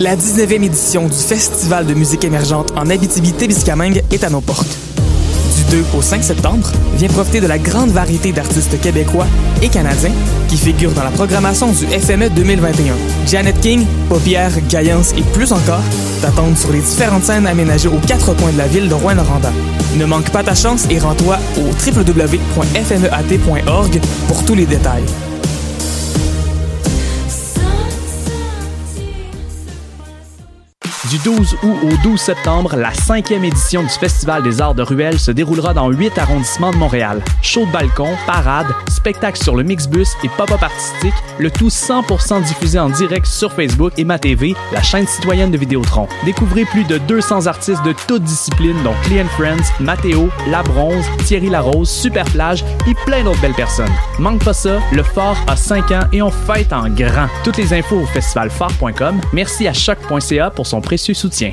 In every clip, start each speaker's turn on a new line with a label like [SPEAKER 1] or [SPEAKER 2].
[SPEAKER 1] La 19e édition du Festival de musique émergente en Abitibi-Témiscamingue est à nos portes. Du 2 au 5 septembre, viens profiter de la grande variété d'artistes québécois et canadiens qui figurent dans la programmation du E FME 2021. Janet King, Paupière, Gaillance et plus encore t'attendent sur les différentes scènes aménagées aux quatre coins de la ville de Rouen-Noranda. Ne manque pas ta chance et rends-toi au E www.fmeat.org pour tous les détails.
[SPEAKER 2] Du 12 août au 12 septembre, la cinquième édition du Festival des arts de Ruelle se déroulera dans huit arrondissements de Montréal. Show de balcon, parade, spectacle sur le Mixbus et pop-up artistique, le tout 100% diffusé en direct sur Facebook et MaTV, la chaîne citoyenne de Vidéotron. Découvrez plus de 200 artistes de toutes disciplines, dont Clean Friends, Mathéo, La Bronze, Thierry Larose, Superplage et plein d'autres belles personnes. Manque pas ça, le Fort a 5 ans et on fête en grand. Toutes les infos au festivalphare.com. Merci à choc.ca pour son précieux soutien.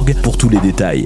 [SPEAKER 3] pour tous les détails.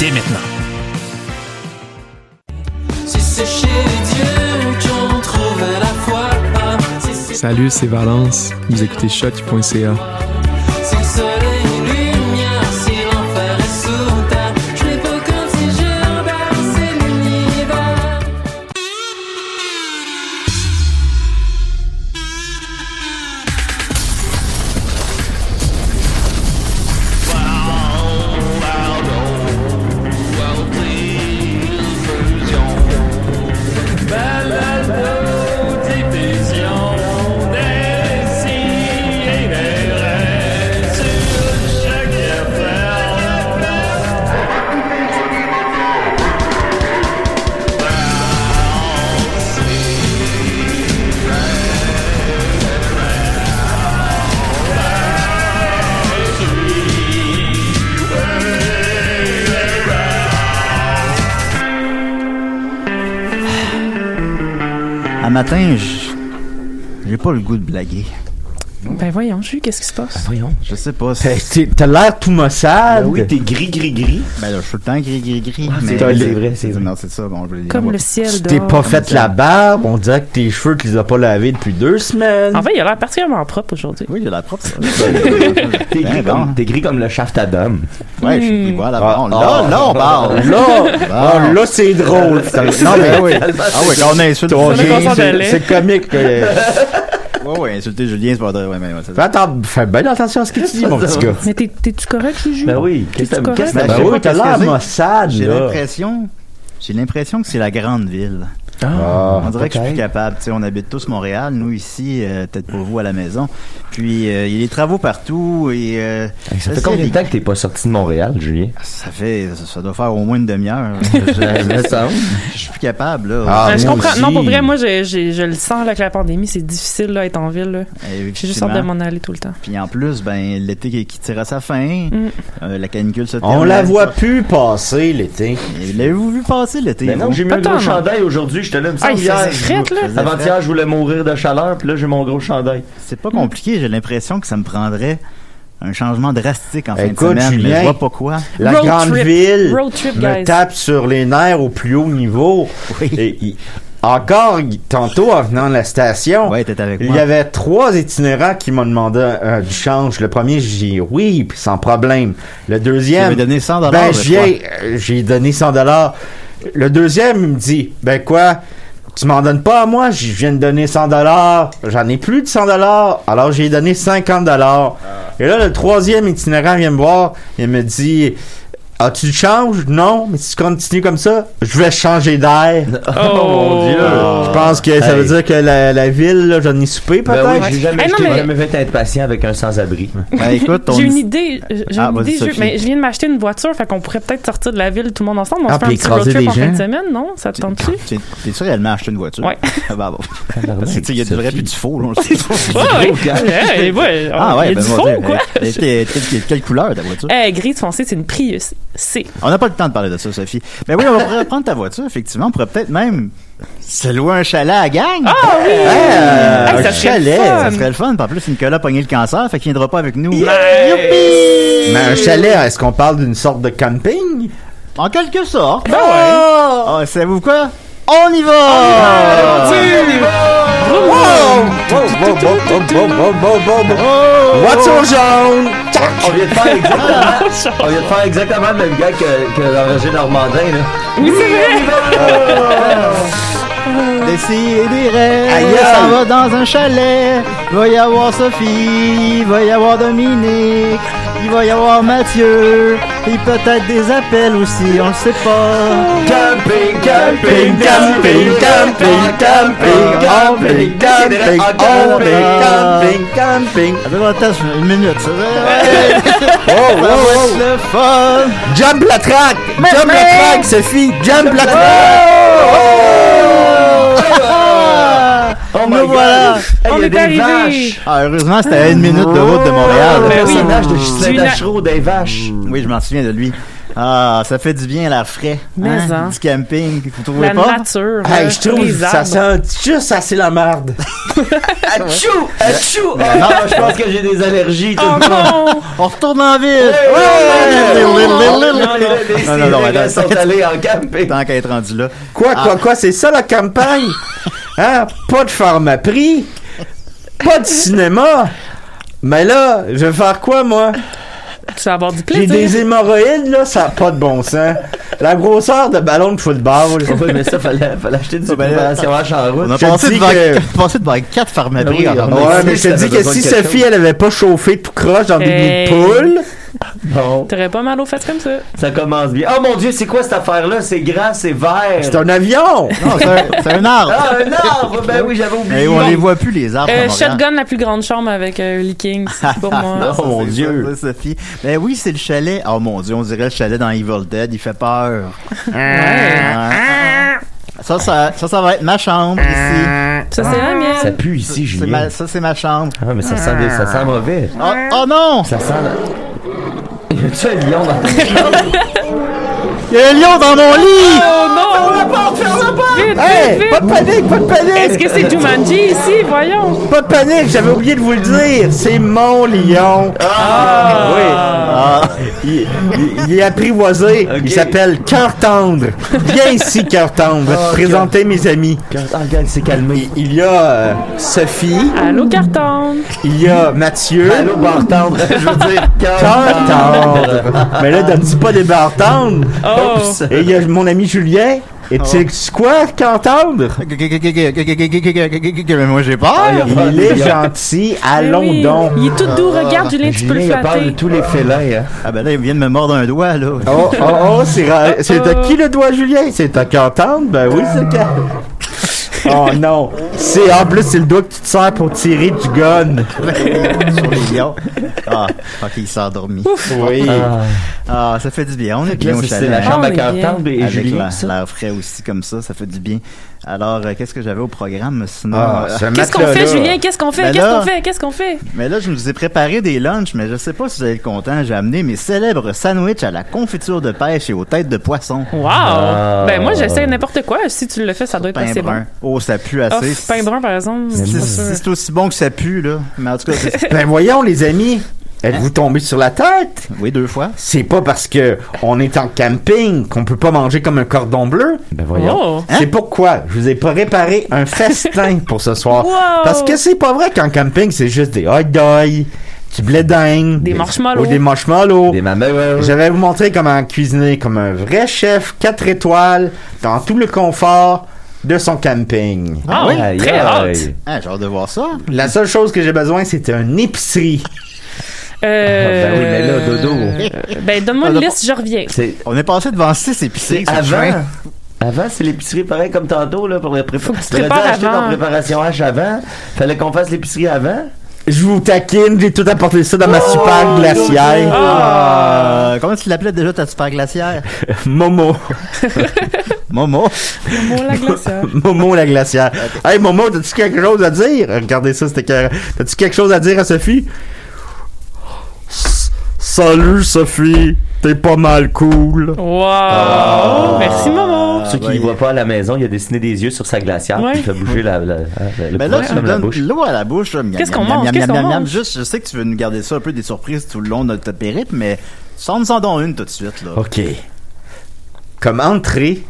[SPEAKER 4] dès maintenant.
[SPEAKER 5] Salut, c'est Valence. Vous écoutez choc.ca.
[SPEAKER 6] Un matin, j- j'ai pas le goût de blaguer.
[SPEAKER 7] Ben voyons, Jus, qu'est-ce qui se
[SPEAKER 8] Ben
[SPEAKER 7] passe?
[SPEAKER 6] Voyons. Je sais pas. c'est-
[SPEAKER 8] Eh, T'as l'air tout maussade.
[SPEAKER 6] Ben oui, t'es
[SPEAKER 8] gris, gris, gris.
[SPEAKER 6] Ben là, je suis tout le temps gris, gris, gris. mais-
[SPEAKER 8] c'est- c'est vrai, c'est vrai.
[SPEAKER 6] Non, c'est ça. Bon, je vais le dire.
[SPEAKER 7] Comme
[SPEAKER 6] Ouais.
[SPEAKER 7] le ciel
[SPEAKER 8] Tu
[SPEAKER 7] d'or.
[SPEAKER 8] t'es pas fait la barbe. On dirait que tes cheveux, tu les as pas lavés depuis deux semaines.
[SPEAKER 7] En fait, il a l'air particulièrement propre aujourd'hui.
[SPEAKER 6] Oui, j'ai la propre. ça.
[SPEAKER 8] T'es
[SPEAKER 6] Ben
[SPEAKER 8] gris,
[SPEAKER 6] bon.
[SPEAKER 8] comme- t'es gris comme le shaft à dame.
[SPEAKER 6] Ouais, je suis voilà. bon,
[SPEAKER 8] Ah,
[SPEAKER 6] là, là, on parle.
[SPEAKER 8] Là, ah, là c'est drôle.
[SPEAKER 6] Non, mais oui. Ah oui, quand on insulte.
[SPEAKER 8] Ton
[SPEAKER 7] Ça fait
[SPEAKER 8] gars,
[SPEAKER 7] qu'on s'en
[SPEAKER 8] c'est
[SPEAKER 7] allait.
[SPEAKER 8] c'est comique. que-
[SPEAKER 6] Ouais, ouais, insulter Julien, c'est pas vrai. Ouais, mais ouais, c'est
[SPEAKER 8] Fais, atten- fais bien attention à ce que tu dis, mon petit gars.
[SPEAKER 7] Mais t'es- t'es-tu correct, Juju?
[SPEAKER 9] Ben oui, qu'est-ce
[SPEAKER 7] T'es-tu
[SPEAKER 9] que t'as-
[SPEAKER 7] correct?
[SPEAKER 9] qu'est-ce que
[SPEAKER 6] Ben,
[SPEAKER 8] Ben
[SPEAKER 6] je sais
[SPEAKER 8] oui,
[SPEAKER 6] pas
[SPEAKER 8] t'as
[SPEAKER 6] qu'est-ce
[SPEAKER 8] l'air
[SPEAKER 6] que c'est.
[SPEAKER 8] maussade,
[SPEAKER 6] J'ai
[SPEAKER 8] là.
[SPEAKER 6] l'impression. J'ai l'impression que c'est la grande ville.
[SPEAKER 8] Ah,
[SPEAKER 6] on dirait que je suis plus
[SPEAKER 8] peut-être.
[SPEAKER 6] capable. Tu sais, on habite tous Montréal, nous ici, euh, peut-être pour vous à la maison. Puis euh, il y a des travaux partout et euh,
[SPEAKER 9] Hey, Ça fait
[SPEAKER 6] c'est
[SPEAKER 9] combien de
[SPEAKER 6] rigolo.
[SPEAKER 9] temps que t'es pas sorti de Montréal, Julien?
[SPEAKER 6] Ça fait, ça, ça doit faire au moins une demi-heure. je, je- je suis plus capable là.
[SPEAKER 8] Ah,
[SPEAKER 7] Ben, je
[SPEAKER 8] moi
[SPEAKER 7] comprends.
[SPEAKER 8] aussi.
[SPEAKER 7] Non, pour vrai, moi, je, je, je le sens là, avec la pandémie. C'est difficile là, être en ville. là.
[SPEAKER 6] Et
[SPEAKER 7] J'ai juste hâte de
[SPEAKER 6] Eh, effectivement.
[SPEAKER 7] m'en aller tout le temps.
[SPEAKER 6] Puis en plus, ben l'été qui, qui tire à sa fin,
[SPEAKER 7] Mm.
[SPEAKER 6] euh, la canicule se
[SPEAKER 8] On la voit plus passer l'été.
[SPEAKER 6] Et L'avez-vous vu passer l'été
[SPEAKER 9] Ben non,
[SPEAKER 6] vous?
[SPEAKER 9] j'ai mis
[SPEAKER 7] Pas
[SPEAKER 9] un gros
[SPEAKER 7] tant, non.
[SPEAKER 9] chandail aujourd'hui, j'étais là, il me semble,
[SPEAKER 7] Ah, il
[SPEAKER 9] hier.
[SPEAKER 7] faisait frette, là.
[SPEAKER 6] faisait
[SPEAKER 9] Avant-hier, je voulais mourir de chaleur, puis là, j'ai mon gros chandail.
[SPEAKER 6] C'est
[SPEAKER 8] Hmm.
[SPEAKER 6] pas compliqué. J'ai l'impression que ça me prendrait un changement drastique en
[SPEAKER 8] Écoute,
[SPEAKER 6] fin de semaine. mais
[SPEAKER 8] Julien,
[SPEAKER 6] je vois pas quoi.
[SPEAKER 8] La
[SPEAKER 7] Road
[SPEAKER 8] grande
[SPEAKER 7] trip.
[SPEAKER 8] ville
[SPEAKER 7] Road trip,
[SPEAKER 8] me
[SPEAKER 7] guys.
[SPEAKER 8] tape sur les nerfs au plus haut niveau. Et, il- encore il- tantôt en venant de la station,
[SPEAKER 6] Ouais, t'es avec
[SPEAKER 8] il
[SPEAKER 6] moi.
[SPEAKER 8] y avait trois itinérants qui m'ont demandé euh, du change. Le premier, j'ai dit oui, puis sans problème. Le
[SPEAKER 6] Tu
[SPEAKER 8] deuxième,
[SPEAKER 6] m'avais donné 100
[SPEAKER 8] ben
[SPEAKER 6] je
[SPEAKER 8] j'ai euh, j'ai donné 100 dollars. Le deuxième, il me dit ben quoi Tu m'en donnes pas à moi, je viens de donner 100 dollars. J'en ai plus de 100 dollars, alors j'ai donné 50 dollars.
[SPEAKER 6] Ah.
[SPEAKER 8] Et là, le troisième itinérant vient me voir et me dit As-tu du change Non, mais si tu continues comme ça, je vais changer d'air.
[SPEAKER 7] Oh, mon Dieu.
[SPEAKER 8] Je pense que ça veut
[SPEAKER 9] Hey.
[SPEAKER 8] dire que la, la ville, là, j'en ai soupé peut-être.
[SPEAKER 9] Ben oui, j'ai jamais,
[SPEAKER 7] Hey, Eh, non,
[SPEAKER 9] j'étais
[SPEAKER 7] mais-
[SPEAKER 9] jamais fait être patient avec un sans-abri.
[SPEAKER 6] Ben, écoute, ton
[SPEAKER 7] J'ai une idée, j'ai
[SPEAKER 6] Ah,
[SPEAKER 7] une
[SPEAKER 6] vas-y,
[SPEAKER 7] idée, je,
[SPEAKER 6] Sophie.
[SPEAKER 7] mais je viens de m'acheter une voiture, fait qu'on pourrait peut-être sortir de la ville tout le monde ensemble. On
[SPEAKER 8] Ah,
[SPEAKER 7] se fait un
[SPEAKER 8] puis
[SPEAKER 7] petit road
[SPEAKER 8] écraser
[SPEAKER 7] trip
[SPEAKER 8] des
[SPEAKER 7] en fin de
[SPEAKER 8] gens.
[SPEAKER 7] semaine, non? Ça te tente-tu?
[SPEAKER 6] T'es t'es sûr qu'elle m'a acheté une voiture?
[SPEAKER 7] Ouais.
[SPEAKER 6] Ah, bah, bon. Parce que, tu sais, il y a du vrai puis du faux, là, on le sait.
[SPEAKER 7] Ouais, ouais, Eh, ouais,
[SPEAKER 6] Ah, ouais,
[SPEAKER 7] il y a
[SPEAKER 6] ben,
[SPEAKER 7] du
[SPEAKER 6] mon
[SPEAKER 7] fond,
[SPEAKER 6] Dieu.
[SPEAKER 7] quoi.
[SPEAKER 6] Elle était- elle était de quelle couleur, ta voiture?
[SPEAKER 7] Eh, gris foncé, c'est une Prius. C'est.
[SPEAKER 6] On n'a pas le temps de parler de ça, Sophie. Mais oui, on pourrait reprendre ta voiture, effectivement. On pourrait peut-être même se louer un chalet à gang. Ah oui!
[SPEAKER 7] Hey,
[SPEAKER 6] un
[SPEAKER 7] ça serait
[SPEAKER 6] chalet,
[SPEAKER 7] le fun.
[SPEAKER 6] ça serait le fun. En plus, Nicolas a pogné le cancer, fait qu'il viendra pas avec nous.
[SPEAKER 8] Mais un chalet, est-ce qu'on parle d'une sorte de camping
[SPEAKER 6] En quelque sorte.
[SPEAKER 7] Ben ouais.
[SPEAKER 6] Ah, savez-vous quoi? On y va!
[SPEAKER 8] Voiture jaune
[SPEAKER 9] On vient de faire exactement, on vient de faire exactement le même gars que, que Roger Normandin. Là.
[SPEAKER 7] Oui, c'est vrai.
[SPEAKER 6] D'essayer des rêves.
[SPEAKER 8] Aïe,
[SPEAKER 6] on s'en
[SPEAKER 8] aïe.
[SPEAKER 6] va dans un chalet. Va y avoir Sophie. Va y avoir Dominique. Il va y avoir Mathieu. Et peut-être des appels aussi, on le sait pas.
[SPEAKER 9] Camping, camping,
[SPEAKER 8] camping, camping, camping, camping, camping, camping, camping, camping.
[SPEAKER 6] Ah ben, attends, je- une minute. ça va-
[SPEAKER 8] Oh,
[SPEAKER 6] Ça va
[SPEAKER 8] wow,
[SPEAKER 6] être
[SPEAKER 8] wow.
[SPEAKER 6] le fun.
[SPEAKER 8] Jump la track! Jump la track, Sophie! Jump la track!
[SPEAKER 9] Oh
[SPEAKER 6] Nous
[SPEAKER 9] my
[SPEAKER 6] voilà.
[SPEAKER 9] god! Hey,
[SPEAKER 7] On
[SPEAKER 9] il y a
[SPEAKER 7] est
[SPEAKER 9] des
[SPEAKER 7] arrivé.
[SPEAKER 9] vaches.
[SPEAKER 6] Ah, heureusement, c'était à une minute de route de Montréal.
[SPEAKER 9] Le
[SPEAKER 7] Ben oui.
[SPEAKER 9] personnage de Ghislain
[SPEAKER 7] Tu l'as-
[SPEAKER 9] Tachereau des vaches.
[SPEAKER 6] Oui, je m'en souviens de lui. Ah, ça fait du bien à l'air frais.
[SPEAKER 7] Mais hein.
[SPEAKER 6] Du camping, vous trouvez
[SPEAKER 7] La
[SPEAKER 6] pas?
[SPEAKER 7] nature.
[SPEAKER 8] Hey,
[SPEAKER 7] euh,
[SPEAKER 8] je trouve
[SPEAKER 7] les
[SPEAKER 8] que ça
[SPEAKER 7] arbres.
[SPEAKER 8] sent juste assez la merde.
[SPEAKER 9] Achou! Achou! Oh, je pense que j'ai des allergies.
[SPEAKER 7] Oh non!
[SPEAKER 6] On retourne en ville!
[SPEAKER 9] Non,
[SPEAKER 6] Non, non, non,
[SPEAKER 9] les
[SPEAKER 6] madame.
[SPEAKER 9] gars sont allés en camping.
[SPEAKER 6] Tant qu'à être rendu là. Ah.
[SPEAKER 8] Quoi, quoi, quoi, c'est ça la campagne? Hein? Pas de pharmaprix, pas de cinéma. Mais là, je vais faire quoi, moi?
[SPEAKER 7] Tu vas avoir du
[SPEAKER 8] J'ai
[SPEAKER 7] plaisir.
[SPEAKER 8] des hémorroïdes, là, ça n'a pas de bon sens. La grosseur de ballon de football.
[SPEAKER 6] Ah
[SPEAKER 9] Oui, mais ça, fallait, fallait acheter du
[SPEAKER 6] ben,
[SPEAKER 9] préparation H en
[SPEAKER 6] On
[SPEAKER 9] route.
[SPEAKER 6] a
[SPEAKER 8] Je
[SPEAKER 6] passé
[SPEAKER 8] dis
[SPEAKER 6] devant,
[SPEAKER 8] que- Ben
[SPEAKER 6] passé devant quatre pharmacies
[SPEAKER 9] Ah oui,
[SPEAKER 6] en
[SPEAKER 9] on a-
[SPEAKER 8] Ouais, mais je te
[SPEAKER 9] Ça
[SPEAKER 8] dis
[SPEAKER 9] avait
[SPEAKER 8] que
[SPEAKER 9] besoin
[SPEAKER 8] si
[SPEAKER 9] de quelque
[SPEAKER 8] Sophie, elle avait pas chauffé tout croche dans des
[SPEAKER 7] Hey.
[SPEAKER 8] nids de poules,
[SPEAKER 9] Bon,
[SPEAKER 7] Eh. T'aurais pas mal aux fesses comme ça.
[SPEAKER 9] ça commence bien. Oh mon dieu, c'est quoi cette affaire-là? C'est grand, c'est vert. Ben
[SPEAKER 8] c'est un avion!
[SPEAKER 6] Non, c'est un- c'est un arbre!
[SPEAKER 9] Ah, un arbre! Ben oui, j'avais oublié.
[SPEAKER 6] Et on
[SPEAKER 9] Bon.
[SPEAKER 6] les voit plus, les arbres. à
[SPEAKER 7] Euh,
[SPEAKER 6] Montréal.
[SPEAKER 7] shotgun, la plus grande chambre avec euh, Lee King, c'est pour
[SPEAKER 6] Ah,
[SPEAKER 7] moi.
[SPEAKER 6] ça,
[SPEAKER 9] mon
[SPEAKER 6] c'est
[SPEAKER 9] Dieu.
[SPEAKER 6] ça, ça, Sophie. Ben oui, c'est le chalet. Oh mon Dieu, on dirait le chalet dans Evil Dead. Il fait peur. Ah. Ça, ça, ça, ça va être ma chambre ici.
[SPEAKER 7] Ça, c'est la
[SPEAKER 9] Ça
[SPEAKER 7] mienne.
[SPEAKER 9] pue ici,
[SPEAKER 6] C'est
[SPEAKER 9] Julien.
[SPEAKER 6] ma- ça, c'est ma chambre.
[SPEAKER 9] Ah, mais ça sent, des- ça sent mauvais.
[SPEAKER 6] Oh, oh non!
[SPEAKER 9] Ça sent. la- Y a-tu un lion dans ta
[SPEAKER 6] Il y a un lion dans mon lit!
[SPEAKER 7] Oh non! Vite, vite,
[SPEAKER 8] Hey!
[SPEAKER 7] vite.
[SPEAKER 8] Pas de panique, pas de
[SPEAKER 7] Est-ce
[SPEAKER 8] panique!
[SPEAKER 7] que c'est Jumanji ici? Voyons.
[SPEAKER 8] Pas de panique, j'avais oublié de vous le dire! C'est mon lion! Ah! Oui! Il, il- il est apprivoisé,
[SPEAKER 9] Ok.
[SPEAKER 8] il s'appelle Cœur Tendre! Viens ici, Cœur Tendre, je vais te présenter mes amis.
[SPEAKER 9] Ah, regarde, c'est calmé.
[SPEAKER 8] Il y a euh, Sophie,
[SPEAKER 7] Allô, carton.
[SPEAKER 8] il y a Mathieu.
[SPEAKER 9] Allô, bartendre. Je veux dire,
[SPEAKER 8] Cœur
[SPEAKER 9] bartendre.
[SPEAKER 8] Tendre! Mais là, donne-tu pas des barres tendres?
[SPEAKER 7] Oh!
[SPEAKER 8] Et il y a mon ami Julien. Et
[SPEAKER 6] Ah.
[SPEAKER 8] tu sais c'est quoi, qu'entendre?
[SPEAKER 6] Mais moi j'ai
[SPEAKER 9] Ah,
[SPEAKER 6] peur!
[SPEAKER 9] il a pas-
[SPEAKER 8] Il est
[SPEAKER 9] il a-
[SPEAKER 8] gentil,
[SPEAKER 7] Ben
[SPEAKER 8] allons
[SPEAKER 7] oui.
[SPEAKER 8] donc.
[SPEAKER 7] Il est tout doux, regarde, Julien, tu peux
[SPEAKER 9] Julien,
[SPEAKER 7] le
[SPEAKER 9] il parle de
[SPEAKER 7] flatter.
[SPEAKER 9] tous les félins. Hein.
[SPEAKER 6] Ah ben là, il vient de me mordre un doigt là!
[SPEAKER 8] Oh, oh, oh, c'est ra- c'est à qui le doigt, Julien? C'est à qu'entendre? Ben oui, c'est qu'à... Oh non! C'est en plus c'est le doigt que tu te sers pour tirer du gun.
[SPEAKER 6] Sur les lions! Ah, ok, il s'est endormi.
[SPEAKER 8] Oui.
[SPEAKER 6] Ah, ça fait du bien, on est
[SPEAKER 9] Là,
[SPEAKER 6] bien au
[SPEAKER 9] c'est- c'est la
[SPEAKER 6] chalet.
[SPEAKER 7] Ah,
[SPEAKER 9] chambre
[SPEAKER 7] on
[SPEAKER 9] à
[SPEAKER 7] est bien.
[SPEAKER 9] Cartable et
[SPEAKER 6] Avec
[SPEAKER 9] Julien.
[SPEAKER 6] la-
[SPEAKER 9] ça.
[SPEAKER 6] l'air frais aussi comme ça, ça fait du bien. Alors, euh, qu'est-ce que j'avais au programme sinon?
[SPEAKER 8] Ah,
[SPEAKER 6] euh,
[SPEAKER 8] ce
[SPEAKER 7] Qu'est-ce qu'on fait,
[SPEAKER 8] matelas-là.
[SPEAKER 7] Julien? Qu'est-ce qu'on
[SPEAKER 6] Ben
[SPEAKER 7] fait? Qu'est-ce
[SPEAKER 6] là.
[SPEAKER 7] qu'on fait? Qu'est-ce qu'on fait?
[SPEAKER 6] Mais là, je vous ai préparé des lunchs, mais je sais pas si vous allez être content. J'ai amené mes célèbres sandwichs à la confiture de pêche et aux têtes de poisson.
[SPEAKER 7] Wow!
[SPEAKER 8] Ah.
[SPEAKER 7] Ben, moi, j'essaie n'importe quoi. Si tu le fais, ça doit être
[SPEAKER 6] Pain
[SPEAKER 7] assez
[SPEAKER 6] brun.
[SPEAKER 7] bon.
[SPEAKER 6] Oh, ça pue
[SPEAKER 7] Oh,
[SPEAKER 6] assez.
[SPEAKER 7] pain brun, par exemple.
[SPEAKER 6] Si-
[SPEAKER 7] c'est
[SPEAKER 6] si-
[SPEAKER 7] pas
[SPEAKER 6] si
[SPEAKER 7] sûr.
[SPEAKER 6] c'est aussi bon que ça pue, là. Mais en tout cas, c'est- Hein?
[SPEAKER 8] Ben voyons les amis, êtes-vous tombés sur la tête?
[SPEAKER 6] oui, deux fois.
[SPEAKER 8] C'est pas parce que on est en camping qu'on peut pas manger comme un cordon bleu.
[SPEAKER 9] Ben voyons.
[SPEAKER 7] Oh!
[SPEAKER 8] Hein? C'est pourquoi je vous ai pas réparé un festin pour ce soir.
[SPEAKER 7] Wow!
[SPEAKER 8] Parce que c'est pas vrai qu'en camping, c'est juste des hot dogs, du blé d'Inde,
[SPEAKER 7] Des marshmallows.
[SPEAKER 8] Ou Oh, des marshmallows.
[SPEAKER 9] Des mamelles.
[SPEAKER 8] Je vais vous montrer comment cuisiner comme un vrai chef, 4 étoiles, dans tout le confort, de son camping.
[SPEAKER 7] Ah oui,
[SPEAKER 9] Aïe,
[SPEAKER 7] très
[SPEAKER 9] aïe.
[SPEAKER 7] hâte.
[SPEAKER 6] Ah, j'ai hâte de voir ça.
[SPEAKER 8] La seule chose que j'ai besoin, c'est une épicerie. Ah,
[SPEAKER 7] Euh,
[SPEAKER 9] Ben oui, mais là, dodo.
[SPEAKER 7] euh, Ben, donne-moi une liste, je reviens.
[SPEAKER 9] C'est
[SPEAKER 6] On est passé devant 6 épiceries.
[SPEAKER 9] c'est
[SPEAKER 6] sur le
[SPEAKER 9] avant.
[SPEAKER 6] chemin.
[SPEAKER 9] Avant, c'est l'épicerie pareil comme tantôt, là, pour la prépa-
[SPEAKER 7] Faut que tu te
[SPEAKER 9] T'aurais dû
[SPEAKER 7] prépares
[SPEAKER 9] acheter
[SPEAKER 7] avant.
[SPEAKER 9] ton préparation H avant. Fallait qu'on fasse l'épicerie avant.
[SPEAKER 8] Je vous taquine, j'ai tout apporté ça dans ma
[SPEAKER 7] Oh,
[SPEAKER 8] super glacière.
[SPEAKER 6] Ah, comment tu l'appelais déjà ta super glaciaire?
[SPEAKER 8] Momo.
[SPEAKER 6] Momo.
[SPEAKER 7] Mot la glacière.
[SPEAKER 8] Momo la glacière. Hey Momo, t'as-tu quelque chose à dire? Regardez ça, c'était carré. T'as-tu quelque chose à dire à Sophie? S- Salut Sophie, t'es pas mal cool.
[SPEAKER 7] Wow!
[SPEAKER 8] Ah.
[SPEAKER 7] Merci, maman!
[SPEAKER 9] Ceux qui ne
[SPEAKER 6] voyez.
[SPEAKER 9] voient pas à la maison, il a dessiné des yeux sur sa glacière.
[SPEAKER 7] Ouais.
[SPEAKER 9] puis Il fait bouger la, la, la- le
[SPEAKER 6] Mais là,
[SPEAKER 9] poing
[SPEAKER 6] tu nous
[SPEAKER 9] comme la
[SPEAKER 6] donnes
[SPEAKER 9] bouche.
[SPEAKER 6] l'eau à la bouche. là. Miam,
[SPEAKER 7] Qu'est-ce
[SPEAKER 6] miam,
[SPEAKER 7] qu'on
[SPEAKER 6] miam,
[SPEAKER 7] mange?
[SPEAKER 6] miam,
[SPEAKER 7] Qu'est-ce
[SPEAKER 6] miam,
[SPEAKER 7] qu'on
[SPEAKER 6] miam.
[SPEAKER 7] mange?
[SPEAKER 6] Juste, je sais que tu veux nous garder ça un peu des surprises tout le long de notre périple, mais sors-nous en donc une tout de suite, là.
[SPEAKER 8] Ok. Comme entrée,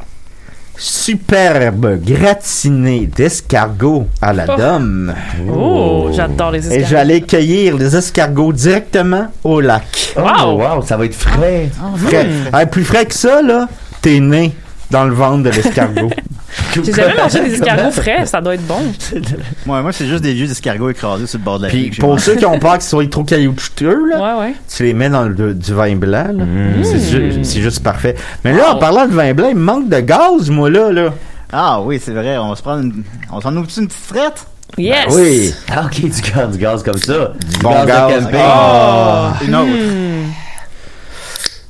[SPEAKER 8] superbe gratinée d'escargots à la
[SPEAKER 7] Oh.
[SPEAKER 8] dame.
[SPEAKER 7] Oh, j'adore les
[SPEAKER 8] Et
[SPEAKER 7] escargots.
[SPEAKER 8] j'allais cueillir les escargots directement au lac.
[SPEAKER 7] Wow! Ah,
[SPEAKER 9] Oh, wow, ça va être frais.
[SPEAKER 8] Frais. Hey, plus frais que ça, là, t'es né dans le ventre de l'escargot.
[SPEAKER 7] J'ai jamais mangé des escargots frais, ça doit être bon.
[SPEAKER 6] Moi, moi c'est juste des vieux escargots écrasés sur le bord de la
[SPEAKER 8] Puis
[SPEAKER 6] rue que j'ai
[SPEAKER 8] pour
[SPEAKER 6] mangé.
[SPEAKER 8] ceux qui ont peur qu'ils soient trop caillouteux, là,
[SPEAKER 7] Ouais, ouais.
[SPEAKER 8] tu les mets dans le- du vin blanc. là.
[SPEAKER 5] Mm.
[SPEAKER 8] C'est ju- c'est juste parfait. Mais là, en parlant de vin blanc, il me manque de gaz, moi, là. là.
[SPEAKER 6] Ah oui, c'est vrai, on va se prendre une... On s'en ouvre une petite frette?
[SPEAKER 7] Yes!
[SPEAKER 8] Ben Oui.
[SPEAKER 9] Ah, ok, du gaz, du gaz comme ça. Du
[SPEAKER 8] Bon
[SPEAKER 9] gaz,
[SPEAKER 8] gaz.
[SPEAKER 9] de camping.
[SPEAKER 6] Ah! Une autre.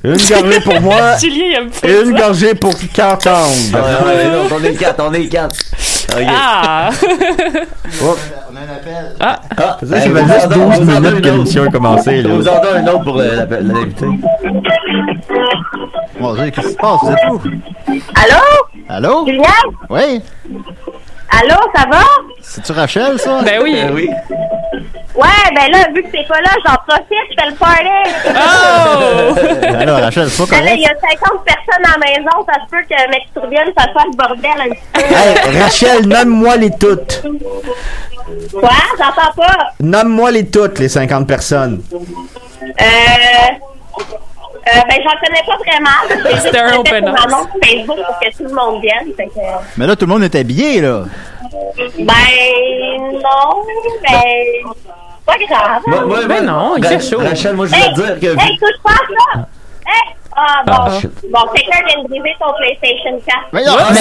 [SPEAKER 8] Une gorgée pour moi
[SPEAKER 7] Julien, il aime pas
[SPEAKER 8] et une
[SPEAKER 7] ça.
[SPEAKER 8] gorgée pour Carton.
[SPEAKER 9] Ah, ouais, ouais, non, on est le 4, on est le 4.
[SPEAKER 7] Ah!
[SPEAKER 6] On a un appel.
[SPEAKER 9] Ah,
[SPEAKER 8] Ça, ça
[SPEAKER 9] eh,
[SPEAKER 8] fait
[SPEAKER 9] vous
[SPEAKER 8] juste
[SPEAKER 9] en donne-
[SPEAKER 8] 12
[SPEAKER 9] vous en donne
[SPEAKER 8] minutes
[SPEAKER 9] une
[SPEAKER 8] que
[SPEAKER 9] autre.
[SPEAKER 8] l'émission a commencé.
[SPEAKER 9] On
[SPEAKER 8] Là.
[SPEAKER 9] vous en donne un autre pour euh, la- l'invité.
[SPEAKER 6] Mon Dieu, qu'est-ce qui se passe? Vous êtes où?
[SPEAKER 10] Allô?
[SPEAKER 6] Allô?
[SPEAKER 10] Julien?
[SPEAKER 6] Oui?
[SPEAKER 10] Allô, ça va?
[SPEAKER 6] C'est-tu Rachel, ça?
[SPEAKER 7] Ben oui!
[SPEAKER 8] Ah
[SPEAKER 9] Eh oui.
[SPEAKER 10] Ouais, ben là, vu que t'es pas là, j'en profite, je fais le party.
[SPEAKER 7] Oh!
[SPEAKER 6] Alors, Ben Rachel, c'est pas
[SPEAKER 10] Ah, là, Il
[SPEAKER 6] correct?
[SPEAKER 10] y a 50 personnes à la maison, ça se peut que mec Tourbienne, ça soit le bordel un petit
[SPEAKER 8] Hey, Rachel, nomme-moi les toutes.
[SPEAKER 10] peu. Quoi? J'entends pas.
[SPEAKER 8] Nomme-moi les toutes, les 50 personnes.
[SPEAKER 10] Euh... euh, ben, j'en connais pas vraiment. J'ai juste
[SPEAKER 7] C'était un
[SPEAKER 10] fait
[SPEAKER 7] open
[SPEAKER 10] une
[SPEAKER 7] house.
[SPEAKER 10] annonce sur Facebook pour que tout le monde vienne. fait que-
[SPEAKER 6] Mais là, tout le monde est habillé, là.
[SPEAKER 10] Oh. Ben, non, ben, pas grave.
[SPEAKER 9] Moi- moi-
[SPEAKER 7] Ben
[SPEAKER 9] moi-
[SPEAKER 7] non, il
[SPEAKER 9] Ra-
[SPEAKER 7] fait chaud.
[SPEAKER 9] Rachel, moi, je voulais
[SPEAKER 10] Hey,
[SPEAKER 9] dire que.
[SPEAKER 10] Hey, touche pas à ça! Hey! Ah, bon.
[SPEAKER 9] Ah, shit.
[SPEAKER 10] Bon, quelqu'un vient de briser ton PlayStation 4.
[SPEAKER 6] Mais non, Oh, j'aurais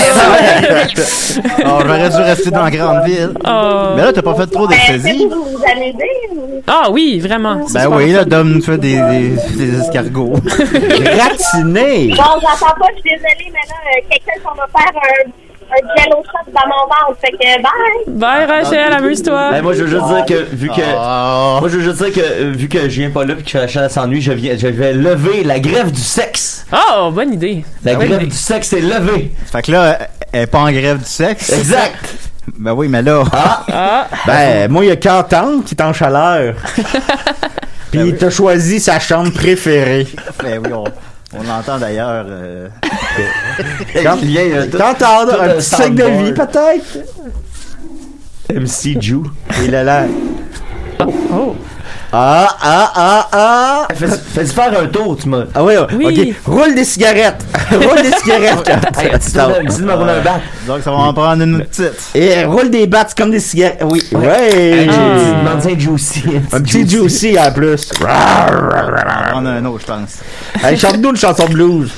[SPEAKER 6] dû rester dans la grande ville.
[SPEAKER 7] Oh.
[SPEAKER 6] Mais là, t'as pas fait trop
[SPEAKER 10] Ben, est-ce
[SPEAKER 6] d'extasie?
[SPEAKER 10] que vous vous amusez? ou-
[SPEAKER 7] Ah oui, vraiment.
[SPEAKER 6] Ben oui, là, Dom nous fait des, des, des escargots.
[SPEAKER 8] Gratiné.
[SPEAKER 10] Bon, j'entends pas, je suis désolée, mais là, euh, quelqu'un s'en va faire un, un jello shot dans mon ventre. Fait que, bye!
[SPEAKER 7] Bye, Rachel, amuse-toi.
[SPEAKER 8] Ben,
[SPEAKER 9] Eh, moi, je veux juste dire que, vu que.
[SPEAKER 6] Ah.
[SPEAKER 9] Moi, je veux juste dire que, euh, vu que je viens pas là puis que Rachel s'ennuie, je, viens, je vais lever la grève du sexe.
[SPEAKER 7] Oh, bonne idée.
[SPEAKER 8] Ah
[SPEAKER 9] La
[SPEAKER 7] Bonne
[SPEAKER 9] grève
[SPEAKER 7] idée.
[SPEAKER 9] du sexe est levée.
[SPEAKER 6] Fait que là, elle est pas en grève du sexe.
[SPEAKER 9] Exact.
[SPEAKER 6] Ben oui, mais là,
[SPEAKER 7] Ah.
[SPEAKER 8] Ben, moi, il y a Carton qui est en chaleur. Puis il t'a choisi sa chambre préférée.
[SPEAKER 6] ben oui, on, on l'entend d'ailleurs. euh,
[SPEAKER 8] Quand-
[SPEAKER 9] Il y a, euh, tout-
[SPEAKER 8] T'entends
[SPEAKER 9] tout
[SPEAKER 8] un
[SPEAKER 9] un
[SPEAKER 8] petit signe de vie,
[SPEAKER 9] soundboard.
[SPEAKER 8] peut-être?
[SPEAKER 9] MC Jew.
[SPEAKER 8] Il a l'air.
[SPEAKER 7] Oh.
[SPEAKER 8] Ah, ah, ah, ah!
[SPEAKER 9] Eh, Fais- Fais-y faire un tour, tu m'as.
[SPEAKER 8] Ah oui, ok.
[SPEAKER 7] Oui.
[SPEAKER 8] Roule des cigarettes! roule des cigarettes!
[SPEAKER 9] Hey,
[SPEAKER 8] Carton.
[SPEAKER 9] dis de me- dis de me rouler un bat.
[SPEAKER 6] donc, ça va en prendre une autre petite.
[SPEAKER 8] Et roule des battes comme des cigarettes. Oui. Ouais.
[SPEAKER 9] Hey, Demande un juicy.
[SPEAKER 8] Un petit juicy en plus.
[SPEAKER 6] On va prendre un autre, je pense.
[SPEAKER 8] hey, chante-nous une chanson de blues.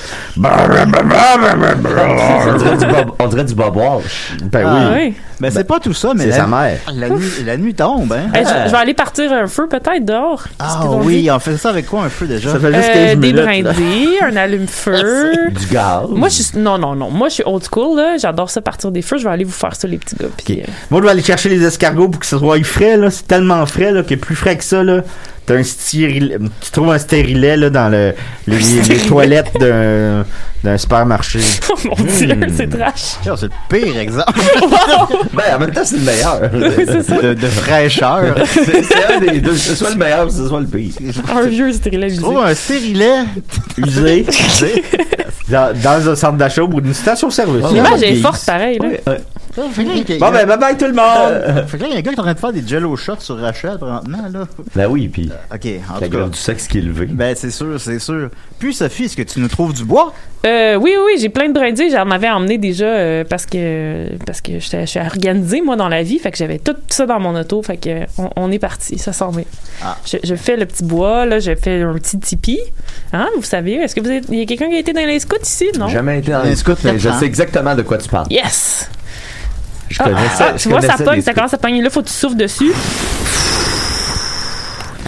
[SPEAKER 9] On dirait du Bob- On dirait du Bob Walsh.
[SPEAKER 8] ben
[SPEAKER 7] Ah
[SPEAKER 8] oui.
[SPEAKER 7] oui.
[SPEAKER 6] Mais c'est pas tout ça, mais
[SPEAKER 8] C'est
[SPEAKER 6] la,
[SPEAKER 8] sa mère.
[SPEAKER 6] la nuit, la nuit tombe, hein?
[SPEAKER 7] Eh, je, je vais aller partir un feu peut-être dehors. Qu'est-ce
[SPEAKER 6] Ah
[SPEAKER 7] qu'ils ont dit?
[SPEAKER 6] oui, on fait ça avec quoi un peu déjà?
[SPEAKER 8] Ça fait juste
[SPEAKER 7] Euh,
[SPEAKER 8] 15
[SPEAKER 7] des
[SPEAKER 8] minutes. là.
[SPEAKER 7] brindilles, un allume-feu.
[SPEAKER 9] Du gaz.
[SPEAKER 7] Moi, je suis. Non, non, non. Moi, je suis old school, là. J'adore ça partir des feux. Je vais aller vous faire ça, les petits gars. Puis, euh,
[SPEAKER 8] Moi, je vais aller chercher les escargots pour que ça soit frais, là. C'est tellement frais, là, que plus frais que ça, là. T'as un stérilet, tu trouves un stérilet, là, dans le, les, les
[SPEAKER 7] stérilet.
[SPEAKER 8] toilettes d'un, d'un supermarché.
[SPEAKER 7] Oh mon dieu,
[SPEAKER 8] Hmm.
[SPEAKER 7] c'est trash.
[SPEAKER 6] Tiens, C'est le pire exemple
[SPEAKER 9] Ben, en même temps, c'est le meilleur.
[SPEAKER 7] Oui, c'est ça.
[SPEAKER 6] de, de fraîcheur.
[SPEAKER 9] C'est c'est un des deux. C'est soit le meilleur, c'est soit le pire.
[SPEAKER 7] Un vieux stérilet
[SPEAKER 6] Je
[SPEAKER 7] visé.
[SPEAKER 6] trouve un stérilet.
[SPEAKER 8] Usé. Dans, dans un centre d'achat ou d'une station-service.
[SPEAKER 7] L'image
[SPEAKER 8] Là,
[SPEAKER 7] est
[SPEAKER 8] des-
[SPEAKER 7] forte, pareil, là.
[SPEAKER 9] Ouais, ouais.
[SPEAKER 11] Fait que là, il y a-
[SPEAKER 8] Bon, ben, bye bye tout le monde!
[SPEAKER 11] Fait que là, il y a un gars qui est en train de faire des jello shots sur Rachel, présentement, là.
[SPEAKER 5] Ben oui, puis
[SPEAKER 11] Ok, en tout
[SPEAKER 5] la
[SPEAKER 11] cas.
[SPEAKER 5] grève du sexe qui est levée.
[SPEAKER 11] Ben, c'est sûr, c'est sûr. Puis, Sophie, est-ce que tu nous trouves du bois?
[SPEAKER 7] Euh, oui, oui, j'ai plein de brindilles. J'en avais emmené déjà euh, parce que parce que j'étais- je suis organisée, moi, dans la vie. Fait que j'avais tout ça dans mon auto. Fait que euh, on, on est parti. Ça s'en vient.
[SPEAKER 8] Ah.
[SPEAKER 7] Je, je fais le petit bois, là. Je fais un petit tipi. Hein, vous savez, est-ce que vous êtes... Il y a quelqu'un qui a été dans les scouts ici? Non?
[SPEAKER 5] Jamais été dans
[SPEAKER 8] Ben,
[SPEAKER 11] Les
[SPEAKER 5] les
[SPEAKER 11] scouts,
[SPEAKER 5] scouts, mais je
[SPEAKER 11] quatre ans.
[SPEAKER 5] sais exactement de quoi tu parles.
[SPEAKER 7] Yes!
[SPEAKER 5] Je connais
[SPEAKER 7] Ah,
[SPEAKER 5] ça.
[SPEAKER 7] ah,
[SPEAKER 5] je
[SPEAKER 7] tu vois, ça
[SPEAKER 5] connaissais
[SPEAKER 7] pogne,
[SPEAKER 5] les
[SPEAKER 7] ça
[SPEAKER 5] scouts.
[SPEAKER 7] commence à pogner. Là, faut que tu souffles dessus.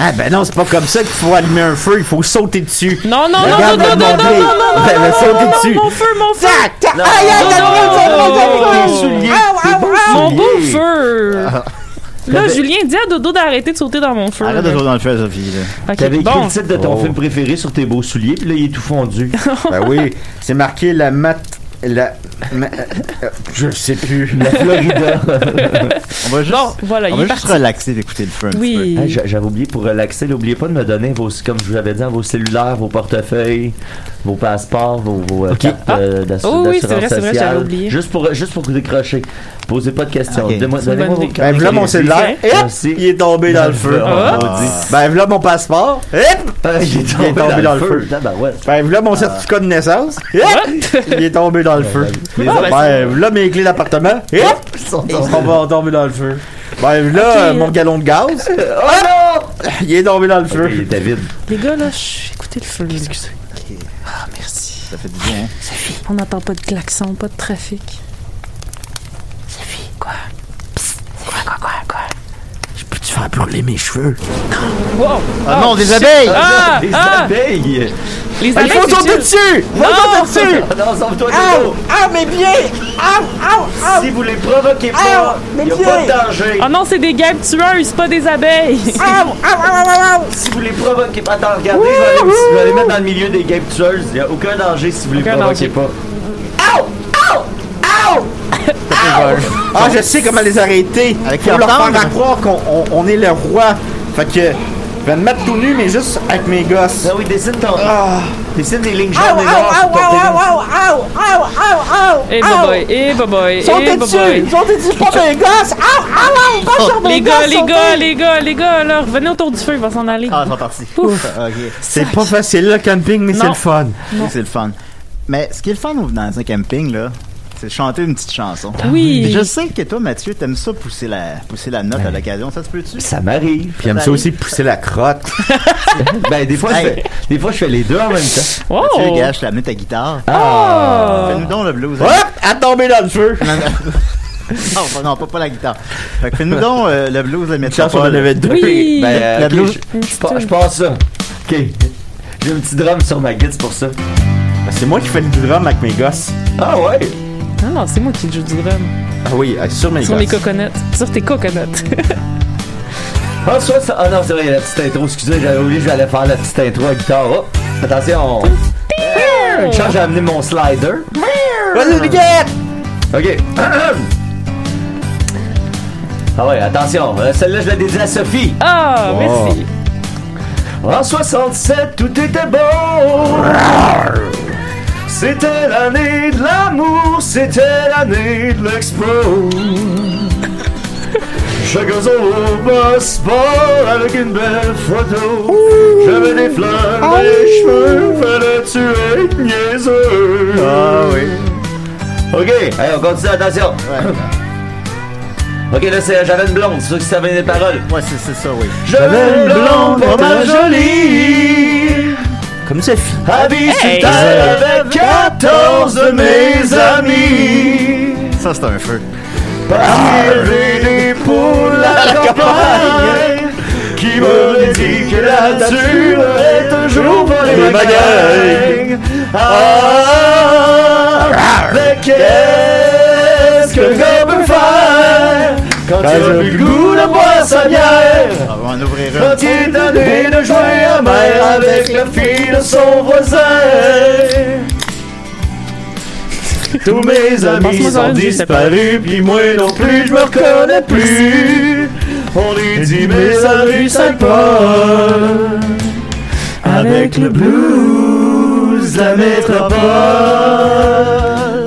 [SPEAKER 8] Ah, ben non, c'est pas comme ça qu'il faut allumer un feu, il faut sauter dessus.
[SPEAKER 7] Non, non, non, non,
[SPEAKER 8] Regarde
[SPEAKER 7] non, non,
[SPEAKER 8] le
[SPEAKER 7] non, non,
[SPEAKER 8] montrer.
[SPEAKER 7] non,
[SPEAKER 8] Ben, ben, sauter
[SPEAKER 7] non,
[SPEAKER 8] dessus.
[SPEAKER 7] mon feu, mon feu!
[SPEAKER 8] Tac, tac,
[SPEAKER 5] Non.
[SPEAKER 8] aïe, aïe,
[SPEAKER 7] Non,
[SPEAKER 8] aïe, aïe, aïe, aïe, aïe, aïe,
[SPEAKER 7] non.
[SPEAKER 8] tes souliers,
[SPEAKER 7] Ow,
[SPEAKER 8] tes
[SPEAKER 7] ow,
[SPEAKER 8] beaux
[SPEAKER 7] ow. Mon
[SPEAKER 8] souliers.
[SPEAKER 7] beau feu!
[SPEAKER 8] Ah.
[SPEAKER 7] Là, Julien, dis à Dodo d'arrêter de sauter dans mon feu.
[SPEAKER 11] Arrête de jouer dans le feu, Sophie, là.
[SPEAKER 7] Ok,
[SPEAKER 5] T'avais écrit
[SPEAKER 7] bon.
[SPEAKER 5] le titre de ton
[SPEAKER 8] Oh.
[SPEAKER 5] film préféré sur tes beaux souliers, puis là, il est tout fondu.
[SPEAKER 8] Ben oui, c'est marqué la mat. La. ma- euh, je sais plus.
[SPEAKER 5] La Florida.
[SPEAKER 11] On va juste,
[SPEAKER 7] Bon, voilà,
[SPEAKER 8] Ah,
[SPEAKER 11] on va
[SPEAKER 7] il est
[SPEAKER 11] juste
[SPEAKER 7] parti.
[SPEAKER 11] relaxer d'écouter le feu un petit
[SPEAKER 7] Oui.
[SPEAKER 5] Hey, Hein, j'a- J'avais oublié pour relaxer, n'oubliez pas de me donner vos, comme je vous avais dit, hein, vos cellulaires, vos portefeuilles, vos passeports, vos, vos euh, cartes euh, d'assu-
[SPEAKER 7] Oh oui,
[SPEAKER 5] d'assurance
[SPEAKER 7] c'est vrai, c'est vrai, j'avais
[SPEAKER 5] sociale.
[SPEAKER 7] oublié.
[SPEAKER 5] Juste pour, juste pour décrocher. Posez pas de questions.
[SPEAKER 11] Ok.
[SPEAKER 5] Donnez-moi-
[SPEAKER 7] C'est une
[SPEAKER 5] Donnez-moi
[SPEAKER 7] bonne
[SPEAKER 5] vos
[SPEAKER 7] idée.
[SPEAKER 8] Ben voilà mon
[SPEAKER 5] Merci.
[SPEAKER 8] cellulaire. Et hop,
[SPEAKER 5] Merci.
[SPEAKER 8] il est tombé dans le feu.
[SPEAKER 7] Ah.
[SPEAKER 8] Ben voilà mon passeport. Et hop,
[SPEAKER 5] Ah, il est tombé dans, le feu. Tabarouette.
[SPEAKER 8] Ben voilà
[SPEAKER 11] Ah.
[SPEAKER 8] mon certificat de naissance. Et hop, il est tombé dans le feu.
[SPEAKER 5] Les
[SPEAKER 7] Ah,
[SPEAKER 5] autres,
[SPEAKER 7] ben,
[SPEAKER 8] Ben voilà mes clés d'appartement. Et hop,
[SPEAKER 5] ils sont
[SPEAKER 8] ils
[SPEAKER 5] tombés.
[SPEAKER 8] sont pas tombés dans le feu. Ben voilà
[SPEAKER 7] Ok.
[SPEAKER 8] euh, mon galon de gaz.
[SPEAKER 5] Oh
[SPEAKER 8] Il est tombé
[SPEAKER 11] Ah,
[SPEAKER 8] dans le
[SPEAKER 5] non! Il
[SPEAKER 8] feu.
[SPEAKER 5] était vide.
[SPEAKER 7] Les gars, là, chut, écoutez le feu. là.
[SPEAKER 11] peu. Ça fait du bien.
[SPEAKER 7] On n'entend pas de klaxon, pas de trafic. Sophie, quoi? Quoi, quoi, quoi, quoi? Je peux-tu faire brûler mes cheveux? Wow!
[SPEAKER 11] Ah non, des abeilles!
[SPEAKER 7] Ah!
[SPEAKER 5] Les
[SPEAKER 7] Ah!
[SPEAKER 5] abeilles!
[SPEAKER 7] Les
[SPEAKER 8] Il
[SPEAKER 7] abeilles,
[SPEAKER 8] faut
[SPEAKER 7] c'est
[SPEAKER 8] Ah, sauter
[SPEAKER 7] utile.
[SPEAKER 8] dessus! Faut sauter dessus!
[SPEAKER 5] Ah non, sauve-toi, Dodo!
[SPEAKER 8] Ah mes pieds! Ah, ah,
[SPEAKER 5] Si vous les provoquez pas,
[SPEAKER 8] mes
[SPEAKER 5] il n'y a
[SPEAKER 8] pieds.
[SPEAKER 5] pas de danger.
[SPEAKER 7] Oh non, c'est des guêpes tueuses, pas des abeilles!
[SPEAKER 8] Oh,
[SPEAKER 5] Si vous les provoquez pas, attends, regardez, je vais, aller, je vais aller mettre dans le milieu des game tueuses. Il n'y a aucun danger si vous les
[SPEAKER 7] Aucun danger.
[SPEAKER 5] provoquez pas.
[SPEAKER 8] Ah, je sais comment les arrêter.
[SPEAKER 11] Avec
[SPEAKER 8] Faut
[SPEAKER 11] leur
[SPEAKER 8] leur
[SPEAKER 11] langue.
[SPEAKER 8] faire à croire qu'on on- on est le roi. Fait que, je vais me mettre tout nu, mais juste avec mes gosses.
[SPEAKER 11] Ben
[SPEAKER 5] Ah oui, dessine ton.
[SPEAKER 8] Ah.
[SPEAKER 5] Dessine les lignes jaunes et noires sur ton téléphone.
[SPEAKER 7] Eh
[SPEAKER 8] oh.
[SPEAKER 7] bah boy, eh bah boy, eh bah boy!
[SPEAKER 8] Sautez dessus, pas mes gosses! Ah, ah, ah, pas sur
[SPEAKER 7] Les gars, les gars, les gars, les gars, là, revenez autour du feu, il va s'en aller.
[SPEAKER 11] Ah, ils sont partis.
[SPEAKER 7] Ouf.
[SPEAKER 11] Ah, ok.
[SPEAKER 8] C'est pas facile le camping, mais c'est
[SPEAKER 7] Non.
[SPEAKER 8] le fun.
[SPEAKER 11] Oui, c'est le fun. Mais ce qui est le fun au- dans un camping, là, c'est de chanter une petite chanson.
[SPEAKER 7] Oui.
[SPEAKER 11] Puis Je sais que toi, Mathieu, t'aimes ça pousser la, pousser la note à l'occasion. Ça se peut-tu?
[SPEAKER 5] Ça m'arrive.
[SPEAKER 8] Puis aime ça aussi pousser la crotte.
[SPEAKER 5] Ben, des fois, je
[SPEAKER 11] Hey.
[SPEAKER 5] fais, des fois, je fais les deux en même temps.
[SPEAKER 7] Oh!
[SPEAKER 11] Mathieu, gars, je t'ai amené ta guitare.
[SPEAKER 7] Ah!
[SPEAKER 11] Fais-nous donc le blues. hein.
[SPEAKER 8] Hop! À tomber dans le feu!
[SPEAKER 11] Non, pas- non, pas, pas la guitare. Fait que fais-nous donc euh, le blues de la métropole.
[SPEAKER 8] deux.
[SPEAKER 7] Oui!
[SPEAKER 5] Ben, euh,
[SPEAKER 11] La
[SPEAKER 5] ok,
[SPEAKER 11] blouse.
[SPEAKER 5] je- je pars- je passe ça. Ok. J'ai un petit drum sur ma guide, c'est pour ça.
[SPEAKER 8] Ah, C'est moi qui fais le drum avec mes gosses.
[SPEAKER 5] Ah ouais?
[SPEAKER 7] Non, non, c'est moi qui joue du drum.
[SPEAKER 8] Ah oui, euh, sur mes
[SPEAKER 7] Sur mes
[SPEAKER 8] gosses.
[SPEAKER 7] coconuts. Sur tes coconuts.
[SPEAKER 5] Ah, soit ça. Ah non, c'est vrai, la petite intro. Excusez, j'avais oublié, j'allais faire la petite intro à guitare. Oh, attention. Euh, Quand j'ai amené mon slider. Ah.
[SPEAKER 8] Vas-y, Miguel!
[SPEAKER 5] Ok. Ah ouais, attention. euh, Celle-là, je la dédie à Sophie.
[SPEAKER 7] Ah, merci.
[SPEAKER 5] En 67, tout était beau. C'était l'année de l'amour, c'était l'année de l'explo. Je gazon au Bosphore avec une belle photo. J'avais des fleurs, des cheveux, fallait-tu être niaiseux?
[SPEAKER 11] Ah oui.
[SPEAKER 5] Ok, allez, on continue, attention. Ok, là, c'est- j'avais une blonde, c'est sûr que ça venait des paroles.
[SPEAKER 11] Ouais, c'est c'est ça, oui.
[SPEAKER 5] J'avais une blonde, pas mal jolie.
[SPEAKER 8] Comme ça, fille.
[SPEAKER 5] Habillée sur terre avec 14 de mes amis.
[SPEAKER 11] Ça, c'est un feu.
[SPEAKER 5] Élevé des poules à la campagne. Qui m'aurait dit que la nature est un jour pour les bagailles. Ah, mais qu'est-ce que je peux faire quand tu as plus le goût de boire sa bière?
[SPEAKER 11] Ben, Ah, on va en ouvrir un.
[SPEAKER 5] Quand il est tanné de jouer à mer avec la fille de son voisin. Tous mes amis
[SPEAKER 7] Passe-moi ça,
[SPEAKER 5] sont
[SPEAKER 7] je sais
[SPEAKER 5] disparus, puis moi non plus, je me reconnais plus. On est dit mes amis Saint-Paul, avec le blues de la métropole.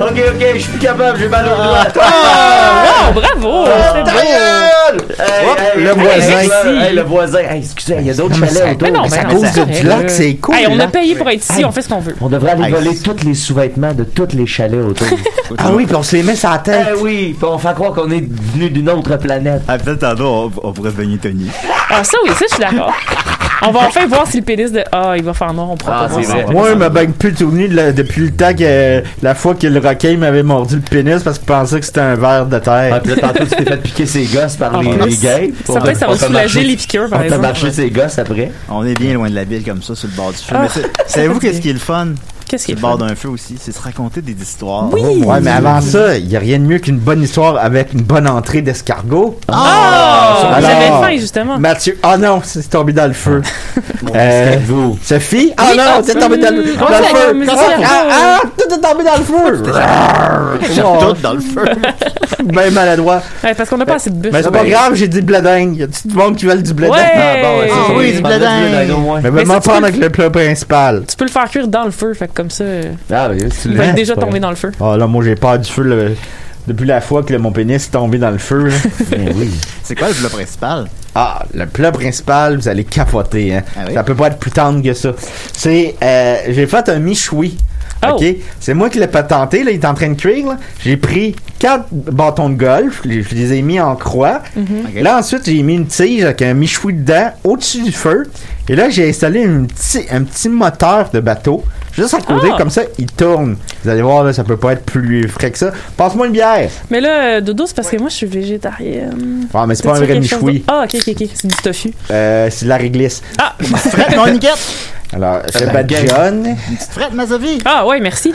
[SPEAKER 5] Ok, ok, je suis plus capable, j'ai mal au doigt.
[SPEAKER 7] Ah, wow, bravo! c'est
[SPEAKER 5] Ta
[SPEAKER 7] beau.
[SPEAKER 5] gueule! Hey,
[SPEAKER 8] Hop,
[SPEAKER 5] hey,
[SPEAKER 8] le
[SPEAKER 5] hey,
[SPEAKER 8] voisin.
[SPEAKER 5] hey, là, hey, le voisin. Hey, excusez, il y a d'autres
[SPEAKER 8] Ah, Mais ça-
[SPEAKER 5] chalets autour.
[SPEAKER 7] Mais non,
[SPEAKER 8] Mais
[SPEAKER 7] mais
[SPEAKER 8] ça
[SPEAKER 7] non,
[SPEAKER 8] cause
[SPEAKER 7] c'est
[SPEAKER 8] de
[SPEAKER 7] correct,
[SPEAKER 8] blague,
[SPEAKER 7] là.
[SPEAKER 8] c'est cool,
[SPEAKER 7] Hey, on
[SPEAKER 8] là.
[SPEAKER 7] a payé pour être ici,
[SPEAKER 5] Hey.
[SPEAKER 7] on fait ce qu'on veut.
[SPEAKER 5] On devrait aller
[SPEAKER 8] Hey.
[SPEAKER 5] voler tous les sous-vêtements de tous les chalets autour.
[SPEAKER 8] Ah oui, puis on se les met sur la tête.
[SPEAKER 5] Eh oui, puis on fait croire qu'on est venu d'une autre planète.
[SPEAKER 6] Ah, peut-être, tantôt, on, on pourrait devenir Tony.
[SPEAKER 7] Ah, ça, oui, ça, je suis d'accord. On va enfin voir si le pénis de. Ah, il va faire noir, on pourra
[SPEAKER 5] Ah,
[SPEAKER 7] pas
[SPEAKER 5] c'est
[SPEAKER 7] voir ça.
[SPEAKER 5] vrai.
[SPEAKER 8] Moi, il m'a bague plus tourné de la- depuis le temps que euh, la fois que le requin m'avait mordu le pénis parce qu'il pensait que c'était un verre de
[SPEAKER 5] Ah,
[SPEAKER 8] terre.
[SPEAKER 5] puis là, tantôt, tu t'es fait piquer ses gosses par
[SPEAKER 7] En
[SPEAKER 5] les,
[SPEAKER 7] plus,
[SPEAKER 5] les gays.
[SPEAKER 7] Ça, peut-être, ça
[SPEAKER 5] On
[SPEAKER 7] va
[SPEAKER 5] t'a
[SPEAKER 7] soulager
[SPEAKER 5] marché-
[SPEAKER 7] les piqûres, par
[SPEAKER 5] On t'a
[SPEAKER 7] exemple.
[SPEAKER 5] marché ses gosses après.
[SPEAKER 6] On est bien loin de la ville comme ça, sur le bord du feu.
[SPEAKER 7] Ah,
[SPEAKER 6] Mais c'est- savez-vous
[SPEAKER 7] fait
[SPEAKER 6] qu'est-ce qui est le fun?
[SPEAKER 7] Qu'est-ce
[SPEAKER 6] Sur
[SPEAKER 7] qu'il
[SPEAKER 6] le
[SPEAKER 7] y a
[SPEAKER 6] bord
[SPEAKER 7] de fun?
[SPEAKER 6] d'un feu aussi, c'est se raconter des histoires.
[SPEAKER 7] Oui!
[SPEAKER 8] Ouais, mais avant ça, il n'y a rien de mieux qu'une bonne histoire avec une bonne entrée d'escargot.
[SPEAKER 7] Ah!
[SPEAKER 8] Alors-
[SPEAKER 7] J'avais faim, justement.
[SPEAKER 8] Mathieu, ah non, c'est tombé dans le feu.
[SPEAKER 6] Ah.
[SPEAKER 8] Euh,
[SPEAKER 5] Escargot.
[SPEAKER 8] Sophie, ah non, c'est tombé dans le
[SPEAKER 7] Comment
[SPEAKER 8] dans le
[SPEAKER 7] ça,
[SPEAKER 8] feu.
[SPEAKER 7] le
[SPEAKER 8] Ah,
[SPEAKER 7] escargot?
[SPEAKER 8] ah, ah, tout est tombé dans le feu.
[SPEAKER 6] Tout
[SPEAKER 8] Oh,
[SPEAKER 6] dans le feu.
[SPEAKER 7] Ah
[SPEAKER 8] ben maladroit. Ah,
[SPEAKER 7] Ouais, parce qu'on n'a pas assez de bûches.
[SPEAKER 8] Mais c'est pas grave, j'ai dit bleding. Y a tout le monde qui veut du bleding.
[SPEAKER 7] Ouais.
[SPEAKER 5] ouais,
[SPEAKER 7] Ah
[SPEAKER 5] c'est-
[SPEAKER 7] oui,
[SPEAKER 5] c'est
[SPEAKER 11] du
[SPEAKER 5] pas mal
[SPEAKER 11] bledin.
[SPEAKER 5] du bledin, au moins.
[SPEAKER 8] Mais
[SPEAKER 7] Mais
[SPEAKER 8] m'en
[SPEAKER 7] c'est-
[SPEAKER 8] prendre avec le plat principal.
[SPEAKER 7] Tu peux le faire cuire dans le feu, fait que comme ça, euh,
[SPEAKER 5] Ah, oui, tu
[SPEAKER 7] il
[SPEAKER 5] l'as.
[SPEAKER 7] va être
[SPEAKER 8] Hein?
[SPEAKER 7] déjà
[SPEAKER 8] Ouais.
[SPEAKER 7] tombé dans le feu.
[SPEAKER 8] Ah là, moi j'ai peur du feu le- depuis la fois que le- mon pénis est tombé dans le feu. là.
[SPEAKER 5] Mais oui.
[SPEAKER 6] C'est quoi le plat principal?
[SPEAKER 8] Ah, le plat principal, vous allez capoter. Hein.
[SPEAKER 6] Ah oui?
[SPEAKER 8] Ça peut pas être plus tendre que ça. C'est, euh, j'ai fait un michoui.
[SPEAKER 7] Oh.
[SPEAKER 8] Ok, c'est moi qui l'ai patenté. Là, il est en train de cuire. là. J'ai pris quatre bâtons de golf. Je les- je les ai mis en croix.
[SPEAKER 7] Mm-hmm.
[SPEAKER 6] Ok.
[SPEAKER 8] Là ensuite, j'ai mis une tige avec un michoui dedans au-dessus du feu. Et là, j'ai installé une petit, un petit moteur de bateau. Juste à côté,
[SPEAKER 7] Ah.
[SPEAKER 8] comme ça, il tourne. Vous allez voir, là, ça peut pas être plus frais que ça. Passe-moi une bière.
[SPEAKER 7] Mais là, euh, Dodo, c'est parce que moi, je suis végétarienne.
[SPEAKER 8] Ah, mais c'est pas un
[SPEAKER 7] T'as-tu
[SPEAKER 8] vrai
[SPEAKER 7] quelque chose
[SPEAKER 8] michoui.
[SPEAKER 7] d'autre? Ah, ok, ok, ok. C'est du tofu.
[SPEAKER 8] Euh, c'est de la réglisse.
[SPEAKER 7] Ah!
[SPEAKER 11] Non, niquette!
[SPEAKER 8] Alors, je pas de John.
[SPEAKER 6] Une petite frette, ma Sophie!
[SPEAKER 7] Ah, ouais, merci.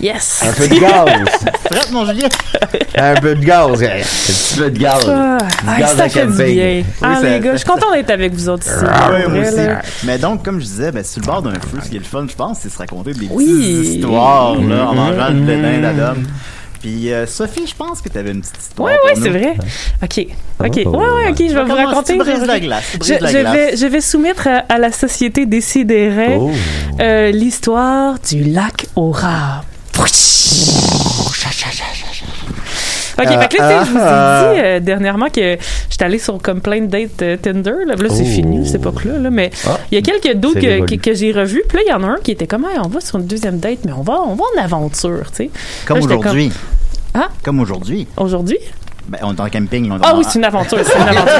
[SPEAKER 7] Yes!
[SPEAKER 8] Un peu de gaz.
[SPEAKER 6] Frette, mon Julien!
[SPEAKER 8] un peu de gaz. hein.
[SPEAKER 5] Un petit peu de gaz.
[SPEAKER 7] Ah, ah,
[SPEAKER 5] gaz
[SPEAKER 7] ça
[SPEAKER 5] de
[SPEAKER 7] fait du
[SPEAKER 5] camping.
[SPEAKER 7] bien. ah,
[SPEAKER 6] ça-
[SPEAKER 7] les gars, je suis content d'être avec vous autres ici.
[SPEAKER 8] Ah,
[SPEAKER 6] Ouais, moi
[SPEAKER 7] Vrai,
[SPEAKER 6] aussi.
[SPEAKER 7] là.
[SPEAKER 6] Mais donc, comme je disais, ben, sur le bord d'un feu, ce qui est le fun, je pense, c'est se raconter des
[SPEAKER 7] Oui. Mm-hmm.
[SPEAKER 6] petites histoires là, en mangeant le bledin d'Adam. Puis euh, Sophie, je pense que tu avais une petite histoire.
[SPEAKER 7] Ouais,
[SPEAKER 6] pour
[SPEAKER 7] ouais,
[SPEAKER 6] nous.
[SPEAKER 8] Ah.
[SPEAKER 7] c'est vrai. Ok, ok.
[SPEAKER 8] oh.
[SPEAKER 7] Ouais, ouais, ok, je vais vous
[SPEAKER 6] Commence,
[SPEAKER 7] raconter.
[SPEAKER 6] Tu
[SPEAKER 7] je vais
[SPEAKER 6] brises
[SPEAKER 7] vous
[SPEAKER 6] la glace. tu
[SPEAKER 7] Je,
[SPEAKER 6] brises la
[SPEAKER 7] je
[SPEAKER 6] glace. Oh.
[SPEAKER 7] vais, je vais soumettre à, à la société décidérée euh, l'histoire du lac au rat. Ok, fait que là, tu sais, je vous
[SPEAKER 6] Ah,
[SPEAKER 7] ai dit euh, dernièrement que j'étais allée sur comme plein de dates euh, Tinder. Là, Là,
[SPEAKER 6] Oh.
[SPEAKER 7] c'est fini, c'est pas là, là, mais
[SPEAKER 6] Ah.
[SPEAKER 7] il y a quelques dos
[SPEAKER 11] c'est
[SPEAKER 7] que, que,
[SPEAKER 11] révolu.
[SPEAKER 7] que j'ai revus. Puis là, il y en a un qui était comme, Hey, on va sur une deuxième date, mais on va, on va en aventure, tu sais.
[SPEAKER 6] Comme
[SPEAKER 7] Là, j'étais
[SPEAKER 6] aujourd'hui.
[SPEAKER 7] Hein?
[SPEAKER 6] Comme aujourd'hui.
[SPEAKER 7] Aujourd'hui?
[SPEAKER 6] Ben, on est en camping. on-
[SPEAKER 7] Ah
[SPEAKER 6] on-
[SPEAKER 7] oui, c'est une aventure, c'est une aventure.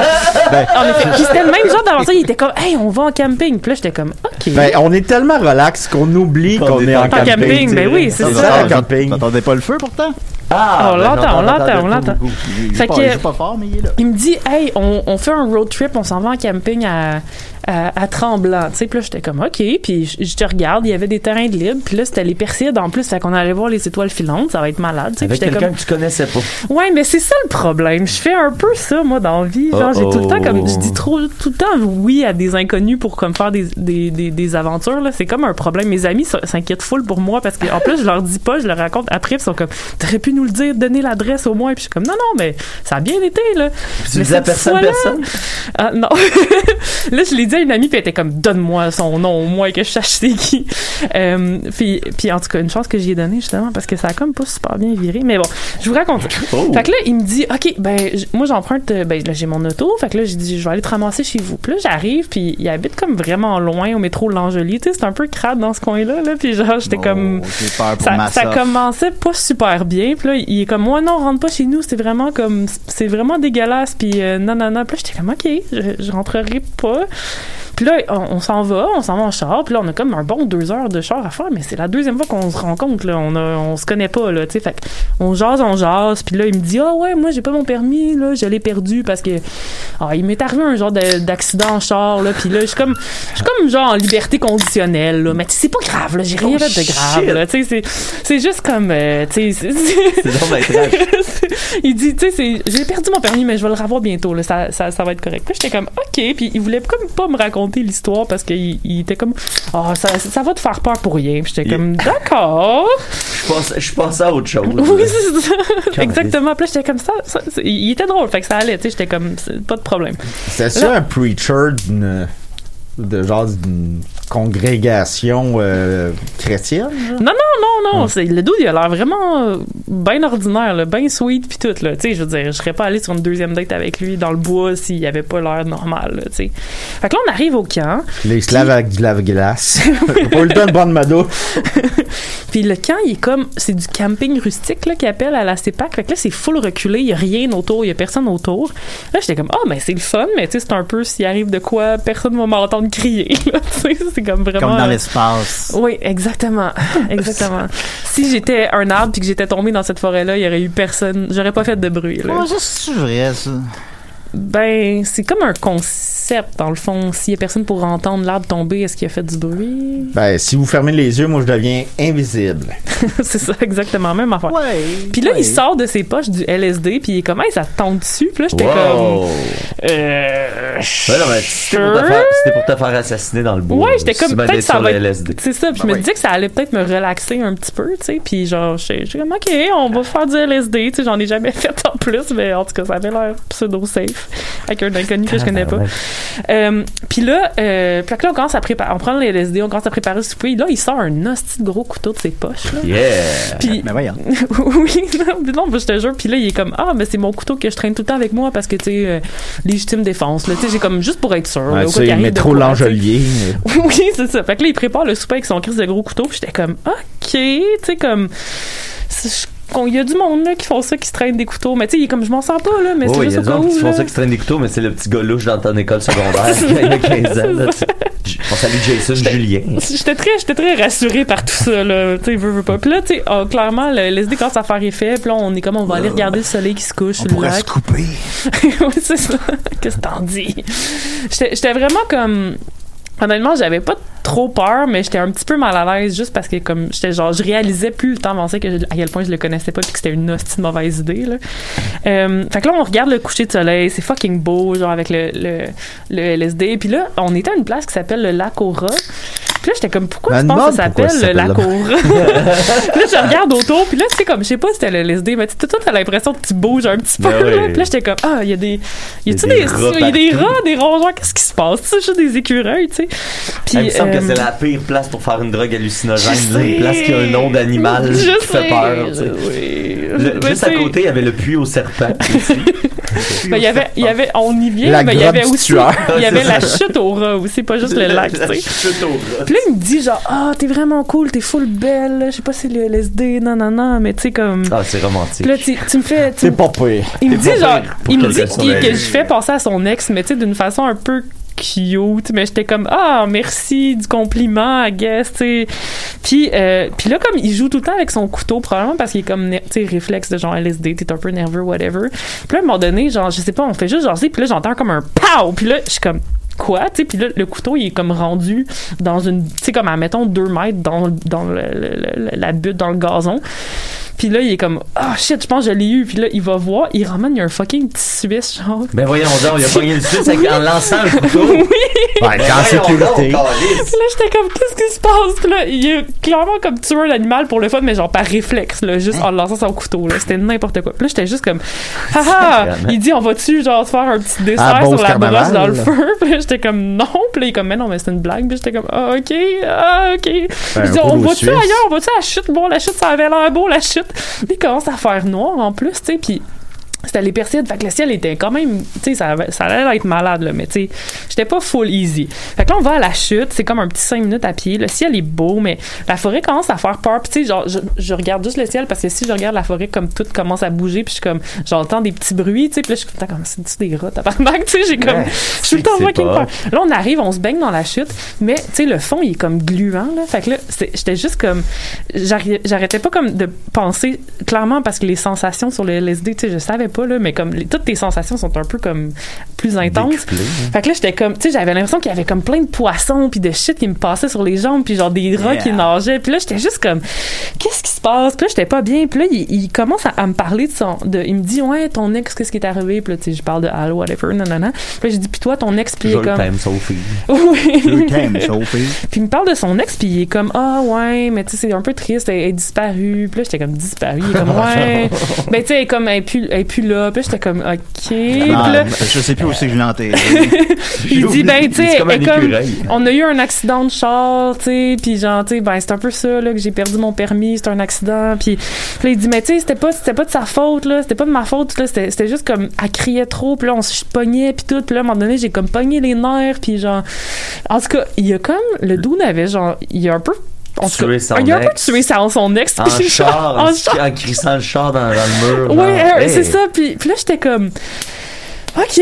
[SPEAKER 7] En effet. Puis c'était le même genre d'aventure. Il était comme, hey, on va en camping. Puis là, j'étais comme, ok.
[SPEAKER 8] Ben, on est tellement relax qu'on oublie qu'on est en
[SPEAKER 7] en camping,
[SPEAKER 8] camping.
[SPEAKER 7] ben oui, c'est
[SPEAKER 8] C'est
[SPEAKER 7] ça.
[SPEAKER 8] ça, le camping.
[SPEAKER 6] T'entendais pas le feu pourtant?
[SPEAKER 5] Ah,
[SPEAKER 7] on
[SPEAKER 5] ben
[SPEAKER 7] l'entend, on
[SPEAKER 5] non,
[SPEAKER 7] l'entend,
[SPEAKER 5] t'entends
[SPEAKER 7] on
[SPEAKER 5] de
[SPEAKER 7] l'entend.
[SPEAKER 5] tout, beaucoup.
[SPEAKER 6] Il
[SPEAKER 7] Ah, Fait
[SPEAKER 6] joue pas,
[SPEAKER 7] que-
[SPEAKER 6] il joue pas fort, mais il est là.
[SPEAKER 7] Il me dit, hey, on, on fait un road trip, on s'en va en camping à, à, à Tremblant. Tu sais, puis là, j'étais comme, OK. Puis je, je te regarde, il y avait des terrains de libre. Puis là, c'était les Persides en plus. Fait qu'on allait voir les étoiles filantes, ça va être malade. Tu sais, puis
[SPEAKER 5] Avec
[SPEAKER 7] j'étais
[SPEAKER 5] quelqu'un
[SPEAKER 7] comme,
[SPEAKER 5] que tu connaissais pas.
[SPEAKER 7] ouais, mais c'est ça le problème. Je fais un peu ça, moi, dans la vie. Genre, j'ai tout le temps, comme, je dis trop, tout le temps oui à des inconnus pour, comme, faire des, des, des, des aventures, là. C'est comme un problème. Mes amis s- s'inquiètent full pour moi parce qu'en plus, je leur dis pas, je leur raconte après, puis ils sont comme, t'aurais pu nous le dire, donner l'adresse au moins. Puis je suis comme, non, non, mais ça a bien été, là.
[SPEAKER 5] Puis tu
[SPEAKER 7] Mais
[SPEAKER 5] disais à
[SPEAKER 7] cette
[SPEAKER 5] personne,
[SPEAKER 7] fois-là-
[SPEAKER 5] personne.
[SPEAKER 7] Ah non. là, je l'ai dit à une amie, puis elle était comme donne-moi son nom au moins que je sache c'est qui. Euh, puis, puis en tout cas, une chance que j'y ai donné justement parce que ça a comme pas super bien viré. Mais bon, je vous raconte. ça.
[SPEAKER 6] Oh.
[SPEAKER 7] Fait que là, il me dit OK, ben j- moi j'emprunte euh, ben là j'ai mon auto, fait que là j'ai dit je vais aller te ramasser chez vous. Puis là, j'arrive puis il habite comme vraiment loin au métro Langelier, tu sais, c'est un peu crade dans ce coin-là là, puis genre j'étais
[SPEAKER 6] Oh,
[SPEAKER 7] comme
[SPEAKER 6] J'ai peur pour
[SPEAKER 7] ça,
[SPEAKER 6] ma
[SPEAKER 7] ça
[SPEAKER 6] soeur.
[SPEAKER 7] commençait pas super bien. Puis là, il est comme, moi, non, rentre pas chez nous. C'est vraiment comme, c'est vraiment dégueulasse. Puis euh, non, non, non. Puis là, j'étais comme, OK, je, je rentrerai pas. Puis là, on, on s'en va, on s'en va en char. Puis là, on a comme un bon deux heures de char à faire. Mais c'est la deuxième fois qu'on se rencontre, là. On, a, on se connaît pas, là. Tu sais, fait que on jase, on jase. Puis là, il me dit, ah ouais, moi, j'ai pas mon permis, là. Je l'ai perdu parce que, ah, il m'est arrivé un genre de- d'accident en char, là. Puis là, je suis comme, je suis comme genre en liberté conditionnelle, là. Mais tu sais, c'est pas grave, là. J'ai rien fait de grave,
[SPEAKER 5] Oh, shit.
[SPEAKER 7] là. Tu sais, c'est- c'est juste comme, euh, tu sais, c'est- c'est-
[SPEAKER 5] C'est donc bien trash.
[SPEAKER 7] il dit, tu sais, c'est- j'ai perdu mon permis, mais je vais le revoir bientôt, là, ça, ça, ça va être correct. Puis j'étais comme, OK. Puis il voulait comme pas me raconter l'histoire parce qu'il il était comme, ah, ça, ça va te faire peur pour rien. Puis j'étais comme, d'accord.
[SPEAKER 5] Je pense, je pense à autre chose.
[SPEAKER 7] Oui, c'est ça. Exactement. Puis là, j'étais comme ça, ça- c'est- Il était drôle, fait que ça allait, tu sais, j'étais comme, c'est pas de problème.
[SPEAKER 8] C'est ça un preacher d'une. de genre d'une congrégation euh, chrétienne?
[SPEAKER 7] Non, non, non, non.
[SPEAKER 8] Hmm.
[SPEAKER 7] c'est- Le dude, il a l'air vraiment euh, bien ordinaire, là, bien sweet, puis tout. Là. Tu sais, Je veux dire, je serais pas allé sur une deuxième date avec lui dans le bois s'il avait pas l'air normal. Là, tu sais. fait que là, on arrive au camp.
[SPEAKER 8] Les slaves avec du lave-glace. Pas eu le temps de prendre ma douche.
[SPEAKER 7] Puis le camp, il est comme. C'est du camping rustique là, qu'ils appellent à la CEPAC. Fait que là, c'est full reculé. Il n'y a rien autour. Il n'y a personne autour. Là, j'étais comme, ah, ben c'est le fun, mais tu sais, c'est un peu s'il arrive de quoi, personne ne va m'entendre crier. là, tu sais, c'est comme vraiment.
[SPEAKER 6] Comme dans l'espace.
[SPEAKER 7] Oui, exactement. Exactement. si j'étais un arbre puis que j'étais tombé dans cette forêt-là, il n'y aurait eu personne. J'aurais pas fait de bruit. Là.
[SPEAKER 6] Ouais, ça, c'est vrai, ça.
[SPEAKER 7] Ben, c'est comme un concept, dans le fond. S'il n'y a personne pour entendre l'arbre tomber, est-ce qu'il a fait du bruit?
[SPEAKER 8] Ben, si vous fermez les yeux, moi, je deviens invisible.
[SPEAKER 7] c'est ça, exactement, même affaire. Puis là, il sort de ses poches du LSD, puis il est comme, hey, ça te tombe dessus. Puis là, j'étais comme. Euh.
[SPEAKER 9] Ouais, non, mais c'était pour, te faire- c'était pour te faire assassiner dans le bois.
[SPEAKER 7] Ouais, j'étais
[SPEAKER 9] Tu
[SPEAKER 7] comme,
[SPEAKER 9] vas
[SPEAKER 7] peut-être
[SPEAKER 9] aller
[SPEAKER 7] que ça
[SPEAKER 9] sur
[SPEAKER 7] va.
[SPEAKER 9] le
[SPEAKER 7] être-
[SPEAKER 9] LSD.
[SPEAKER 7] C'est ça, puis je me disais que ça allait peut-être me relaxer un petit peu, tu sais. Puis genre, j'étais j'étais comme, OK, on va faire du LSD, tu sais, j'en ai jamais fait en plus, mais en tout cas, ça avait l'air pseudo-safe avec un inconnu que je connais pas. Euh, puis là, euh, puis là, on commence à préparer, on prend le LSD, on commence à préparer le souper. Là, il sort un hostie de gros couteau de ses poches, là.
[SPEAKER 9] Yeah!
[SPEAKER 7] Puis-
[SPEAKER 6] Mais voyons.
[SPEAKER 7] oui, non, mais non, je te jure. Puis là, il est comme Ah, mais c'est mon couteau que je traîne tout le temps avec moi parce que, tu sais, euh, légitime défense. là. Tu sais, j'ai comme juste pour être sûr. là, au
[SPEAKER 8] Ouais, tu
[SPEAKER 7] cas
[SPEAKER 8] sais,
[SPEAKER 7] qu'il
[SPEAKER 8] il
[SPEAKER 7] arrive
[SPEAKER 8] met
[SPEAKER 7] de
[SPEAKER 8] trop
[SPEAKER 7] quoi,
[SPEAKER 8] l'angelier.
[SPEAKER 7] tu
[SPEAKER 9] euh.
[SPEAKER 7] sais. Oui, c'est ça. Fait que là, il prépare le souper avec son crise de gros couteau. Puis j'étais comme OK, tu sais, comme. c'est- je- qu'on- Il y a du monde là, qui font ça, qui se traînent des couteaux. Mais tu sais, il est comme je m'en sens pas, là, mais
[SPEAKER 9] Oh,
[SPEAKER 7] c'est
[SPEAKER 9] il y
[SPEAKER 7] juste
[SPEAKER 9] a des gens
[SPEAKER 7] au cas où.
[SPEAKER 9] qui se font
[SPEAKER 7] là.
[SPEAKER 9] ça qui se traînent des couteaux, mais c'est le petit gars louche dans ton école secondaire il y a 15 ans. là, tu- Je pense à lui, Jason Julien.
[SPEAKER 7] J'étais très, j'étais très rassurée par tout ça, là. Tu sais, veux, veux pas. Puis là, tu sais, ah, clairement, le LSD commence à faire effet. Puis là, on est comme, on va aller regarder le soleil qui se couche. sur le lac.
[SPEAKER 6] couper.
[SPEAKER 7] oui, c'est ça. Qu'est-ce que t'en dis? J'étais j'étais vraiment comme. Honnêtement, j'avais pas trop peur, mais j'étais un petit peu mal à l'aise juste parce que comme j'étais genre je réalisais plus le temps avancé que je- à quel point je le connaissais pas puis que c'était une hostie de mauvaise idée là. Euh, fait que là on regarde le coucher de soleil, c'est fucking beau genre avec le, le, le LSD puis là on était à une place qui s'appelle le lac au rat. Puis là j'étais comme pourquoi
[SPEAKER 8] Ben,
[SPEAKER 7] tu penses que
[SPEAKER 8] demande
[SPEAKER 7] ça
[SPEAKER 8] pourquoi
[SPEAKER 7] s'appelle
[SPEAKER 8] ça
[SPEAKER 7] le
[SPEAKER 8] s'appelle
[SPEAKER 7] lac
[SPEAKER 8] de
[SPEAKER 7] au
[SPEAKER 8] même.
[SPEAKER 7] rat? Puis là, je regarde autour, puis là, tu sais, comme, je sais pas si c'était le LSD, mais tu sais, toi, t'as l'impression que tu bouges un petit peu,
[SPEAKER 9] Ben
[SPEAKER 7] là.
[SPEAKER 9] oui.
[SPEAKER 7] Puis là, j'étais comme, ah, il y a des. Il y a-tu
[SPEAKER 9] Il y a
[SPEAKER 7] des,
[SPEAKER 9] des rats
[SPEAKER 7] il y a des
[SPEAKER 9] partout.
[SPEAKER 7] rats, des rongeurs, qu'est-ce qui se passe? Tu sais, juste des écureuils, tu sais. Puis.
[SPEAKER 9] Ah, il me semble
[SPEAKER 7] euh,
[SPEAKER 9] que c'est la pire place pour faire une drogue hallucinogène.
[SPEAKER 7] je
[SPEAKER 9] là, Une
[SPEAKER 7] sais.
[SPEAKER 9] place qui a un nom d'animal qui
[SPEAKER 7] Je
[SPEAKER 9] fait
[SPEAKER 7] sais,
[SPEAKER 9] peur. tu sais. Le-
[SPEAKER 7] Mais
[SPEAKER 9] juste à
[SPEAKER 7] c'est-
[SPEAKER 9] côté, il y avait le puits au serpent.
[SPEAKER 7] ben, il y avait, il y avait, on y vient,
[SPEAKER 9] La
[SPEAKER 7] mais il y
[SPEAKER 9] grotte
[SPEAKER 7] avait
[SPEAKER 9] du
[SPEAKER 7] aussi,
[SPEAKER 9] tueur.
[SPEAKER 7] il y avait
[SPEAKER 9] C'est
[SPEAKER 7] la
[SPEAKER 9] ça.
[SPEAKER 7] chute au rat aussi, pas juste le lac, tu
[SPEAKER 9] La
[SPEAKER 7] sais.
[SPEAKER 9] chute au rat.
[SPEAKER 7] Puis là, il me dit genre, ah, t'es vraiment cool, t'es full belle, je sais pas si c'est le LSD, non, non, non, mais tu sais, comme.
[SPEAKER 9] Ah, c'est romantique.
[SPEAKER 7] Puis là, tu, tu me fais. tu
[SPEAKER 8] C'est
[SPEAKER 7] me-
[SPEAKER 8] pas pire.
[SPEAKER 7] Il me
[SPEAKER 9] C'est
[SPEAKER 7] dit,
[SPEAKER 9] pas
[SPEAKER 7] genre,
[SPEAKER 9] pire pour
[SPEAKER 7] il me dit
[SPEAKER 9] quelqu'un
[SPEAKER 7] qu'il-
[SPEAKER 9] sauvé.
[SPEAKER 7] que je fais penser à son ex, mais tu sais, d'une façon un peu cute, mais j'étais comme, ah, merci du compliment, I guess, tu sais. Puis, euh, puis là, comme il joue tout le temps avec son couteau, probablement parce qu'il est comme, ner- tu sais, réflexe de genre LSD, t'es un peu nerveux, whatever. Puis là, à un moment donné, genre, je sais pas, on fait juste genre, tu sais, puis là, j'entends comme un pow, puis là, je suis comme, quoi, tu sais, puis là, le couteau, il est comme rendu dans une, tu sais, comme, à, mettons, deux mètres dans, dans le- le- le- la butte, dans le gazon. Puis là, il est comme, ah shit, je pense que je l'ai eu. Puis là, il va voir, il ramène, il y a un fucking petit Suisse, genre.
[SPEAKER 9] Ben voyons donc, il a pogné le suisse avec- en lançant le couteau.
[SPEAKER 7] Oui!
[SPEAKER 9] Ben, Ben, qu'en voyons sécurité. donc,
[SPEAKER 7] Puis là, j'étais comme, qu'est-ce qui se passe? Puis là, il est clairement comme tueur l'animal pour le fun, mais genre par réflexe, là, juste en lançant son couteau, là. C'était n'importe quoi. Puis là, j'étais juste comme, haha!
[SPEAKER 9] Sacrément.
[SPEAKER 7] Il dit, on va-tu, genre, se faire un petit
[SPEAKER 9] Ah,
[SPEAKER 7] dessert
[SPEAKER 9] bon,
[SPEAKER 7] sur
[SPEAKER 9] ce
[SPEAKER 7] la brosse
[SPEAKER 9] carnaval,
[SPEAKER 7] dans le
[SPEAKER 9] là.
[SPEAKER 7] feu? Puis là, j'étais comme, non! Puis là, il est comme, mais non, mais c'est une blague. Puis j'étais comme, ah, ok, ah, ok.
[SPEAKER 9] Ben,
[SPEAKER 7] il dit,
[SPEAKER 9] un
[SPEAKER 7] on
[SPEAKER 9] rouleau
[SPEAKER 7] va-tu
[SPEAKER 9] suisse.
[SPEAKER 7] ailleurs? on va-tu à la chute? Bon, la chute, ça avait l'air beau, la chute. Puis il commence à faire noir en plus, tu sais, puis c'était les Persides, fait que le ciel était quand même, tu sais, ça, avait- ça allait être malade, là, mais tu sais, j'étais pas full easy. Fait que là, on va à la chute, c'est comme un petit 5 minutes à pied, le ciel est beau, mais la forêt commence à faire peur, puis tu sais, genre, je, je regarde juste le ciel, parce que si je regarde la forêt, comme tout commence à bouger, puis je suis comme, j'entends des petits bruits, tu sais, puis là, je suis tout le temps comme, c'est-tu des rats, tabarnak, tu sais, j'ai comme,
[SPEAKER 9] Ouais,
[SPEAKER 7] je suis tout le temps
[SPEAKER 9] c'est
[SPEAKER 7] fucking
[SPEAKER 9] pas.
[SPEAKER 7] peur. Là, on arrive, on se baigne dans la chute, mais tu sais, le fond, il est comme gluant, là. Fait que là, c'est- j'étais juste comme. j'arri- J'arrêtais pas comme de penser, clairement, parce que les sensations sur le LSD, tu sais, je savais pas, là, mais comme les- toutes tes sensations sont un peu comme plus intenses.
[SPEAKER 9] Décuplées, hein.
[SPEAKER 7] Fait que là, j'étais comme. Tu sais, j'avais l'impression qu'il y avait comme plein de poissons, puis de shit qui me passaient sur les jambes, puis genre des rats
[SPEAKER 9] Yeah.
[SPEAKER 7] qui nageaient. Puis là, j'étais juste comme. Qu'est-ce qui se passe? Puis là, j'étais pas bien. Puis là, il, il commence à, à me parler de son. De, il me dit, ouais, ton ex, qu'est-ce qui est arrivé? Puis là, tu sais, je parle de Al, whatever, non, non, non. Puis là, j'ai dit, puis toi, ton ex, puis il est
[SPEAKER 9] Je le
[SPEAKER 7] comme.
[SPEAKER 9] t'aime, Sophie.
[SPEAKER 7] Oui.
[SPEAKER 9] Je le t'aime, Sophie.
[SPEAKER 7] Puis il me parle de son ex, puis il est comme Ah, ouais, mais tu sais, c'est un peu triste, elle elle est disparue. Puis là, j'étais comme disparue. Il est comme Ouais. ben, tu sais, elle est comme elle est plus, elle est plus là. Puis là, j'étais comme OK. Puis là,
[SPEAKER 6] je sais plus où c'est que je l'ai enterré.
[SPEAKER 7] il dit ben tu sais
[SPEAKER 6] C'est comme
[SPEAKER 7] elle est
[SPEAKER 6] un
[SPEAKER 7] comme
[SPEAKER 6] écureuil.
[SPEAKER 7] on a eu un accident de char tu sais puis genre tu sais ben c'est un peu ça là que j'ai perdu mon permis c'est un accident puis puis là, il dit mais tu sais c'était pas c'était pas de sa faute là c'était pas de ma faute là c'était c'était juste comme elle criait trop puis là on se pognait puis tout puis là à un moment donné j'ai comme pogné les nerfs puis genre en tout cas il y a comme le doune avait genre il y a un peu en tout
[SPEAKER 9] Tué
[SPEAKER 7] cas,
[SPEAKER 9] son
[SPEAKER 7] il a un peu
[SPEAKER 9] ex.
[SPEAKER 7] tué son, son ex
[SPEAKER 9] En
[SPEAKER 7] puis j'ai-
[SPEAKER 9] char, en,
[SPEAKER 7] en
[SPEAKER 9] ski- en crissant le char dans, dans le mur.
[SPEAKER 7] oui,
[SPEAKER 9] genre, hey.
[SPEAKER 7] c'est ça. Puis, puis là, j'étais comme. OK.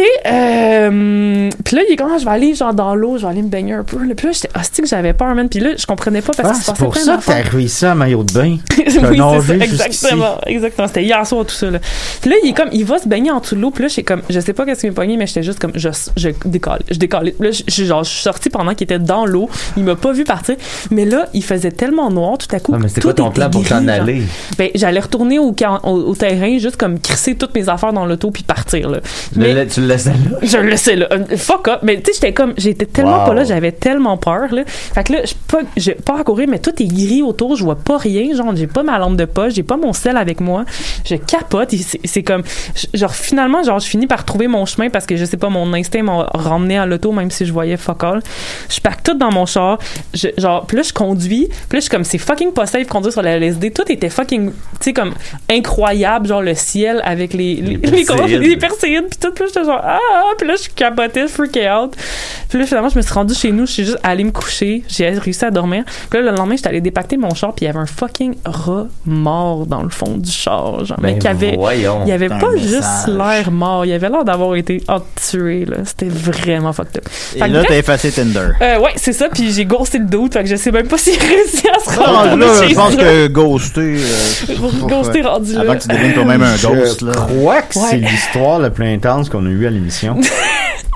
[SPEAKER 7] euh, puis là, il est comme, Ah, je vais aller genre dans l'eau, je vais aller me baigner un peu. Là. Puis là, j'étais hostie que j'avais peur, man. Puis là, je comprenais pas parce
[SPEAKER 8] Ah,
[SPEAKER 7] qu'il se
[SPEAKER 8] c'est
[SPEAKER 7] passait
[SPEAKER 8] pour
[SPEAKER 7] plein
[SPEAKER 8] ça que t'as
[SPEAKER 7] d'affaires.
[SPEAKER 8] réussi à maillot de bain. T'as
[SPEAKER 7] oui, c'est
[SPEAKER 8] nagé
[SPEAKER 7] ça,
[SPEAKER 8] jusqu'ici.
[SPEAKER 7] exactement, exactement. C'était hier soir tout ça là. Puis là, il est comme, il va se baigner en dessous de l'eau. Puis là, j'étais comme, je sais pas qu'est-ce qui m'est pogné, mais j'étais juste comme, je, je décolle, je décolle. Puis Là, je, je- genre, je suis sortie pendant qu'il était dans l'eau. Il m'a pas vu partir. Mais là, il faisait tellement noir tout à coup.
[SPEAKER 9] Ah, mais c'était
[SPEAKER 7] tout
[SPEAKER 9] quoi ton
[SPEAKER 7] était
[SPEAKER 9] plan pour
[SPEAKER 7] gris,
[SPEAKER 9] t'en
[SPEAKER 7] genre.
[SPEAKER 9] aller?
[SPEAKER 7] Ben, j'allais retourner au, camp- au, au terrain, juste comme crisser toutes mes affaires dans l'auto puis partir là.
[SPEAKER 9] Le-
[SPEAKER 7] Mais-
[SPEAKER 9] le- tu le laissais là.
[SPEAKER 7] je le sais là Euh, fuck up mais tu sais j'étais comme j'étais tellement
[SPEAKER 9] Wow.
[SPEAKER 7] pas là j'avais tellement peur là fait que là je pas j'ai pas à courir mais tout est gris autour je vois pas rien genre j'ai pas ma lampe de poche j'ai pas mon sel avec moi je capote et c'est c'est comme je- genre finalement genre je finis par trouver mon chemin parce que je sais pas mon instinct m'a ramené à l'auto même si je voyais fuck all je pack tout dans mon char je, genre puis là je conduis puis là je suis comme c'est fucking pas safe conduire sur la LSD tout était fucking tu sais comme incroyable genre le ciel avec les les, les-
[SPEAKER 5] perséides.
[SPEAKER 7] les perséides puis tout puis là, j'étais genre ah ah, puis là je capotais je freakais out puis là finalement je me suis rendue chez nous je suis juste allée me coucher j'ai réussi à dormir puis là le lendemain j'étais allée dépacter mon char puis il y avait un fucking rat mort dans le fond du char genre mais
[SPEAKER 9] Ben
[SPEAKER 7] qu'il avait
[SPEAKER 9] voyons.
[SPEAKER 7] il avait
[SPEAKER 9] C'est un
[SPEAKER 7] pas
[SPEAKER 9] message.
[SPEAKER 7] juste l'air mort il avait l'air d'avoir été ah, tué là c'était vraiment fucked up
[SPEAKER 6] Et
[SPEAKER 7] Fait que
[SPEAKER 6] là,
[SPEAKER 7] bref,
[SPEAKER 6] t'as effacé Tinder.
[SPEAKER 7] euh, ouais, c'est ça, puis j'ai ghosté le doute, fait que je sais même pas s'il réussit à se
[SPEAKER 6] Ah,
[SPEAKER 7] rendre
[SPEAKER 6] là,
[SPEAKER 7] chez
[SPEAKER 6] je pense
[SPEAKER 7] eux.
[SPEAKER 6] que Ghosté.
[SPEAKER 7] Ghosté rendu là.
[SPEAKER 6] Avant que tu deviennes toi-même un
[SPEAKER 8] Je
[SPEAKER 6] ghost, là.
[SPEAKER 8] crois que
[SPEAKER 7] Ouais.
[SPEAKER 8] c'est l'histoire la plus intense qu'on a eue à l'émission.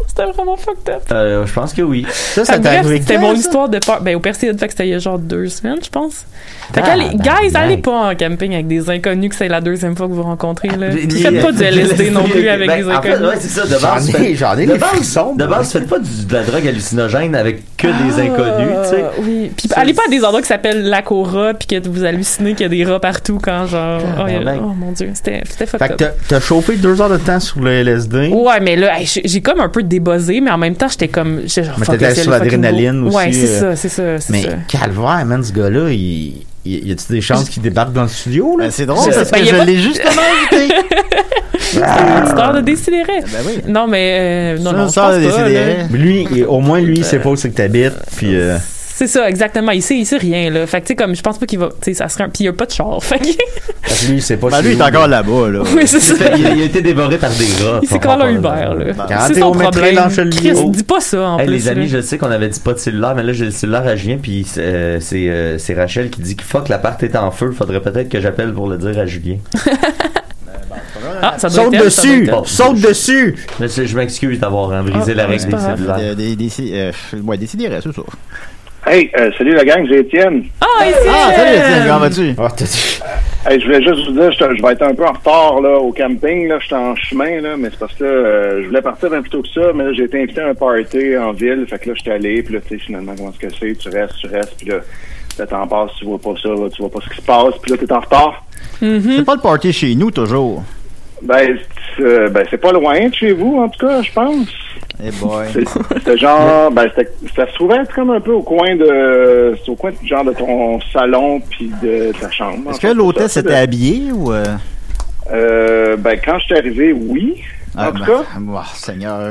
[SPEAKER 7] C'était vraiment fucked up.
[SPEAKER 9] Euh, je pense que oui.
[SPEAKER 8] Ça,
[SPEAKER 7] Fait
[SPEAKER 8] ça
[SPEAKER 7] que
[SPEAKER 8] t'est
[SPEAKER 7] bref,
[SPEAKER 8] arrivé
[SPEAKER 7] C'était
[SPEAKER 8] quand,
[SPEAKER 7] mon
[SPEAKER 8] ça?
[SPEAKER 7] histoire de peur. Ben, au Perséide, fait que c'était il y a genre deux semaines, je pense. Fait que,
[SPEAKER 9] Ah,
[SPEAKER 7] allez,
[SPEAKER 9] ben,
[SPEAKER 7] guys,
[SPEAKER 9] ben.
[SPEAKER 7] allez pas en camping avec des inconnus que c'est la deuxième fois que vous rencontrez, là.
[SPEAKER 9] Puis-
[SPEAKER 7] Puis Faites pas du LSD non plus avec
[SPEAKER 9] Ben,
[SPEAKER 7] des
[SPEAKER 9] en fait,
[SPEAKER 7] inconnus.
[SPEAKER 9] ouais, c'est ça, de base.
[SPEAKER 8] J'en ai-
[SPEAKER 9] faites-
[SPEAKER 8] j'en ai
[SPEAKER 9] de
[SPEAKER 8] les
[SPEAKER 9] base-
[SPEAKER 8] frissons,
[SPEAKER 9] De base, faites pas du- de la drogue hallucinogène avec que des inconnus, tu sais.
[SPEAKER 7] Ah, Oui, puis allez pas à des endroits qui s'appellent l'Acora puis que vous hallucinez qu'il y a des rats partout quand genre. Oh, il y a-
[SPEAKER 8] Tabarnak.
[SPEAKER 7] oh, mon dieu, c'était c'était
[SPEAKER 8] Ah, ben, Fait
[SPEAKER 7] fucked
[SPEAKER 8] que
[SPEAKER 7] up.
[SPEAKER 8] t'as- t'as chauffé deux heures de temps sur le LSD.
[SPEAKER 7] Ouais, mais là, hey, j'ai j'ai comme un peu débuzzé, mais en même temps, j'étais comme. j'étais genre,
[SPEAKER 8] Mais
[SPEAKER 7] fuck,
[SPEAKER 8] t'étais
[SPEAKER 7] c'est
[SPEAKER 8] sur
[SPEAKER 7] le fucking
[SPEAKER 8] l'adrénaline
[SPEAKER 7] beau.
[SPEAKER 8] aussi.
[SPEAKER 7] Ouais, c'est
[SPEAKER 8] euh,
[SPEAKER 7] ça, c'est ça, c'est
[SPEAKER 8] Mais
[SPEAKER 7] ça.
[SPEAKER 8] calvaire, man, ce gars-là, il... il- Y a-tu des chances qu'il débarque dans le studio, là?
[SPEAKER 6] c'est drôle, parce que
[SPEAKER 7] Ben, y a
[SPEAKER 6] je
[SPEAKER 7] pas-
[SPEAKER 6] l'ai justement invité.
[SPEAKER 8] Ah.
[SPEAKER 7] L'auditeur de Décideret. Non, mais. euh, non, non, je pense pas, là.
[SPEAKER 8] Mais Lui, il- au moins, lui, il sait pas où c'est que t'habites, puis... euh,
[SPEAKER 7] C'est ça, exactement. Il sait, il sait rien, là. Fait que, tu sais, comme, je pense pas qu'il va. Tu sais, ça serait un. Puis il y a pas de char. Fait que.
[SPEAKER 8] parce que lui, il sait pas
[SPEAKER 6] Ben,
[SPEAKER 8] c'est
[SPEAKER 6] lui, il est
[SPEAKER 8] où.
[SPEAKER 6] encore là-bas, là.
[SPEAKER 7] Oui, c'est ça.
[SPEAKER 9] Il, a- il a été dévoré par des rats.
[SPEAKER 7] Il s'est
[SPEAKER 9] On va
[SPEAKER 7] collé un Uber,
[SPEAKER 9] pas-
[SPEAKER 7] là. C'est son problème. Chris, dis pas ça, en
[SPEAKER 9] Hey,
[SPEAKER 7] plus.
[SPEAKER 9] les amis,
[SPEAKER 7] là.
[SPEAKER 9] je sais qu'on avait dit pas de cellulaire, mais là j'ai le cellulaire à Julien, puis euh, c'est euh, c'est Rachel qui dit que fuck l'appart est en feu. Faudrait peut-être que j'appelle pour le dire à Julien.
[SPEAKER 7] Ah, ça doit
[SPEAKER 8] Saute
[SPEAKER 7] être elle, ça doit
[SPEAKER 8] dessus!
[SPEAKER 7] être elle.
[SPEAKER 8] Saute dessus!
[SPEAKER 9] Mais c'est- je m'excuse d'avoir hein, brisé
[SPEAKER 6] Ah,
[SPEAKER 9] la
[SPEAKER 6] ouais,
[SPEAKER 9] règle
[SPEAKER 6] c'est
[SPEAKER 9] des
[SPEAKER 6] pas grave.
[SPEAKER 9] cellulaires.
[SPEAKER 6] Des- des- des- euh, Ouais, décidérez, c'est ça.
[SPEAKER 12] Hey, euh, salut la gang, c'est Étienne.
[SPEAKER 7] Ah, ici!
[SPEAKER 6] Ah, salut, Étienne, comment vas-tu?
[SPEAKER 12] Hey, je voulais juste vous dire, je, te- je vais être un peu en retard là, au camping. Là, je suis en chemin, là, mais c'est parce que euh, je voulais partir bien plus tôt que ça, mais là, j'ai été invité à un party en ville. Fait que là, j'étais allé, puis là, tu sais, finalement, comment est-ce que c'est? Tu restes, tu restes, puis là, le temps passe, tu vois pas ça, là, tu vois pas ce qui se passe, puis là, t'es en retard.
[SPEAKER 6] C'est pas le party chez nous, toujours.
[SPEAKER 12] Ben, c'est- euh, ben c'est pas loin de chez vous, en tout cas, je pense.
[SPEAKER 6] Eh boy.
[SPEAKER 12] C'est- C'était genre, ben, c'était- ça se trouvait être comme un peu au coin de, c'est au coin de- genre de ton salon puis de ta chambre. en
[SPEAKER 6] Est-ce que
[SPEAKER 12] fait,
[SPEAKER 6] l'hôtesse
[SPEAKER 12] c'est ça,
[SPEAKER 6] était habillée ou. euh,
[SPEAKER 12] Euh, ben, quand je suis arrivé, oui.
[SPEAKER 6] ah,
[SPEAKER 12] en tout
[SPEAKER 6] ben,
[SPEAKER 12] cas,
[SPEAKER 6] Oh, Seigneur.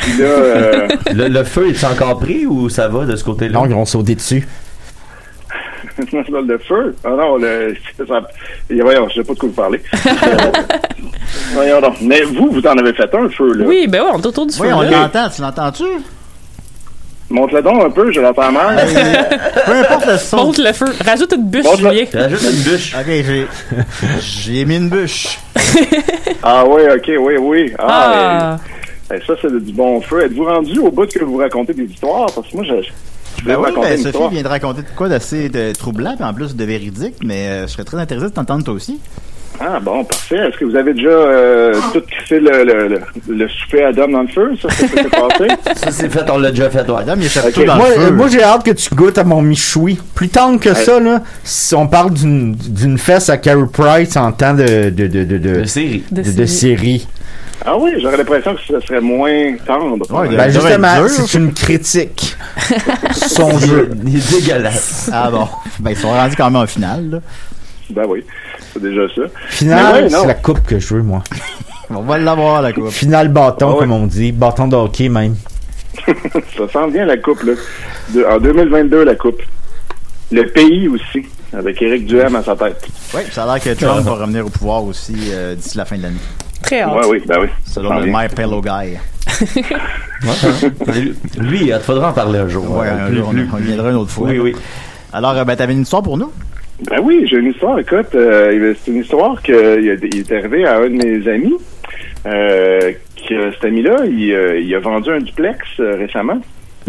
[SPEAKER 12] puis là, euh,
[SPEAKER 9] Le, le feu est encore pris ou ça va de ce côté-là?
[SPEAKER 8] Non, ils vont sauter dessus.
[SPEAKER 12] le feu. Ah non, le, ça, et voyons, je sais pas de quoi vous parlez. Euh, voyons donc. Mais vous, vous en avez fait un, feu, là.
[SPEAKER 7] Oui, ben ouais, on est autour du feu.
[SPEAKER 6] Oui, on
[SPEAKER 7] là.
[SPEAKER 6] l'entend, tu l'entends-tu?
[SPEAKER 12] Montre-le donc un peu, je l'entends mal.
[SPEAKER 6] Peu importe le son.
[SPEAKER 7] Monte le feu. Rajoute une bûche,
[SPEAKER 12] Monte le-
[SPEAKER 7] Julien.
[SPEAKER 9] Rajoute une bûche.
[SPEAKER 6] Ok, j'ai. J'ai mis une bûche.
[SPEAKER 12] Ah oui, ok, oui, oui. Ah,
[SPEAKER 7] Ah.
[SPEAKER 12] eh, eh, ça, c'est du bon feu. Êtes-vous rendu au bout que vous racontez des histoires? Parce que moi, je, je voulais
[SPEAKER 6] Ben oui,
[SPEAKER 12] raconter
[SPEAKER 6] ben,
[SPEAKER 12] une
[SPEAKER 6] Sophie
[SPEAKER 12] histoire.
[SPEAKER 6] vient de raconter de quoi d'assez de troublant, puis en plus de véridique, mais euh, je serais très intéressé de t'entendre toi aussi.
[SPEAKER 12] Ah bon, parfait. Est-ce que vous avez déjà euh, tout crissé le, le, le, le soufflet à Dom dans le feu? Ça, c'est ce qui s'est passé?
[SPEAKER 9] Ça, c'est fait, on l'a déjà fait, ouais.
[SPEAKER 6] Dom, il échappe
[SPEAKER 12] tout dans
[SPEAKER 8] moi,
[SPEAKER 12] le feu.
[SPEAKER 8] euh, moi, j'ai hâte que tu goûtes à mon michoui. Plus tendre que
[SPEAKER 12] Hey.
[SPEAKER 8] ça, là, si on parle d'une d'une fesse à Carrie Price en temps de, de, de, de, de,
[SPEAKER 9] série.
[SPEAKER 8] De,
[SPEAKER 12] De
[SPEAKER 8] de
[SPEAKER 12] série.
[SPEAKER 8] série.
[SPEAKER 12] Ah oui, j'aurais l'impression que ce serait moins tendre.
[SPEAKER 8] ben justement, c'est une critique. Son jeu.
[SPEAKER 9] Il est dégueulasse.
[SPEAKER 6] Ah bon. Ben, ils sont rendus quand même en finale, là.
[SPEAKER 12] Ben oui, c'est déjà ça. Mais
[SPEAKER 8] Final,
[SPEAKER 12] ouais, non.
[SPEAKER 8] c'est la coupe que je veux, moi.
[SPEAKER 6] on va l'avoir, la coupe.
[SPEAKER 8] Final bâton, comme on dit. Bâton de hockey, même.
[SPEAKER 12] Ah ça sent bien la coupe, là. De- en 2022, la coupe. Le pays aussi, avec Éric Duhem à sa tête.
[SPEAKER 6] Oui, ça a l'air que Trump va revenir au pouvoir aussi euh, d'ici la fin de l'année.
[SPEAKER 7] Très
[SPEAKER 12] hâte. Ouais, oui, ben oui.
[SPEAKER 6] Selon
[SPEAKER 9] Ça
[SPEAKER 6] le
[SPEAKER 9] vient.
[SPEAKER 6] maire Pillow Guy.
[SPEAKER 9] Lui, il faudra en parler un jour.
[SPEAKER 6] Ouais, un
[SPEAKER 9] Plus-
[SPEAKER 6] jour, euh, on-
[SPEAKER 9] plus-
[SPEAKER 6] on y viendra une autre fois.
[SPEAKER 9] Oui, oui.
[SPEAKER 6] Alors, euh, ben, t'avais une histoire pour nous?
[SPEAKER 12] Ben oui, j'ai une histoire. Écoute, euh, c'est une histoire qu'il est arrivé à un de mes amis. Euh, que cet ami-là, il, euh, il a vendu un duplex euh, récemment.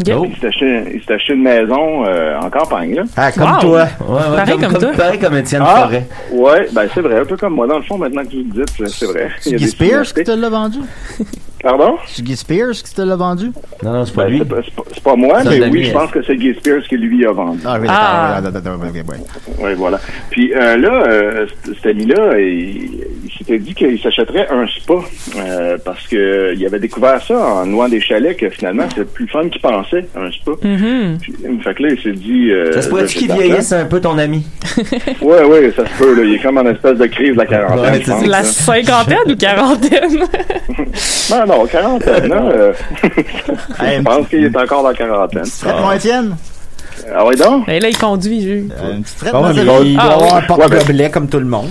[SPEAKER 9] Oh.
[SPEAKER 12] Il s'est acheté, il s'est acheté une maison euh, en campagne. Là.
[SPEAKER 8] Ah,
[SPEAKER 9] comme Wow. toi. Ouais, ouais, Pareil comme- comme comme toi. pareil comme Étienne
[SPEAKER 12] Ah!
[SPEAKER 9] Forêt.
[SPEAKER 12] Ouais, ben c'est vrai, un peu comme moi. Dans le fond, maintenant que vous le dites, c'est vrai. Il y
[SPEAKER 6] C'est
[SPEAKER 12] a
[SPEAKER 6] Guy
[SPEAKER 12] des
[SPEAKER 6] Spears qui
[SPEAKER 12] similarités.
[SPEAKER 6] te l'a vendu?
[SPEAKER 12] Pardon?
[SPEAKER 6] C'est Guy Spears qui te l'a vendu?
[SPEAKER 9] Non, non, c'est
[SPEAKER 12] Ben, c'est pas, c'est pas- c'est pas moi,
[SPEAKER 6] C'est un
[SPEAKER 12] mais
[SPEAKER 6] ami,
[SPEAKER 12] oui, je
[SPEAKER 6] hein.
[SPEAKER 12] pense que c'est Guy Spears qui lui a vendu.
[SPEAKER 6] Ah oui,
[SPEAKER 12] Ah.
[SPEAKER 6] d'accord. d'accord, d'accord, d'accord, ouais.
[SPEAKER 12] Oui, voilà. Puis euh, là, euh, c- cet ami-là, il, il s'était dit qu'il s'achèterait un spa euh, parce que il avait découvert ça en louant des chalets que finalement, c'est plus fun qu'il pensait, un spa.
[SPEAKER 7] Mm-hmm.
[SPEAKER 12] Puis, fait que là, il s'est dit... euh,
[SPEAKER 9] Ça se pourrait-tu
[SPEAKER 12] là,
[SPEAKER 9] qu'il
[SPEAKER 12] j'ai de
[SPEAKER 9] vieillisse un peu ton ami?
[SPEAKER 12] l'argent. Ouais, ouais, ça se peut. Là. Il est comme en espèce de crise de la quarantaine,
[SPEAKER 9] Ouais,
[SPEAKER 12] Ah, ben, je
[SPEAKER 9] c'est
[SPEAKER 12] pense.
[SPEAKER 7] La
[SPEAKER 12] là.
[SPEAKER 7] cinquantaine ou quarantaine?
[SPEAKER 12] Non, non, quarantaine. non, euh, je pense qu'il est encore dans la quarantaine.
[SPEAKER 6] Traite, moi, Étienne?
[SPEAKER 12] Ah oui, donc?
[SPEAKER 7] Et là, il conduit, Jules.
[SPEAKER 6] Une
[SPEAKER 12] euh,
[SPEAKER 6] petite traite,
[SPEAKER 8] Ah ouais,
[SPEAKER 6] moi,
[SPEAKER 8] mais
[SPEAKER 6] Sophie?
[SPEAKER 8] il doit
[SPEAKER 6] Ah,
[SPEAKER 8] avoir
[SPEAKER 6] ouais.
[SPEAKER 8] un porte-gobelet comme tout le monde.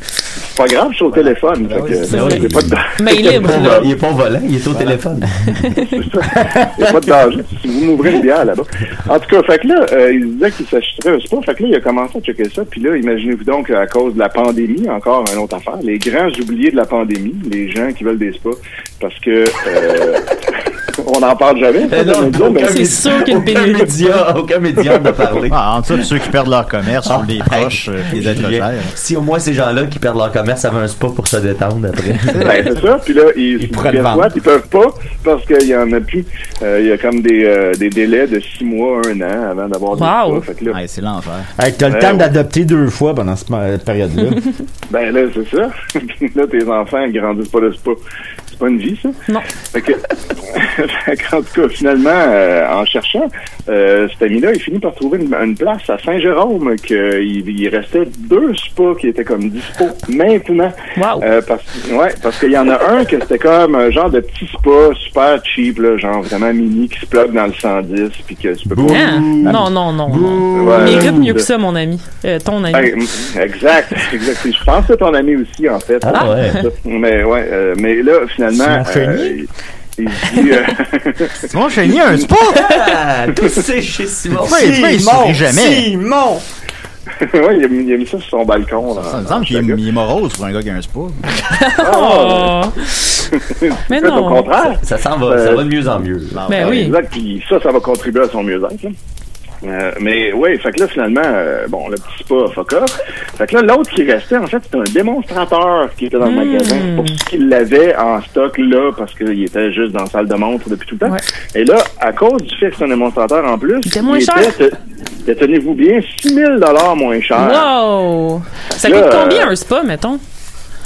[SPEAKER 12] C'est pas grave, je suis au téléphone. fait que,
[SPEAKER 9] c'est vrai.
[SPEAKER 12] j'ai pas de-
[SPEAKER 9] Mais il est libre, là. Il est pas volant, il est au téléphone.
[SPEAKER 12] Il n'y a pas de danger si vous m'ouvrez le bière là-bas. En tout cas, fait que là, euh, il se disait qu'il s'achèterait un spa. Fait que là, il a commencé à checker ça. Puis là, imaginez-vous donc à cause de la pandémie, encore une autre affaire, les grands oubliés de la pandémie, les gens qui veulent des spas, parce que euh, on n'en parle jamais. ça, dans nos dos, Eh, mais-
[SPEAKER 9] aucun média, aucun média n'a parlé.
[SPEAKER 6] Ah, en dessous de ceux qui perdent leur commerce
[SPEAKER 8] Ah,
[SPEAKER 6] ou
[SPEAKER 8] ben,
[SPEAKER 6] les proches, euh, puis les êtres chers.
[SPEAKER 9] Si au moins ces gens-là qui perdent leur commerce avaient un spa pour se détendre après.
[SPEAKER 12] Ben, c'est ça. Puis là, ils, se
[SPEAKER 9] pourraient le
[SPEAKER 12] perçoivent,
[SPEAKER 9] vendre.
[SPEAKER 12] ils peuvent pas parce qu'il y en a plus. Euh, Il y a comme des, euh, des délais de six mois, un an avant d'avoir
[SPEAKER 6] Wow.
[SPEAKER 12] des spas. Fait que là,
[SPEAKER 6] Ouais, c'est l'enfer.
[SPEAKER 8] Hey, t'as le
[SPEAKER 12] Ouais,
[SPEAKER 8] temps
[SPEAKER 12] ouais.
[SPEAKER 8] d'adopter deux fois pendant cette ma- période-là.
[SPEAKER 12] Ben là, c'est ça. là, tes enfants grandissent pas là, c'est pas. C'est pas une vie, ça?
[SPEAKER 7] Non.
[SPEAKER 12] Fait que, Fait qu'en tout cas, finalement, euh, en cherchant, euh, cet ami-là, il finit par trouver une, une place à Saint-Jérôme, qu'il il restait deux spas qui étaient comme dispo maintenant. Euh, parce, ouais, parce qu'il y en a un que c'était comme un genre de petit spa super cheap, là, genre vraiment mini, qui se plug dans le 110, puis que tu peux pas...
[SPEAKER 7] Hein? Non, non, non. non.
[SPEAKER 12] Ouais,
[SPEAKER 7] Il Mérite
[SPEAKER 12] ouais.
[SPEAKER 7] mieux que ça, mon ami. Euh, ton ami.
[SPEAKER 12] Ben, mm, exact, exact. Je pense que ton ami aussi, en fait.
[SPEAKER 7] Ah ouais.
[SPEAKER 12] Mais, ouais, euh, mais là, finalement.
[SPEAKER 6] Simon Chénier?
[SPEAKER 12] euh, il, il se dit. euh,
[SPEAKER 6] Simon Chénier a un spa!
[SPEAKER 9] Ah, tout c'est chez Simon.
[SPEAKER 6] Pourquoi il- pourquoi il
[SPEAKER 9] Simon,
[SPEAKER 6] sourit jamais?
[SPEAKER 8] Simon!
[SPEAKER 12] ouais, il a, mis- il a mis ça sur son balcon. Là,
[SPEAKER 6] Ça me semble qu'il est- il est morose pour un gars qui a un spa.
[SPEAKER 7] Oh!
[SPEAKER 12] Ah!
[SPEAKER 6] Mais
[SPEAKER 12] En fait,
[SPEAKER 6] non.
[SPEAKER 12] Au contraire. Euh,
[SPEAKER 9] Ça, s'en va, ça va de mieux en mieux.
[SPEAKER 12] Ben Exact, puis ça, ça va contribuer à son mieux-être. là. Euh, mais oui, fait que là, finalement, euh, bon, le petit spa, fuck off. Fait que là, l'autre qui restait, en fait, c'était un démonstrateur qui était dans le magasin. C'est pour ça qu'il l'avait en stock là, parce qu'il était juste dans la salle de montre depuis tout le temps. Et là, à cause du fait que c'est un démonstrateur en plus, il était
[SPEAKER 7] moins cher.
[SPEAKER 12] te- te- Tenez-vous bien, 6 000 moins cher.
[SPEAKER 7] Wow! Ça
[SPEAKER 12] Là,
[SPEAKER 7] coûte combien
[SPEAKER 12] euh,
[SPEAKER 7] un spa, mettons?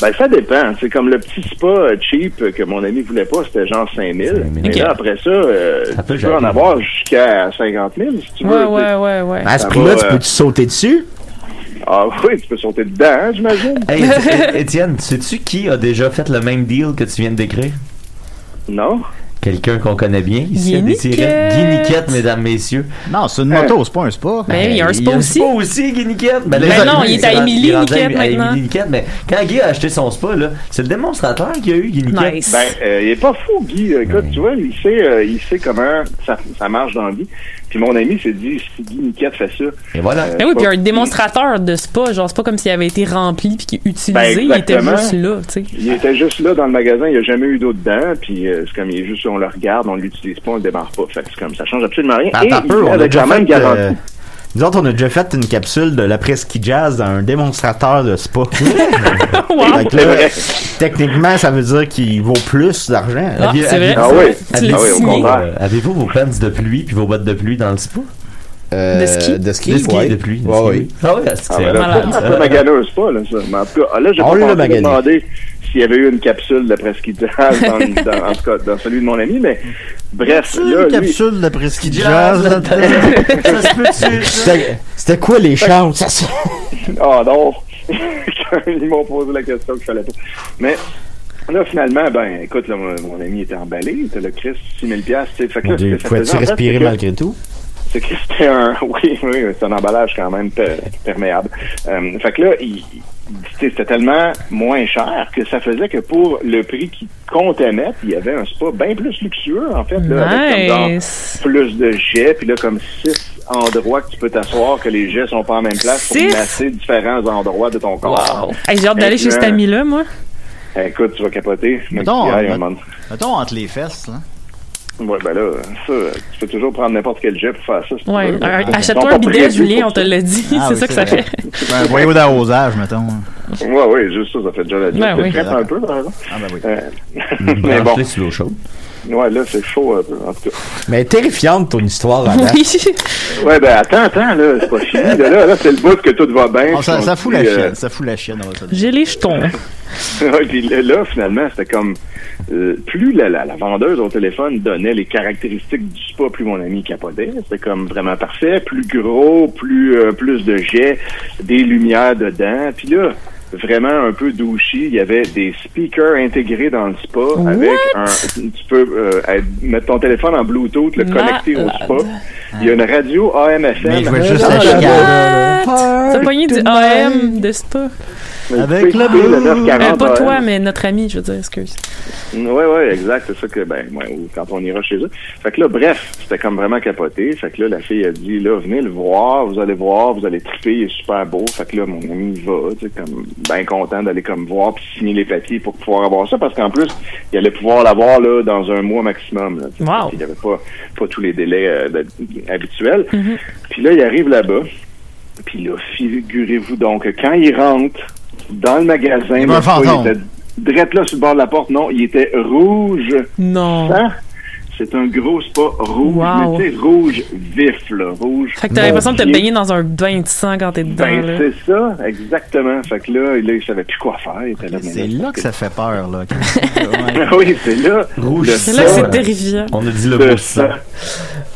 [SPEAKER 12] Ben, ça dépend. C'est comme le petit spa euh, cheap euh, que mon ami voulait pas, c'était genre 5 000. Mais
[SPEAKER 7] Ok.
[SPEAKER 12] là, après ça, euh,
[SPEAKER 9] peut
[SPEAKER 12] tu peux en
[SPEAKER 9] jaillir.
[SPEAKER 12] avoir jusqu'à 50 000 si tu
[SPEAKER 7] Ouais,
[SPEAKER 12] veux. tu sais.
[SPEAKER 7] ouais, ouais, ouais.
[SPEAKER 9] Ah,
[SPEAKER 8] À ce
[SPEAKER 12] Ça
[SPEAKER 8] prix-là,
[SPEAKER 12] va,
[SPEAKER 8] tu
[SPEAKER 12] euh,
[SPEAKER 8] peux te sauter dessus?
[SPEAKER 12] Ah oui, tu peux sauter dedans, hein, j'imagine.
[SPEAKER 9] Hey, Éti- é- Étienne, sais-tu qui a déjà fait le même deal que tu viens de décrire?
[SPEAKER 12] Non.
[SPEAKER 9] Quelqu'un qu'on connaît bien ici à
[SPEAKER 6] Guy
[SPEAKER 9] Décideret.
[SPEAKER 6] Niquette.
[SPEAKER 9] Guy Niquette, mesdames, messieurs.
[SPEAKER 6] Non, c'est une
[SPEAKER 12] Oh,
[SPEAKER 6] moto, c'est pas un spa.
[SPEAKER 9] Ben, il y a un spa aussi. aussi, Guy Niquette. Ben, là,
[SPEAKER 6] non,
[SPEAKER 9] lui,
[SPEAKER 6] il est à
[SPEAKER 9] rendu-
[SPEAKER 6] Émilie
[SPEAKER 9] rendu à
[SPEAKER 6] Niquette
[SPEAKER 9] Émi- à Émilie
[SPEAKER 6] maintenant.
[SPEAKER 9] Niquette, mais quand Guy a acheté son spa, là, c'est le démonstrateur qui a eu Guy Niquette.
[SPEAKER 12] Ben, euh, il est pas fou, Guy. Écoute, tu vois, il sait, euh, il sait comment ça, ça marche dans la vie. Puis mon ami s'est dit, si Guy Niquette fait ça.
[SPEAKER 9] Et voilà.
[SPEAKER 7] Ben oui, puis un démonstrateur de spa, genre, c'est pas comme s'il avait été rempli puis qu'il est utilisé, il était
[SPEAKER 12] Ben, exactement.
[SPEAKER 7] juste là, tu sais.
[SPEAKER 12] Il était juste là dans le magasin, il n'y a jamais eu d'eau dedans, puis euh, c'est comme il est juste on le regarde, on l'utilise pas, on le démarre pas. Fait que c'est comme ça change absolument rien.
[SPEAKER 9] Ben,
[SPEAKER 8] Attends un
[SPEAKER 12] Et
[SPEAKER 8] peu,
[SPEAKER 12] il
[SPEAKER 8] on a
[SPEAKER 12] avait
[SPEAKER 8] déjà
[SPEAKER 12] quand même
[SPEAKER 8] fait, euh,
[SPEAKER 12] garanti.
[SPEAKER 8] nous autres, on a déjà fait une capsule de l'après-ski jazz dans un démonstrateur de spa. Fait que là,
[SPEAKER 12] C'est vrai.
[SPEAKER 8] techniquement, ça veut dire qu'il vaut plus d'argent.
[SPEAKER 9] Ah,
[SPEAKER 8] Aviez-
[SPEAKER 9] c'est vrai,
[SPEAKER 7] Eh,
[SPEAKER 8] aviez-
[SPEAKER 9] c'est vrai. Tu
[SPEAKER 8] aviez-
[SPEAKER 9] l'as Ah oui, au signé. contraire. Avez-vous vos pants de pluie puis vos bottes de pluie dans le spa?
[SPEAKER 12] De ski?
[SPEAKER 9] Euh, De ski,
[SPEAKER 12] De ski,
[SPEAKER 9] ouais.
[SPEAKER 12] de pluie, de
[SPEAKER 9] Ouais,
[SPEAKER 12] ski,
[SPEAKER 9] ouais.
[SPEAKER 12] oui.
[SPEAKER 9] Ah ouais, c'est Euh,
[SPEAKER 12] Ah, ben là,
[SPEAKER 9] malade,
[SPEAKER 12] ça,
[SPEAKER 9] ça.
[SPEAKER 12] ça maganeuse pas, là, ça. Mais en tout cas, ah, là, j'ai
[SPEAKER 9] On
[SPEAKER 12] pas
[SPEAKER 9] l'a
[SPEAKER 12] pensé de
[SPEAKER 9] magané.
[SPEAKER 12] demander s'il y avait eu une capsule d'après ce qu'il dit, dans, le- dans- en tout cas, dans celui de mon ami, mais bref, là,
[SPEAKER 11] Une
[SPEAKER 12] lui,
[SPEAKER 11] capsule d'après ski jazz. là-dedans. Ça se peut-tu, ça?
[SPEAKER 8] C'était c'était quoi les chances? Ça, ça-
[SPEAKER 12] Ah non! Ils m'ont posé la question que je fallait pas. Mais là, finalement, ben, écoute, là, mon, mon ami était emballé, il était le Chris, 6000$, tu sais. Fait que là,
[SPEAKER 8] Mon
[SPEAKER 12] ce que
[SPEAKER 8] Dieu,
[SPEAKER 12] ça
[SPEAKER 8] pouvais-tu
[SPEAKER 12] faisait, en fait,
[SPEAKER 8] respirer
[SPEAKER 12] c'est que-
[SPEAKER 8] malgré tout?
[SPEAKER 12] c'est que c'était un, oui, oui, c'est un emballage quand même per- perméable. Euh, fait que là, il, il- tu sais, c'était tellement moins cher que ça faisait que pour le prix qu'il comptait mettre, il y avait un spa bien plus luxueux, en fait, là, avec comme
[SPEAKER 7] Nice.
[SPEAKER 12] genre plus de jets, puis là, comme six endroits que tu peux t'asseoir, que les jets sont pas en même place pour
[SPEAKER 7] Six?
[SPEAKER 12] masser différents endroits de ton corps.
[SPEAKER 7] Hey, j'ai hâte d'aller chez cet
[SPEAKER 12] Incluant-
[SPEAKER 7] ami-là, moi.
[SPEAKER 12] Écoute, tu vas capoter. Même
[SPEAKER 6] Mettons,
[SPEAKER 12] si tu y
[SPEAKER 4] euh,
[SPEAKER 12] ailles
[SPEAKER 6] met-
[SPEAKER 12] un moment.
[SPEAKER 6] Mettons entre les fesses, là.
[SPEAKER 12] Ouais, ben là, ça, tu peux toujours prendre n'importe quel jet pour faire ça. si tu
[SPEAKER 7] Ouais,
[SPEAKER 12] veux.
[SPEAKER 7] un-
[SPEAKER 12] Ils sont
[SPEAKER 7] achète-toi
[SPEAKER 12] pas
[SPEAKER 7] un bidet,
[SPEAKER 12] prévus
[SPEAKER 7] Julien,
[SPEAKER 12] pour
[SPEAKER 7] on te l'a dit.
[SPEAKER 6] Ah
[SPEAKER 7] c'est
[SPEAKER 6] oui,
[SPEAKER 7] ça que ça
[SPEAKER 6] c'est vrai.
[SPEAKER 7] fait.
[SPEAKER 6] Un voyau d'arrosage, mettons.
[SPEAKER 12] Ouais, ouais, juste ça, ça fait déjà la job.
[SPEAKER 6] Ben
[SPEAKER 12] Ça
[SPEAKER 6] oui.
[SPEAKER 12] crêpe un peu, par exemple.
[SPEAKER 6] Ah, ben oui.
[SPEAKER 8] Mm.
[SPEAKER 12] Euh, mais bon.
[SPEAKER 9] Branche-les sur Ah, l'eau chaude.
[SPEAKER 12] Ouais, là, c'est chaud un peu, en tout cas.
[SPEAKER 8] Mais terrifiante ton histoire, Adam.
[SPEAKER 12] Ouais, ben attends, attends, là, c'est pas fini. de Là, là, c'est le bout que tout va bien.
[SPEAKER 6] Ah, ça,
[SPEAKER 12] Puis
[SPEAKER 6] ça
[SPEAKER 12] on
[SPEAKER 6] fout
[SPEAKER 12] dit,
[SPEAKER 6] la
[SPEAKER 12] euh,
[SPEAKER 6] chienne, ça fout la chienne. on va se dire.
[SPEAKER 7] J'ai les jetons.
[SPEAKER 12] Ouais, puis là, là, finalement, c'était comme euh, plus la, la- la vendeuse au téléphone donnait les caractéristiques du spa, plus mon ami capotait. C'était comme vraiment parfait, plus gros, plus euh, plus de jets, des lumières dedans. Puis là, vraiment un peu douchy, il y avait des speakers intégrés dans le spa avec un tu peux euh, être- mettre ton téléphone en Bluetooth, le connecter au spa. Il y a une radio AM/FM.
[SPEAKER 6] Mais je vois juste la
[SPEAKER 7] What? T'as pogné du AM de spa.
[SPEAKER 12] Avec la
[SPEAKER 7] Euh, pas toi, mais notre ami, je veux dire, excuse.
[SPEAKER 12] Ouais, ouais, exact. C'est ça que, ben, ouais, ou quand on ira chez eux. Fait que là, bref, c'était comme vraiment capoté. Fait que là, la fille a dit, là, venez le voir, vous allez voir, vous allez triper, il est super beau. Fait que là, mon ami il va, tu sais, comme, ben content d'aller comme voir puis signer les papiers pour pouvoir avoir ça. Parce qu'en plus, il allait pouvoir l'avoir, là, dans un mois maximum, là. tu sais, parce qu'il y avait pas, pas tous les délais euh, d'hab- habituels. Puis là, il arrive là-bas. Puis là, figurez-vous donc, que quand il rentre dans le magasin,
[SPEAKER 6] Il y avait
[SPEAKER 12] le
[SPEAKER 6] un
[SPEAKER 12] gars, il
[SPEAKER 6] fantôme.
[SPEAKER 12] était drette là sur le bord de la porte. Non, il était rouge.
[SPEAKER 7] Non.
[SPEAKER 12] C'est un gros spa rouge,
[SPEAKER 7] Wow.
[SPEAKER 12] mais tu sais, rouge vif, là, rouge.
[SPEAKER 7] Fait que t'as l'impression de te baigner dans un bain de sang quand t'es dedans.
[SPEAKER 12] Ben,
[SPEAKER 7] là.
[SPEAKER 12] c'est ça, exactement. Fait que là, là, il savait plus quoi faire. Il était là, mais
[SPEAKER 6] C'est là que ça fait peur, là.
[SPEAKER 12] oui, c'est là.
[SPEAKER 6] Rouge
[SPEAKER 12] Le
[SPEAKER 6] sang. C'est là que c'est
[SPEAKER 7] terrifiant.
[SPEAKER 9] On a dit le
[SPEAKER 12] Le
[SPEAKER 9] mot sang.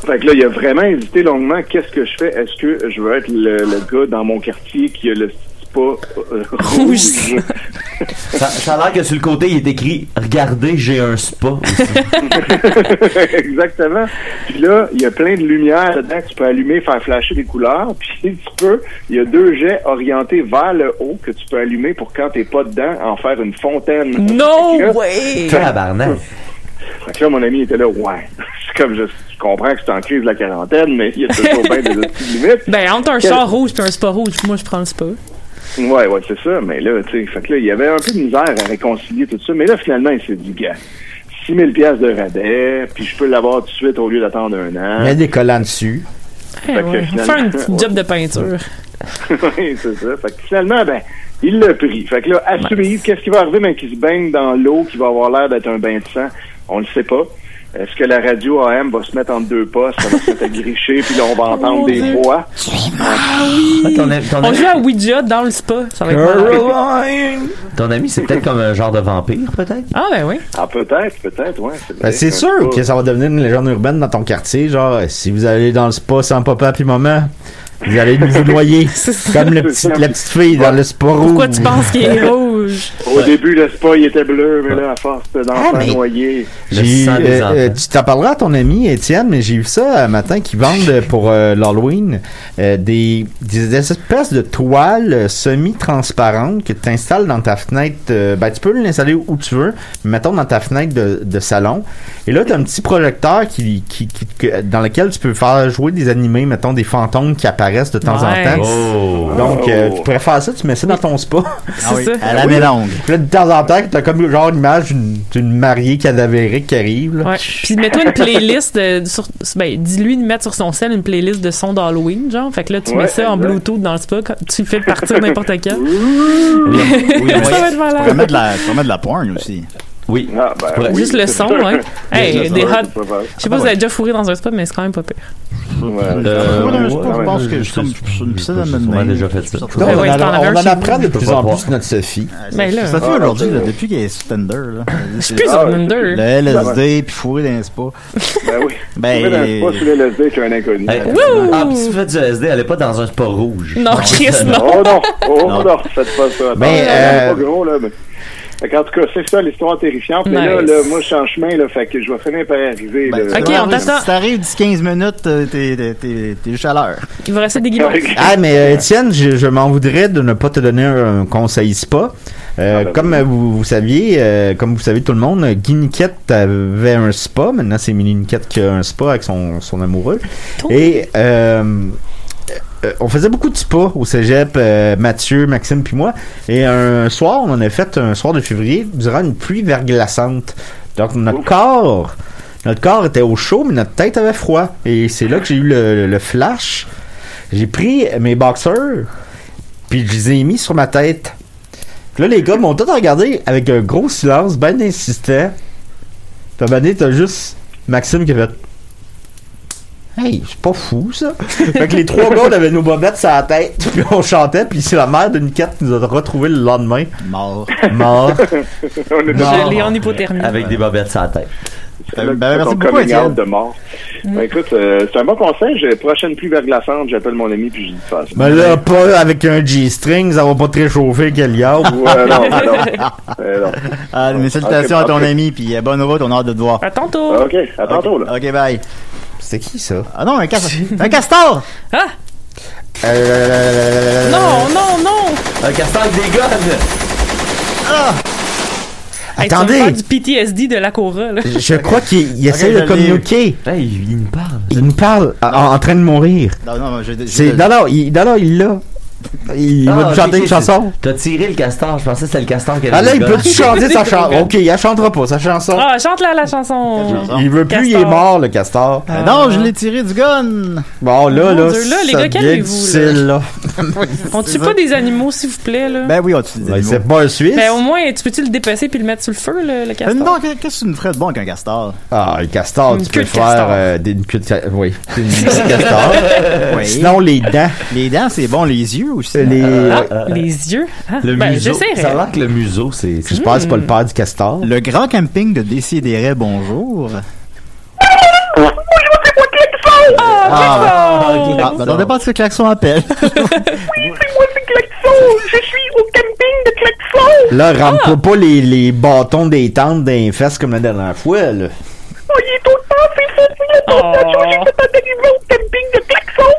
[SPEAKER 12] Fait que là, il a vraiment hésité longuement. Qu'est-ce que je fais? Est-ce que je veux être le, le gars dans mon quartier qui a le spa euh, rouge?
[SPEAKER 9] Ça, ça a l'air que sur le côté, il est écrit « Regardez, j'ai un spa.
[SPEAKER 12] Exactement. Puis là, il y a plein de lumières dedans que tu peux allumer, faire flasher des couleurs. Puis tu peux, il y a deux jets orientés vers le haut que tu peux allumer pour quand t'es pas dedans, en faire une fontaine.
[SPEAKER 7] No
[SPEAKER 12] Fait que là-
[SPEAKER 7] way!
[SPEAKER 9] Tabarnak.
[SPEAKER 12] Fait que là, mon ami était là, ouais. C'est comme je, je comprends que c'est en crise de la quarantaine, mais il y a toujours bien des petites limites.
[SPEAKER 7] Ben, entre un
[SPEAKER 12] Quel-
[SPEAKER 7] char rouge et un spa rouge, moi, je prends le spa. Eh
[SPEAKER 12] Ouais, ouais, c'est ça. Mais là, tu sais, fait que là, il y avait un peu de misère à réconcilier tout ça. Mais là, finalement, il s'est dit, gars, 6000 pièces de rabais, puis je peux l'avoir tout de suite au lieu d'attendre un an.
[SPEAKER 8] Mets des collants dessus.
[SPEAKER 7] Eh
[SPEAKER 12] Fait que
[SPEAKER 7] ouais, on va
[SPEAKER 12] finalement-
[SPEAKER 7] faire une petite job de peinture.
[SPEAKER 12] oui, c'est ça. Fait que finalement, ben, il l'a pris. Fait que là, à suivre, qu'est-ce qui va arriver, mais qui se baigne dans l'eau, qui va avoir l'air d'être un bain de sang, on le sait pas. Est-ce que la radio AM va se mettre entre deux postes, ça va se mettre à gricher, puis là, on va entendre
[SPEAKER 7] Oh mon
[SPEAKER 12] des
[SPEAKER 7] Dieu.
[SPEAKER 12] voix?
[SPEAKER 7] Ah oui!
[SPEAKER 9] Ton ami- ton
[SPEAKER 7] On
[SPEAKER 9] ami-
[SPEAKER 7] joue à Ouija dans le spa. Ça va être malade.
[SPEAKER 9] Caroline! Ton ami, c'est peut-être comme un genre de vampire, peut-être?
[SPEAKER 7] Ah, ben oui.
[SPEAKER 12] Ah, peut-être, peut-être, ouais. c'est
[SPEAKER 8] Ben,
[SPEAKER 12] vrai.
[SPEAKER 8] c'est sûr que ça va devenir une légende urbaine dans ton quartier. Genre, euh, si vous allez dans le spa sans papa puis maman, vous allez vous noyer. Comme le petit, la petite fille dans le spa rouge.
[SPEAKER 7] Pourquoi tu penses qu'il est rouge?
[SPEAKER 12] Au début, le spa, il était bleu, mais là, à force d'enfants
[SPEAKER 8] mais-
[SPEAKER 12] noyés.
[SPEAKER 8] J'ai eu,
[SPEAKER 9] sang des
[SPEAKER 8] euh, euh, tu t'en parleras à ton ami Étienne, mais j'ai vu ça un matin qui vendent euh, pour euh, l'Halloween euh, des, des espèces de toiles euh, semi-transparentes que tu installes dans ta fenêtre. euh, ben, tu peux l'installer où tu veux, mais mettons dans ta fenêtre de, de salon. Et là, tu as un petit projecteur qui, qui- qui- que- dans lequel tu peux faire jouer des animés, mettons des fantômes qui apparaissent reste de temps en temps.
[SPEAKER 6] Nice. Oh.
[SPEAKER 8] Donc, euh, tu préfères ça, tu mets ça dans ton spa.
[SPEAKER 6] C'est Ah oui, ça. à la mélange.
[SPEAKER 8] Puis là, de temps en temps, t'as comme genre l'image d'une- d'une mariée cadavérique qui arrive. là.
[SPEAKER 7] Ouais. Puis mets-toi une playlist de- sur ben dis-lui de mettre sur son sel une playlist de sons d'Halloween genre. Fait que là tu
[SPEAKER 8] Ouais,
[SPEAKER 7] mets ça en
[SPEAKER 8] exact.
[SPEAKER 7] Bluetooth dans le spa, quand- tu le fais partir n'importe quand.
[SPEAKER 6] Oui,
[SPEAKER 7] Ça
[SPEAKER 6] oui.
[SPEAKER 7] va être
[SPEAKER 6] Tu
[SPEAKER 7] malade.
[SPEAKER 6] pourrais mettre de la- tu pourrais mettre de la porn aussi.
[SPEAKER 9] Oui.
[SPEAKER 12] Ah, ben
[SPEAKER 6] Ouais.
[SPEAKER 7] Juste le son, hein. Hey,
[SPEAKER 6] Juste
[SPEAKER 7] des
[SPEAKER 6] le
[SPEAKER 7] hot.
[SPEAKER 6] son.
[SPEAKER 7] Je sais pas si vous avez déjà fourré dans un spa, mais c'est quand même pas pire.
[SPEAKER 6] Euh,
[SPEAKER 8] ouais,
[SPEAKER 6] ouais, je pense-
[SPEAKER 8] ouais,
[SPEAKER 6] je pense que
[SPEAKER 8] ouais,
[SPEAKER 6] je suis comme- je suis une piscine à
[SPEAKER 9] j'ai
[SPEAKER 6] me
[SPEAKER 9] sûrement
[SPEAKER 6] mener.
[SPEAKER 9] déjà fait ça.
[SPEAKER 6] Je suis
[SPEAKER 8] Non,
[SPEAKER 6] sorti-
[SPEAKER 8] on, en- on en apprend de
[SPEAKER 6] Je peux
[SPEAKER 8] plus
[SPEAKER 6] pas
[SPEAKER 8] en
[SPEAKER 6] croire.
[SPEAKER 8] plus notre Sophie.
[SPEAKER 7] Mais là-
[SPEAKER 6] Ça fait
[SPEAKER 7] Ah,
[SPEAKER 6] aujourd'hui,
[SPEAKER 8] ok.
[SPEAKER 6] là, depuis qu'elle est sur Tinder. là.
[SPEAKER 7] suis plus sur Tinder.
[SPEAKER 6] Le LSD, puis fourré dans les spas.
[SPEAKER 12] Ben oui.
[SPEAKER 6] Ben,
[SPEAKER 12] Je pas sur le LSD, je suis un inconnu.
[SPEAKER 9] Hey, Ah, puis si vous faites du LSD, allez pas dans un spa rouge.
[SPEAKER 12] Non,
[SPEAKER 9] Chris, non.
[SPEAKER 12] Oh non, oh
[SPEAKER 9] Non.
[SPEAKER 12] non, faites pas ça.
[SPEAKER 9] Mais,
[SPEAKER 12] Mais, euh...
[SPEAKER 9] euh,
[SPEAKER 12] pas gros, là. Mais... Fait qu'en tout cas, c'est ça l'histoire terrifiante. Mais là,
[SPEAKER 6] Nice.
[SPEAKER 12] là, moi, je suis en chemin, là. Fait que je vais finir par arriver. là.
[SPEAKER 6] Si t'arrives 10-15 minutes, euh, t'es- t'es- t'es t'es juste à l'heure.
[SPEAKER 7] Il va rester des guimauves.
[SPEAKER 8] Ah, mais euh, Étienne, je, je m'en voudrais de ne pas te donner un, conseil spa. Euh, comme euh, vous, vous saviez, euh, comme vous savez tout le monde, euh, Guy Niquette avait un spa. Maintenant, c'est Mini Niquette qui a un spa avec son, son amoureux. Et euh, euh, on faisait beaucoup de spa au cégep, euh, Mathieu, Maxime puis moi. Et un soir, on en a fait un soir de février durant une pluie verglaçante. Donc notre corps, notre corps était au chaud, mais notre tête avait froid. Et c'est là que j'ai eu le, le flash. J'ai pris mes boxers, puis je les ai mis sur ma tête. Puis là, les gars m'ont tout regardé avec un gros silence, ben insistant. Puis à un moment donné, t'as juste Maxime qui a fait Hey, c'est pas fou ça. fait que les trois gars, on avait nos bobettes sur la tête, puis on chantait, puis c'est la mère d'une quête qui nous a retrouvés le lendemain.
[SPEAKER 6] Mort.
[SPEAKER 8] Mort.
[SPEAKER 12] on est
[SPEAKER 8] Mort.
[SPEAKER 7] Gelé en hypothermie.
[SPEAKER 9] Avec des bobettes sur la tête.
[SPEAKER 12] Ben,
[SPEAKER 9] Euh, merci
[SPEAKER 12] ton
[SPEAKER 9] beaucoup,
[SPEAKER 12] coming
[SPEAKER 9] Étienne.
[SPEAKER 12] out de mort. Ben, écoute, euh, c'est un bon conseil. J'ai prochaine pluie verglaçante, j'appelle mon ami puis je dis de faire ça.
[SPEAKER 8] Mais Ben là, pas avec un G-string, ça va pas te réchauffer, quel yard.
[SPEAKER 12] Ouais, non, mais non. Mais non.
[SPEAKER 6] Ah, mes salutations
[SPEAKER 12] Ok,
[SPEAKER 6] à ton
[SPEAKER 12] parfait.
[SPEAKER 6] ami, puis euh, bonne route, on a hâte de te voir.
[SPEAKER 7] À tantôt.
[SPEAKER 12] Ok, à tantôt,
[SPEAKER 6] là. Ok, bye.
[SPEAKER 8] C'est qui ça?
[SPEAKER 6] Ah non, un castor. un castor!
[SPEAKER 7] Ah!
[SPEAKER 8] Euh,
[SPEAKER 7] Non, non, non!
[SPEAKER 9] Un castor avec des godes!
[SPEAKER 7] Ah!
[SPEAKER 8] Attendez.
[SPEAKER 7] Hey, tu vas me faire du PTSD de la Cora, là.
[SPEAKER 8] Je crois qu'il il essaie de
[SPEAKER 6] Ok, je l'ai eu.
[SPEAKER 8] communiquer.
[SPEAKER 9] il nous parle.
[SPEAKER 8] Il nous parle en, en train de mourir.
[SPEAKER 6] Non, non, je,
[SPEAKER 8] C'est, non, non, il, non, non, il l'a. Il
[SPEAKER 9] Ah,
[SPEAKER 8] va nous chanter
[SPEAKER 9] ok,
[SPEAKER 8] une
[SPEAKER 9] c'est-
[SPEAKER 8] chanson.
[SPEAKER 9] T'as tiré le castor, je pensais que c'était le castor qui avait
[SPEAKER 8] Ah là,
[SPEAKER 9] des
[SPEAKER 8] il
[SPEAKER 9] godes.
[SPEAKER 8] peut-tu chanter sa chanson? Ok, il la chantera pas, sa chanson.
[SPEAKER 7] Ah, chante-la la chanson.
[SPEAKER 8] Il veut plus, il est
[SPEAKER 7] Castor.
[SPEAKER 8] mort, le castor.
[SPEAKER 6] Euh, non, je l'ai tiré du gun!
[SPEAKER 8] Bon,
[SPEAKER 7] Mon
[SPEAKER 8] là, là,
[SPEAKER 7] Dieu, là, les
[SPEAKER 8] ça
[SPEAKER 7] gars,
[SPEAKER 8] devient
[SPEAKER 7] calmez-vous,
[SPEAKER 8] difficile, là.
[SPEAKER 7] On tue pas des animaux, s'il vous plaît, là.
[SPEAKER 6] Ben oui, on tue des
[SPEAKER 8] Ben, c'est pas un Suisse.
[SPEAKER 7] Ben, au moins, tu peux-tu le dépecer puis le mettre sur le feu, le, le castor?
[SPEAKER 6] Euh, Non, qu'est-ce que tu nous ferais de bon avec un castor?
[SPEAKER 8] Ah, le castor,
[SPEAKER 6] Une
[SPEAKER 8] tu
[SPEAKER 6] queue
[SPEAKER 8] peux
[SPEAKER 6] de castor.
[SPEAKER 8] faire euh, des une queue de castor. Oui, une queue de castor.
[SPEAKER 6] Oui.
[SPEAKER 8] Sinon, les dents.
[SPEAKER 6] Les dents, c'est bon, les yeux aussi. hein.
[SPEAKER 8] Les- Ah,
[SPEAKER 7] les yeux? Ah,
[SPEAKER 9] Euh, Le
[SPEAKER 7] ben,
[SPEAKER 9] museau.
[SPEAKER 7] j'essaierai.
[SPEAKER 9] Ça a l'air que le museau, c'est.
[SPEAKER 8] Je pense que c'est pas le père du castor.
[SPEAKER 6] Le grand camping de Décideret, bonjour.
[SPEAKER 5] Ah,
[SPEAKER 6] Ah,
[SPEAKER 5] Klaxon.
[SPEAKER 9] ben,
[SPEAKER 6] N'attendez pas à ce que Klaxon appelle.
[SPEAKER 5] Je suis au camping de Klaxon.
[SPEAKER 8] Là, rampe pas les, les bâtons des tentes dans les fesses comme la dernière fois, là.
[SPEAKER 5] Oh, il est tout le temps, c'est fou, il est tout
[SPEAKER 7] Ah.
[SPEAKER 5] le temps, je suis pas d'arriver au camping de Klaxon.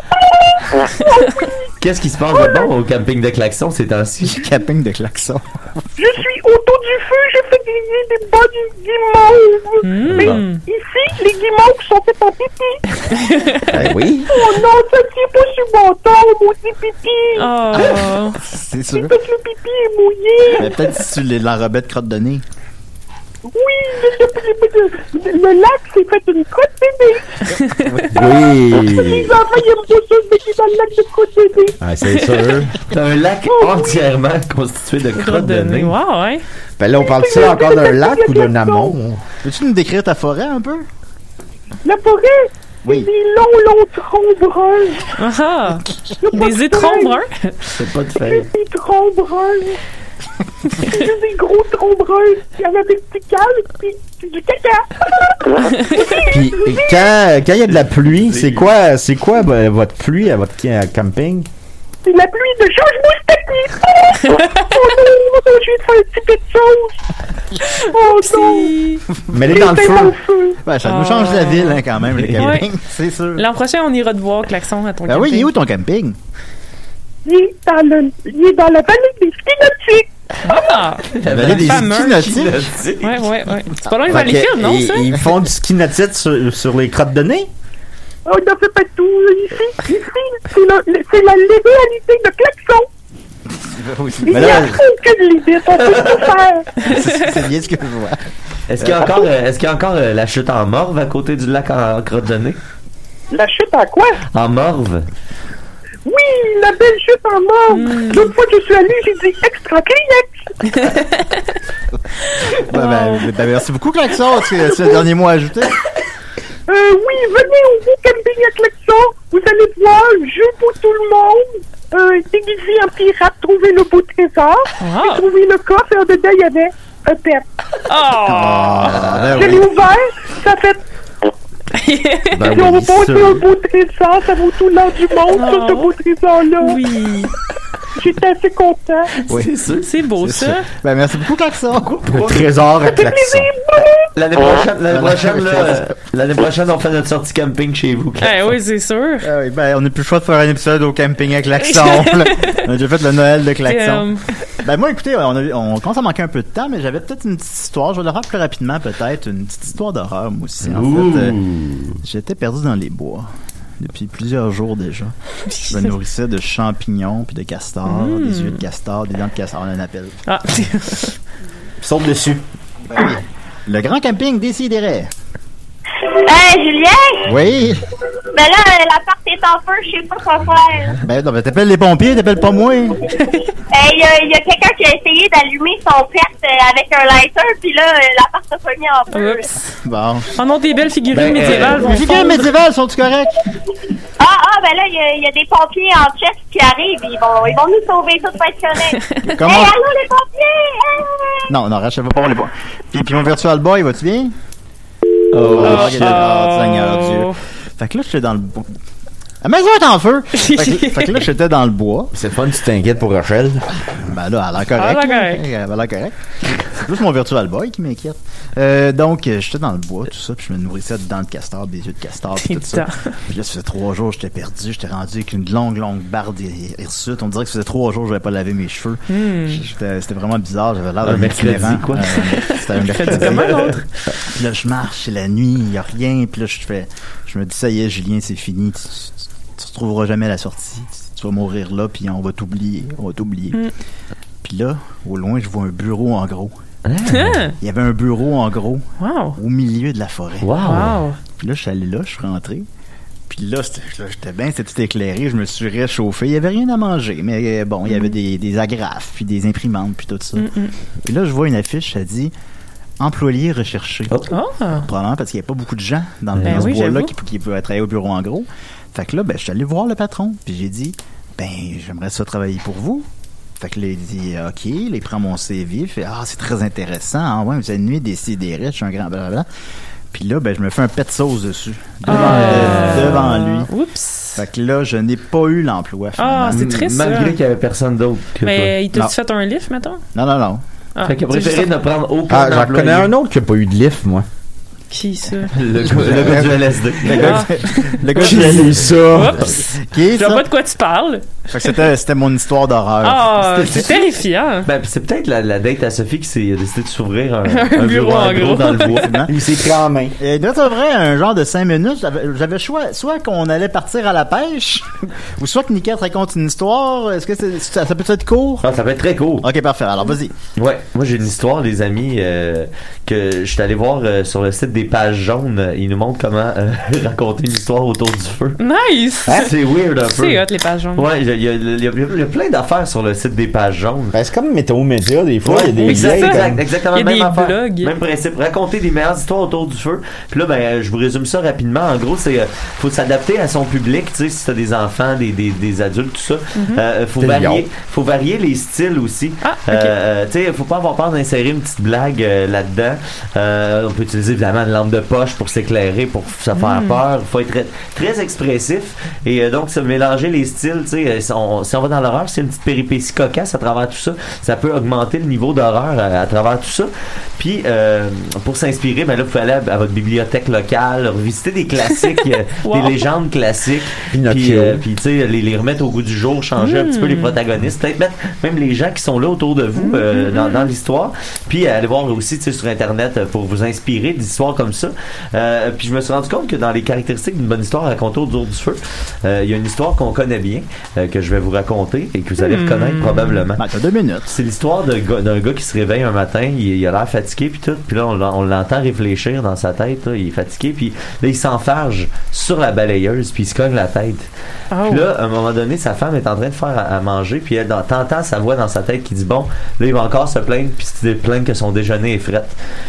[SPEAKER 9] Qu'est-ce qui se passe de bon au camping de klaxon ces temps-ci?
[SPEAKER 6] camping de klaxon.
[SPEAKER 5] Je suis autour du feu, je fais griller des bonnes guimauves.
[SPEAKER 9] Mm.
[SPEAKER 5] Mais ici, les guimauves sont faites en pipi.
[SPEAKER 8] Ben oui.
[SPEAKER 5] Oh non, ça tient pas sur mon temps, mon petit pipi.
[SPEAKER 7] Oh.
[SPEAKER 6] C'est sûr.
[SPEAKER 5] Parce que le pipi est mouillé.
[SPEAKER 6] Mais Peut-être si tu l'enrobais de crotte de nez.
[SPEAKER 5] Oui, le, le- le- le- le lac s'est fait une crotte bébé.
[SPEAKER 9] Oui!
[SPEAKER 5] Les enfants, ils aiment pas ça, se baigner dans le lac de crotte bébé.
[SPEAKER 8] Ah, c'est sûr.
[SPEAKER 9] T'as un lac entièrement constitué de crottes de nez.
[SPEAKER 7] Wow, ouais.
[SPEAKER 8] Ben là, on parle-tu encore d'un lac ou d'un amont?
[SPEAKER 6] Peux-tu nous décrire ta forêt un peu?
[SPEAKER 5] La forêt,
[SPEAKER 6] Oui.
[SPEAKER 5] c'est des longs, longs troncs bruns.
[SPEAKER 7] Ah,
[SPEAKER 5] Y a pas de
[SPEAKER 7] des étrons
[SPEAKER 5] soleil.
[SPEAKER 7] bruns.
[SPEAKER 9] C'est pas de
[SPEAKER 5] Juste des troncs bruns. Juste des gros troncs bruns. Il y en a des petits calmes, puis puis du caca.
[SPEAKER 8] Puis euh, quand quand il y a de la pluie, c'est quoi c'est quoi ben, votre pluie à votre ca- camping?
[SPEAKER 5] C'est la pluie de Georges Moustaki. Oh non, non, je vais te faire un petit peu de sauce. Oh non.
[SPEAKER 8] Mets-les dans le
[SPEAKER 5] J'étais
[SPEAKER 8] feu.
[SPEAKER 6] Ouais, ça
[SPEAKER 7] Ah.
[SPEAKER 6] nous change la ville hein, quand même, le
[SPEAKER 7] Ouais.
[SPEAKER 6] camping. C'est sûr.
[SPEAKER 7] L'an prochain, on ira te voir, Klaxon, à ton
[SPEAKER 6] Ben oui, il est où ton camping?
[SPEAKER 5] Il est dans, le, il est dans la vallée des skinotiques.
[SPEAKER 7] Ah!
[SPEAKER 6] La vallée des skinotiques.
[SPEAKER 7] Ouais, ouais, ouais. C'est pas loin de
[SPEAKER 8] Fait que,
[SPEAKER 7] Valleyfield, non,
[SPEAKER 8] ils-
[SPEAKER 7] ça?
[SPEAKER 8] Ils font du ski nautique sur, sur les crottes de nez?
[SPEAKER 5] Oh, il n'en fait pas tout. Ici, ici, c'est la
[SPEAKER 13] le- le- c'est la légalité de klaxon. Il
[SPEAKER 6] Mais
[SPEAKER 13] n'y a
[SPEAKER 6] là,
[SPEAKER 13] aucune limite, on peut tout faire.
[SPEAKER 6] c'est bien ce que je vois.
[SPEAKER 9] Est-ce qu'il y a encore, euh, est-ce qu'il y a encore euh, la chute en morve à côté du lac en Crodonné?
[SPEAKER 13] La chute en quoi?
[SPEAKER 9] En morve.
[SPEAKER 6] Ben,
[SPEAKER 13] Oui, la belle chute en mort. L'autre fois que je suis allée, j'ai dit extra Kleenex.
[SPEAKER 6] Ben,
[SPEAKER 13] Ah.
[SPEAKER 6] ben, ben, merci beaucoup, Klaxon. Est-ce que c'est le dernier mot à ajouter?
[SPEAKER 13] Euh, oui, venez au bout camping à Klaxon. Vous allez voir, jeu pour tout le monde. Euh, déguisé en pirate, trouver le beau trésor.
[SPEAKER 7] Ah.
[SPEAKER 13] Et trouver le corps, faire de deuil avec Euh, un pep.
[SPEAKER 6] Ah,
[SPEAKER 13] Je
[SPEAKER 6] ben
[SPEAKER 13] l'ai
[SPEAKER 6] oui.
[SPEAKER 13] ouvert, ça fait...
[SPEAKER 6] Ben
[SPEAKER 13] si on
[SPEAKER 6] oui,
[SPEAKER 13] vous montre
[SPEAKER 6] sûr.
[SPEAKER 13] un beau trésor, ça vaut tout l'or du
[SPEAKER 5] Oh,
[SPEAKER 13] monde, sur ce beau trésor-là. Oui. J'étais assez content.
[SPEAKER 6] Oui. C'est
[SPEAKER 7] beau,
[SPEAKER 6] ça. Ben, merci beaucoup, Klaxon.
[SPEAKER 8] Le trésor à klaxon.
[SPEAKER 9] L'année
[SPEAKER 6] Ah.
[SPEAKER 9] prochaine, l'année
[SPEAKER 6] Ah.
[SPEAKER 9] prochaine, là, euh, l'année prochaine, on fait notre sortie camping chez vous.
[SPEAKER 7] Eh oui, c'est sûr. Euh,
[SPEAKER 6] ben, on n'a plus le choix de faire un épisode au camping à Klaxon. là. on a déjà fait le Noël de Klaxon.
[SPEAKER 7] Euh,
[SPEAKER 6] Ben, moi, écoutez, on, a- on commence à manquer un peu de temps, mais j'avais peut-être une petite histoire. Je vais la faire plus rapidement, peut-être. Une petite histoire d'horreur, moi aussi. En
[SPEAKER 9] Ouh.
[SPEAKER 6] fait, euh, j'étais perdu dans les bois depuis plusieurs jours déjà. Je me nourrissais de champignons, puis de castors,
[SPEAKER 7] Mm.
[SPEAKER 6] des yeux de castor, des dents de castor, on en appelle.
[SPEAKER 7] Ah.
[SPEAKER 6] Saute dessus. Le grand camping déciderait.
[SPEAKER 10] Hey, Julien!
[SPEAKER 6] Oui.
[SPEAKER 10] Ben là, euh, la porte est en feu, je sais pas quoi faire.
[SPEAKER 6] Ben non, ben t'appelles les pompiers, t'appelles pas moi.
[SPEAKER 10] Hey, Ben, y a, y a quelqu'un qui a essayé d'allumer son perte avec un lighter, puis là, euh, la porte a pogné en feu.
[SPEAKER 6] Bon.
[SPEAKER 7] Oh non, des belles figurines
[SPEAKER 6] Ben, euh,
[SPEAKER 7] médiévales.
[SPEAKER 6] les figurines médiévales sont-tu correctes?
[SPEAKER 10] Ah, ah, ben là, il y a- y, a des pompiers en chef qui arrivent, ils vont, ils vont nous sauver, tout va être correct.
[SPEAKER 6] Comment-
[SPEAKER 10] Hey, allô, les pompiers! Hey!
[SPEAKER 6] Non, non, Rachel va pas voir les bois. Puis, puis mon virtual boy, vas-tu bien? Oh,
[SPEAKER 5] Oh,
[SPEAKER 6] shit.
[SPEAKER 5] oh.
[SPEAKER 6] Oh, Seigneur Dieu. Fait que là, j'étais dans le bois. Ah, La maison est en feu! fait, que, fait que là, j'étais dans le bois. C'est fun, tu t'inquiètes pour Rachel. Ben là, elle a l'air correcte.
[SPEAKER 7] Elle a l'air
[SPEAKER 6] là. Elle a l'air correcte. C'est plus mon virtual boy qui m'inquiète. Euh, donc, euh, j'étais dans le bois, tout ça, puis je me nourrissais de dents de castor, des yeux de castor, puis tout ça.
[SPEAKER 7] Évident.
[SPEAKER 6] Puis là, ça faisait trois jours, j'étais perdu, j'étais rendu avec une longue, longue barre hirsute. On dirait que ça faisait trois jours, je n'avais pas lavé mes cheveux.
[SPEAKER 7] Hmm.
[SPEAKER 6] J'étais- C'était vraiment bizarre, j'avais l'air
[SPEAKER 9] Un
[SPEAKER 6] d'un
[SPEAKER 9] mercredi,
[SPEAKER 6] itinérant.
[SPEAKER 9] quoi.
[SPEAKER 6] Euh, C'était un
[SPEAKER 9] Mercredi
[SPEAKER 6] mercredi.
[SPEAKER 9] comme un autre.
[SPEAKER 6] Puis là, je marche, c'est la nuit, il n'y a rien. Puis là, je fais, je me dis, ça y est, Julien, c'est fini. Tu, tu, tu retrouveras jamais la sortie. Tu, tu vas mourir là, puis on va t'oublier. On va t'oublier.
[SPEAKER 7] Mm.
[SPEAKER 6] Puis là, au loin, je vois un bureau en gros.
[SPEAKER 7] Hein?
[SPEAKER 6] Il y avait un bureau en gros
[SPEAKER 7] Wow.
[SPEAKER 6] au milieu de la forêt.
[SPEAKER 7] Wow.
[SPEAKER 6] Puis là, je suis allé là, je suis rentré. Puis là, c'était- là, j'étais bien, c'était tout éclairé, je me suis réchauffé. Il n'y avait rien à manger, mais euh, bon, il y avait des, des agrafes, puis des imprimantes, puis tout ça. Puis là, je vois une affiche, ça dit employé recherché. Probablement parce qu'il n'y a pas beaucoup de gens dans,
[SPEAKER 7] Oh. Ben
[SPEAKER 6] dans ce
[SPEAKER 7] oui,
[SPEAKER 6] bois-là
[SPEAKER 7] j'avoue.
[SPEAKER 6] qui, qui peuvent travailler au bureau en gros. Fait que là, ben, je suis allé voir le patron, puis j'ai dit, ben, j'aimerais ça travailler pour vous. Fait que là, il dit, OK, il prend mon CV, il fait, ah, c'est très intéressant, ah ouais, vous avez nuit décidé, je suis un grand blablabla. Puis là, ben, je me fais un pet de sauce dessus, devant,
[SPEAKER 9] Ah.
[SPEAKER 6] euh, devant lui. Fait que là, je n'ai pas eu l'emploi.
[SPEAKER 7] Ah,
[SPEAKER 6] finalement.
[SPEAKER 7] c'est triste, ça. Malgré qu'il y
[SPEAKER 9] avait personne d'autre
[SPEAKER 7] Mais il t'a
[SPEAKER 6] Non.
[SPEAKER 7] fait un livre, mettons?
[SPEAKER 6] Non, non, non.
[SPEAKER 7] Ah, Fait qu'il a c'est préféré juste- ne prendre aucun
[SPEAKER 8] Ah, j'en
[SPEAKER 7] employé.
[SPEAKER 8] connais un autre qui a pas eu de lift, moi.
[SPEAKER 7] Qui, ça? Ah,
[SPEAKER 9] Le gars- le gars du LSD.
[SPEAKER 6] Le gars- le gars,
[SPEAKER 8] J'ai lu ça.
[SPEAKER 7] Oups!
[SPEAKER 6] Qui est
[SPEAKER 7] Je vois
[SPEAKER 6] ça?
[SPEAKER 7] pas de quoi tu parles.
[SPEAKER 6] Fait que c'était, c'était mon histoire d'horreur.
[SPEAKER 7] Ah, c'est terrifiant.
[SPEAKER 9] Ben, pis c'est peut-être la, la date à Sophie qui s'est décidé de s'ouvrir un,
[SPEAKER 7] Un
[SPEAKER 9] un bureau en gros dans le bois.
[SPEAKER 6] Il s'est pris en main. Et là, c'est vrai, un genre de 5 minutes, j'avais- j'avais choix, soit qu'on allait partir à la pêche, ou soit que Niket raconte une histoire. Est-ce que c'est- ça, ça peut être court?
[SPEAKER 9] Ah, ça va être très court.
[SPEAKER 6] Ok, parfait. Alors, vas-y.
[SPEAKER 9] Ouais, moi j'ai une histoire, les amis, euh, que je suis allé voir euh, sur le site des pages jaunes. Ils nous montrent comment euh, raconter une histoire autour du feu.
[SPEAKER 7] Nice!
[SPEAKER 9] Hein? C'est weird un peu.
[SPEAKER 7] C'est euh, hot, les pages jaunes.
[SPEAKER 9] Ouais, il y, a- il y a- il y a- il y a plein d'affaires sur le site des pages jaunes.
[SPEAKER 8] Ben, c'est comme météo média, des fois, il y a des
[SPEAKER 9] Exact-
[SPEAKER 8] vieilles
[SPEAKER 9] exact-
[SPEAKER 8] comme-
[SPEAKER 9] exactement même affaire. Même principe. Raconter des meilleures histoires autour du feu. Puis là, ben, euh, je vous résume ça rapidement. En gros, c'est euh, faut s'adapter à son public. Tu sais, si t'as des enfants, des, des, des adultes, tout ça,
[SPEAKER 5] Mhm.
[SPEAKER 9] Euh, faut
[SPEAKER 5] T'es
[SPEAKER 9] varier.
[SPEAKER 5] lion.
[SPEAKER 9] Faut varier les styles aussi. Euh, euh, tu sais, faut pas avoir peur d'insérer une petite blague euh, là-dedans. Euh, on peut utiliser évidemment une lampe de poche pour s'éclairer, pour se faire
[SPEAKER 5] Mm.
[SPEAKER 9] peur. Faut être très, très expressif et euh, donc se mélanger les styles. Tu sais, euh, si on, si on va dans l'horreur, c'est une petite péripétie cocasse à travers tout ça. Ça peut augmenter le niveau d'horreur euh, à, à travers tout ça. Puis euh, pour s'inspirer, ben là, vous pouvez aller à, à votre bibliothèque locale, revisiter des classiques, euh,
[SPEAKER 5] Wow.
[SPEAKER 9] des légendes classiques, puis, euh, puis tu sais, les, les remettre au goût du jour, changer
[SPEAKER 6] Hmm.
[SPEAKER 9] un petit peu
[SPEAKER 5] Mm.
[SPEAKER 9] les protagonistes, peut-être mettre même les gens qui sont là autour de vous euh, dans, dans l'histoire. Puis aller voir aussi tu sais, sur Internet euh, pour vous inspirer d'histoires histoire comme ça. Euh, puis je me suis rendu compte que dans les caractéristiques d'une bonne histoire racontée autour du feu, euh, il y a une histoire qu'on connaît bien, euh, que je vais vous raconter et que vous allez
[SPEAKER 6] Hmm.
[SPEAKER 9] reconnaître probablement.
[SPEAKER 6] T'as deux minutes.
[SPEAKER 9] C'est l'histoire d'un gars, d'un gars qui se réveille un matin, il, il a l'air fatigué, puis tout. Puis là, on, l'en- on l'entend réfléchir dans sa tête, là, il est fatigué, puis là, il s'enfarge sur la balayeuse, puis il se cogne la tête. Puis là, à un moment donné, sa femme est en train de faire à, à manger, puis elle, dans- t'entends sa voix dans sa tête qui dit Bon, là, il va encore se plaindre, puis se plaindre que son déjeuner est fret.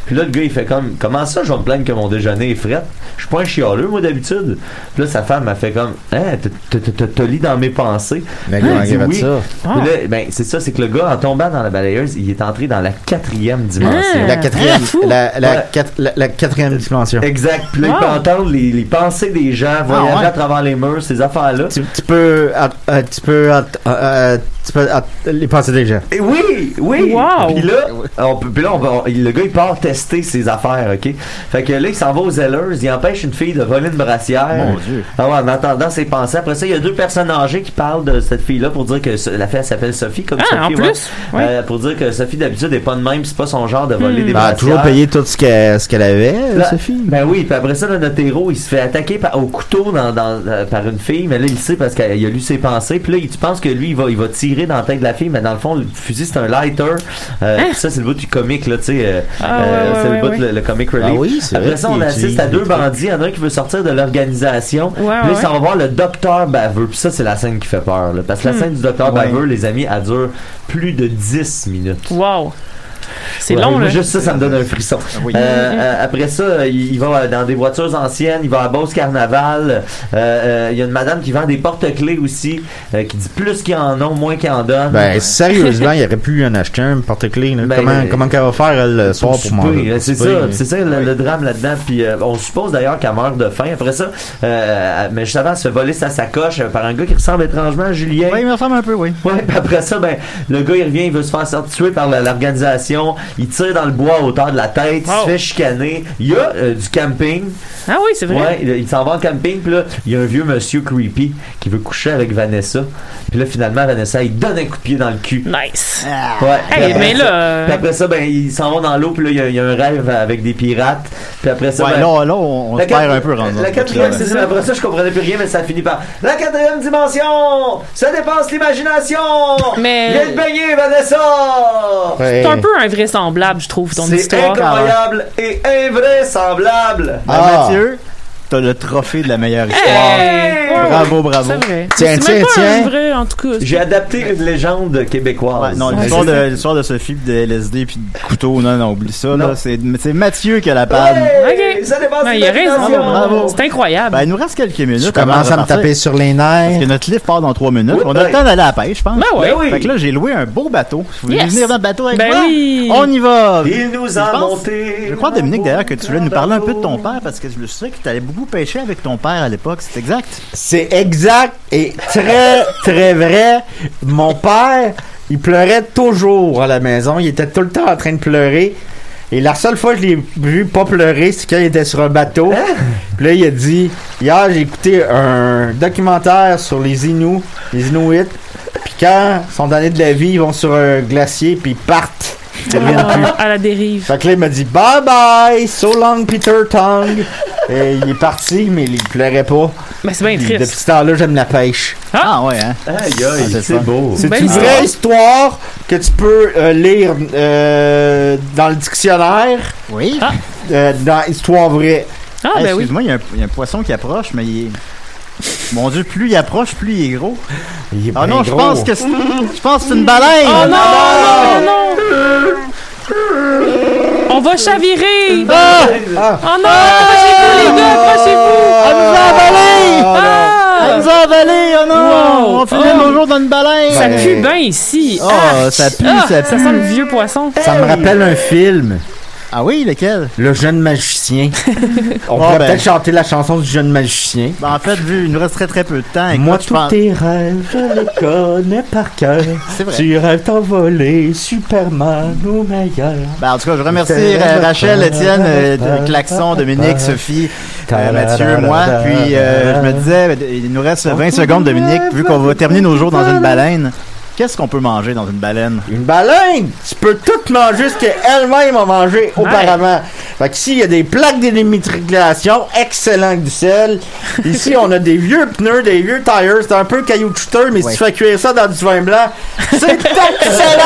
[SPEAKER 9] Puis là, le gars, il fait comme Comment ça, je vais me plaindre que mon déjeuner est fret Je suis pas un chialeux, moi, d'habitude. Puis là, sa femme, elle fait comme Hein, t'as- t'as- t'as- t'as lu dans mes pensées.
[SPEAKER 8] Mais
[SPEAKER 9] Puis là,
[SPEAKER 8] comment
[SPEAKER 9] il
[SPEAKER 8] il
[SPEAKER 9] dit
[SPEAKER 8] fait
[SPEAKER 9] Ah, oui.
[SPEAKER 8] ça?
[SPEAKER 9] Puis là, ben, c'est ça, c'est que le gars, en tombant dans la balayeuse, il est entré dans la quatrième dimension.
[SPEAKER 8] La quatrième, la, la quat- la- la quatrième dimension.
[SPEAKER 9] Ah,
[SPEAKER 8] Ah,
[SPEAKER 9] Exact. Puis là, il peut entendre les, les pensées des gens, voyager à travers les murs, ces affaires-là.
[SPEAKER 8] Tu peux, att- euh, tu peux, att- euh, euh, tu peux att- les penser des gens.
[SPEAKER 9] Et oui, oui. Puis là, on peut- puis là, on va- on- le gars, il part tester ses affaires, OK? Fait que là, il s'en va aux Zellers, il empêche une fille de voler une brassière.
[SPEAKER 6] Mon Dieu.
[SPEAKER 9] Ah ouais, en entendant ses pensées. Après ça, il y a deux personnes âgées qui parlent de cette fille-là pour dire que ce- la fille elle s'appelle Sophie, comme
[SPEAKER 7] Ah,
[SPEAKER 9] Sophie,
[SPEAKER 7] en
[SPEAKER 9] ouais.
[SPEAKER 7] plus, oui.
[SPEAKER 9] Euh, pour dire que Sophie, d'habitude, n'est pas de même, c'est pas son genre de
[SPEAKER 7] Hmm.
[SPEAKER 9] voler des
[SPEAKER 6] Bah,
[SPEAKER 8] Elle a
[SPEAKER 9] brassières.
[SPEAKER 8] Bah, toujours payé tout ce qu'elle ce qu'elle avait, euh,
[SPEAKER 9] Là-
[SPEAKER 8] Sophie.
[SPEAKER 9] Ben oui, puis après ça, là, notre héros, il se fait attaquer par- au couteau dans, dans- euh, par une fille, mais là, il sait parce qu'il a lu ses pensées. Puis là, il- tu penses que lui, il va, il va tirer dans la tête de la fille, mais dans le fond, le fusil, c'est un lighter. Euh, puis Ça, c'est le bout du comique, là, tu sais. euh,
[SPEAKER 6] Ah,
[SPEAKER 9] euh,
[SPEAKER 6] ouais, ouais,
[SPEAKER 9] c'est
[SPEAKER 6] ouais,
[SPEAKER 9] le bout,
[SPEAKER 6] ouais.
[SPEAKER 9] le, le comic relief.
[SPEAKER 6] Ah oui, c'est
[SPEAKER 9] après
[SPEAKER 6] vrai
[SPEAKER 9] ça,
[SPEAKER 6] qu'il
[SPEAKER 9] on assiste
[SPEAKER 6] utilise
[SPEAKER 9] à
[SPEAKER 6] des
[SPEAKER 9] deux
[SPEAKER 6] trucs.
[SPEAKER 9] bandits. Il y en a un qui veut sortir de l'organisation. puis là,
[SPEAKER 6] ouais.
[SPEAKER 9] ça va voir le docteur baveux. Puis ça, c'est la scène qui fait peur, là, Parce que la
[SPEAKER 6] Hmm.
[SPEAKER 9] scène du docteur
[SPEAKER 6] Ouais.
[SPEAKER 9] baveux, les amis, elle dure plus de 10 minutes.
[SPEAKER 7] Wow! C'est
[SPEAKER 9] Ouais,
[SPEAKER 7] long,
[SPEAKER 9] moi,
[SPEAKER 7] là.
[SPEAKER 9] Juste ça, ça me donne un frisson.
[SPEAKER 8] Ah
[SPEAKER 7] Oui.
[SPEAKER 9] Euh, euh, après ça, euh, il il va dans des voitures anciennes, il va à Beauce Carnaval. Euh, euh, Il y a une madame qui vend des porte-clés aussi, euh, qui dit plus qu'il y en a, moins qu'il en donne.
[SPEAKER 8] Ben, sérieusement, il aurait pu en acheter un porte-clés. là.
[SPEAKER 9] Ben,
[SPEAKER 8] comment,
[SPEAKER 9] euh,
[SPEAKER 8] comment qu'elle va faire elle, le soir pour
[SPEAKER 9] souper,
[SPEAKER 8] manger?
[SPEAKER 9] euh, C'est ça,
[SPEAKER 8] Souper, mais-
[SPEAKER 9] c'est ça le, le drame là-dedans. Puis euh, on suppose d'ailleurs qu'elle meurt de faim. Après ça, euh, mais juste avant, elle se fait voler sa sacoche euh, par un gars qui ressemble étrangement à Julien. Oui, il
[SPEAKER 6] me ressemble un peu, oui.
[SPEAKER 9] Ouais, puis après ça, ben, le gars, il revient, il veut se faire sortir tuer par la- l'organisation. Il tire dans le bois à hauteur de la tête, il se fait chicaner. Il y a euh, du camping.
[SPEAKER 7] Ah oui, c'est vrai.
[SPEAKER 9] Ouais, il, il s'en va en camping, puis là, il y a un vieux monsieur creepy qui veut coucher avec Vanessa. Puis là, finalement, Vanessa, il donne un coup de pied dans le cul.
[SPEAKER 7] Nice.
[SPEAKER 9] Ouais.
[SPEAKER 7] Hey,
[SPEAKER 9] Puis après
[SPEAKER 7] mais
[SPEAKER 9] ça-
[SPEAKER 7] là, euh,
[SPEAKER 9] puis après ça, ben, ils s'en vont dans l'eau, puis là, il y a- il y, a un rêve avec des pirates. Puis après ça,
[SPEAKER 6] Ouais,
[SPEAKER 9] ben,
[SPEAKER 6] là, là, on, on
[SPEAKER 9] la
[SPEAKER 6] se perd
[SPEAKER 9] quatri-
[SPEAKER 6] un peu. rendu dans
[SPEAKER 9] La
[SPEAKER 6] ce
[SPEAKER 9] quatrième,
[SPEAKER 6] bout-là,
[SPEAKER 9] c'est
[SPEAKER 6] là.
[SPEAKER 9] ça. Après ça, je comprenais plus rien, mais ça finit par La quatrième dimension, ça dépasse l'imagination.
[SPEAKER 7] Mais-
[SPEAKER 9] Viens te baigner, Vanessa.
[SPEAKER 7] C'est un peu invraisemblable, je trouve, ton
[SPEAKER 9] C'est
[SPEAKER 7] histoire.
[SPEAKER 9] incroyable et invraisemblable.
[SPEAKER 6] Ben, Mathieu, t'as le trophée de la meilleure histoire.
[SPEAKER 9] Hey!
[SPEAKER 6] Bravo, bravo.
[SPEAKER 7] C'est vrai. Mais c'est même pas un vrai, en tout cas.
[SPEAKER 9] J'ai adapté une légende québécoise.
[SPEAKER 6] Non, l'histoire de, l'histoire de Sophie, pis de LSD, puis de couteau, non, non, oublie ça. là. C'est c'est Mathieu qui a la panne.
[SPEAKER 9] Ok. Ça dépasse
[SPEAKER 7] Ben, il a raison.
[SPEAKER 9] l'imagination.
[SPEAKER 7] C'est incroyable.
[SPEAKER 6] Ben, il nous reste quelques minutes.
[SPEAKER 8] Je
[SPEAKER 6] avant
[SPEAKER 8] commence
[SPEAKER 6] de
[SPEAKER 8] à me
[SPEAKER 6] repartir.
[SPEAKER 8] taper sur les nerfs.
[SPEAKER 6] Parce que notre livre part dans trois minutes.
[SPEAKER 8] Oui,
[SPEAKER 6] on a
[SPEAKER 8] ben.
[SPEAKER 6] le temps d'aller à la pêche, je pense.
[SPEAKER 8] Ben ouais. Ben oui.
[SPEAKER 6] Fait que là, j'ai loué un beau bateau. Si vous voulez
[SPEAKER 8] Yes.
[SPEAKER 6] venir dans le bateau avec
[SPEAKER 8] Ben
[SPEAKER 6] moi,
[SPEAKER 8] oui.
[SPEAKER 6] on y va.
[SPEAKER 9] Il nous
[SPEAKER 6] Je
[SPEAKER 9] a
[SPEAKER 6] pense-
[SPEAKER 9] monté
[SPEAKER 6] Je crois, Dominique, d'ailleurs, que tu voulais nous parler un peu de ton père parce que je me souviens que tu allais beaucoup pêcher avec ton père à l'époque. C'est exact?
[SPEAKER 8] C'est exact et très, très vrai. Mon père, il pleurait toujours à la maison. Il était tout le temps en train de pleurer. Et la seule fois que je l'ai vu pas pleurer, c'est quand il était sur un bateau. Puis là, il a dit Hier, j'ai écouté un documentaire sur les Inuits, les Inuits. Puis quand ils sont donnés de la vie, ils vont sur un glacier, puis ils partent. Ils reviennent plus.
[SPEAKER 7] à la dérive.
[SPEAKER 8] Fait que là, il m'a dit bye bye, so long Peter Tong. Et il est parti, mais il pleurait pas.
[SPEAKER 7] Mais Ben, c'est bien triste.
[SPEAKER 8] Depuis ce temps-là, j'aime la pêche.
[SPEAKER 6] Ah, ouais, hein?
[SPEAKER 9] Aïe, aïe,
[SPEAKER 8] Ah,
[SPEAKER 9] c'est
[SPEAKER 8] le fun.
[SPEAKER 9] beau.
[SPEAKER 8] C'est
[SPEAKER 7] Ben
[SPEAKER 9] Belle
[SPEAKER 8] une
[SPEAKER 9] histoire.
[SPEAKER 8] vraie histoire que tu peux euh, lire euh, dans le dictionnaire.
[SPEAKER 6] Oui.
[SPEAKER 7] Ah.
[SPEAKER 8] Euh, dans Histoire vraie.
[SPEAKER 6] Ah,
[SPEAKER 7] ben
[SPEAKER 6] Excuse-moi, il y a un- il y, a un poisson qui approche, mais il est. Mon Dieu, plus il approche, plus il est gros. ah
[SPEAKER 8] bien
[SPEAKER 6] non, je
[SPEAKER 8] gros.
[SPEAKER 6] pense que c'est je pense que c'est une baleine.
[SPEAKER 7] Oh
[SPEAKER 6] Ah
[SPEAKER 7] non, non, non, On va chavirer!
[SPEAKER 6] Ah!
[SPEAKER 7] Oh non! Approchez-vous, les gars! Approchez-vous!
[SPEAKER 6] Elle nous a avalé!
[SPEAKER 7] Ah!
[SPEAKER 6] Elle nous a avalé! Oh non!
[SPEAKER 7] Wow!
[SPEAKER 6] On finit
[SPEAKER 7] Oh!
[SPEAKER 6] nos jours dans une baleine!
[SPEAKER 7] Ça
[SPEAKER 6] Ben,
[SPEAKER 7] pue bien ici!
[SPEAKER 6] Oh,
[SPEAKER 7] Ah!
[SPEAKER 6] ça pue,
[SPEAKER 7] Ah,
[SPEAKER 6] ça
[SPEAKER 7] Ça
[SPEAKER 6] pue.
[SPEAKER 7] sent le vieux poisson!
[SPEAKER 8] Ça me rappelle un film.
[SPEAKER 6] Ah oui, lequel?
[SPEAKER 8] Le jeune magicien. On
[SPEAKER 6] Ah,
[SPEAKER 8] pourrait
[SPEAKER 6] ben.
[SPEAKER 8] peut-être chanter la chanson du jeune magicien.
[SPEAKER 6] Ben, en fait, vu, il nous reste très très peu de temps. Ben, écoute,
[SPEAKER 8] Moi,
[SPEAKER 6] je
[SPEAKER 8] tous
[SPEAKER 6] pense-
[SPEAKER 8] tes rêves, je les connais par cœur.
[SPEAKER 6] C'est vrai.
[SPEAKER 8] Tu rêves t'envoler, Superman ou meilleur.
[SPEAKER 6] Ben, en tout cas, je remercie
[SPEAKER 8] C'est
[SPEAKER 6] euh,
[SPEAKER 8] vrai,
[SPEAKER 6] Rachel,
[SPEAKER 8] pa-
[SPEAKER 6] Étienne, euh,
[SPEAKER 8] pa-
[SPEAKER 6] de- Klaxon,
[SPEAKER 8] pa-
[SPEAKER 6] Dominique,
[SPEAKER 8] pa-
[SPEAKER 6] Sophie,
[SPEAKER 8] ta-
[SPEAKER 6] euh, Mathieu,
[SPEAKER 8] ta-
[SPEAKER 6] moi. euh,
[SPEAKER 8] ta-
[SPEAKER 6] Puis euh, je me disais, ben, il nous reste 20 secondes, Dominique, vu qu'on va terminer nos jours dans une baleine. Qu'est-ce qu'on peut manger dans une baleine?
[SPEAKER 8] Une baleine! Tu peux tout manger ce qu'elle-même a mangé auparavant. Fait qu'ici, il y a des plaques d'immatriculation, excellent avec du sel. Ici, on a des vieux pneus, des vieux tires. C'est un peu caillouteux, mais
[SPEAKER 6] Ouais.
[SPEAKER 8] si tu fais cuire ça dans du vin blanc, c'est excellent!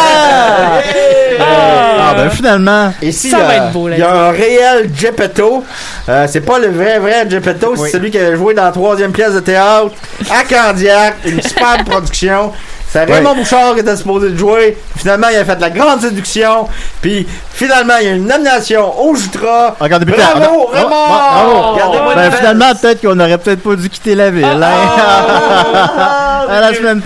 [SPEAKER 6] Ah, ben finalement,
[SPEAKER 8] Ici, il y a- Il y a un réel Geppetto. Euh, c'est pas le vrai, vrai Geppetto, c'est
[SPEAKER 6] Oui.
[SPEAKER 8] celui qui avait joué dans la troisième pièce de théâtre à Candiac, une superbe production. C'est Raymond Bouchard qui était supposé de jouer. Finalement, il a fait de la grande séduction. Puis, finalement, il y a une nomination au Jutra.
[SPEAKER 6] Regarde, depuis
[SPEAKER 8] Bravo,
[SPEAKER 6] Ah,
[SPEAKER 8] Raymond! Gardez-moi
[SPEAKER 6] bravo.
[SPEAKER 8] une Ah,
[SPEAKER 6] Ben,
[SPEAKER 8] belle- ah,
[SPEAKER 6] finalement, peut-être qu'on aurait peut-être pas dû quitter la ville. hein. à la semaine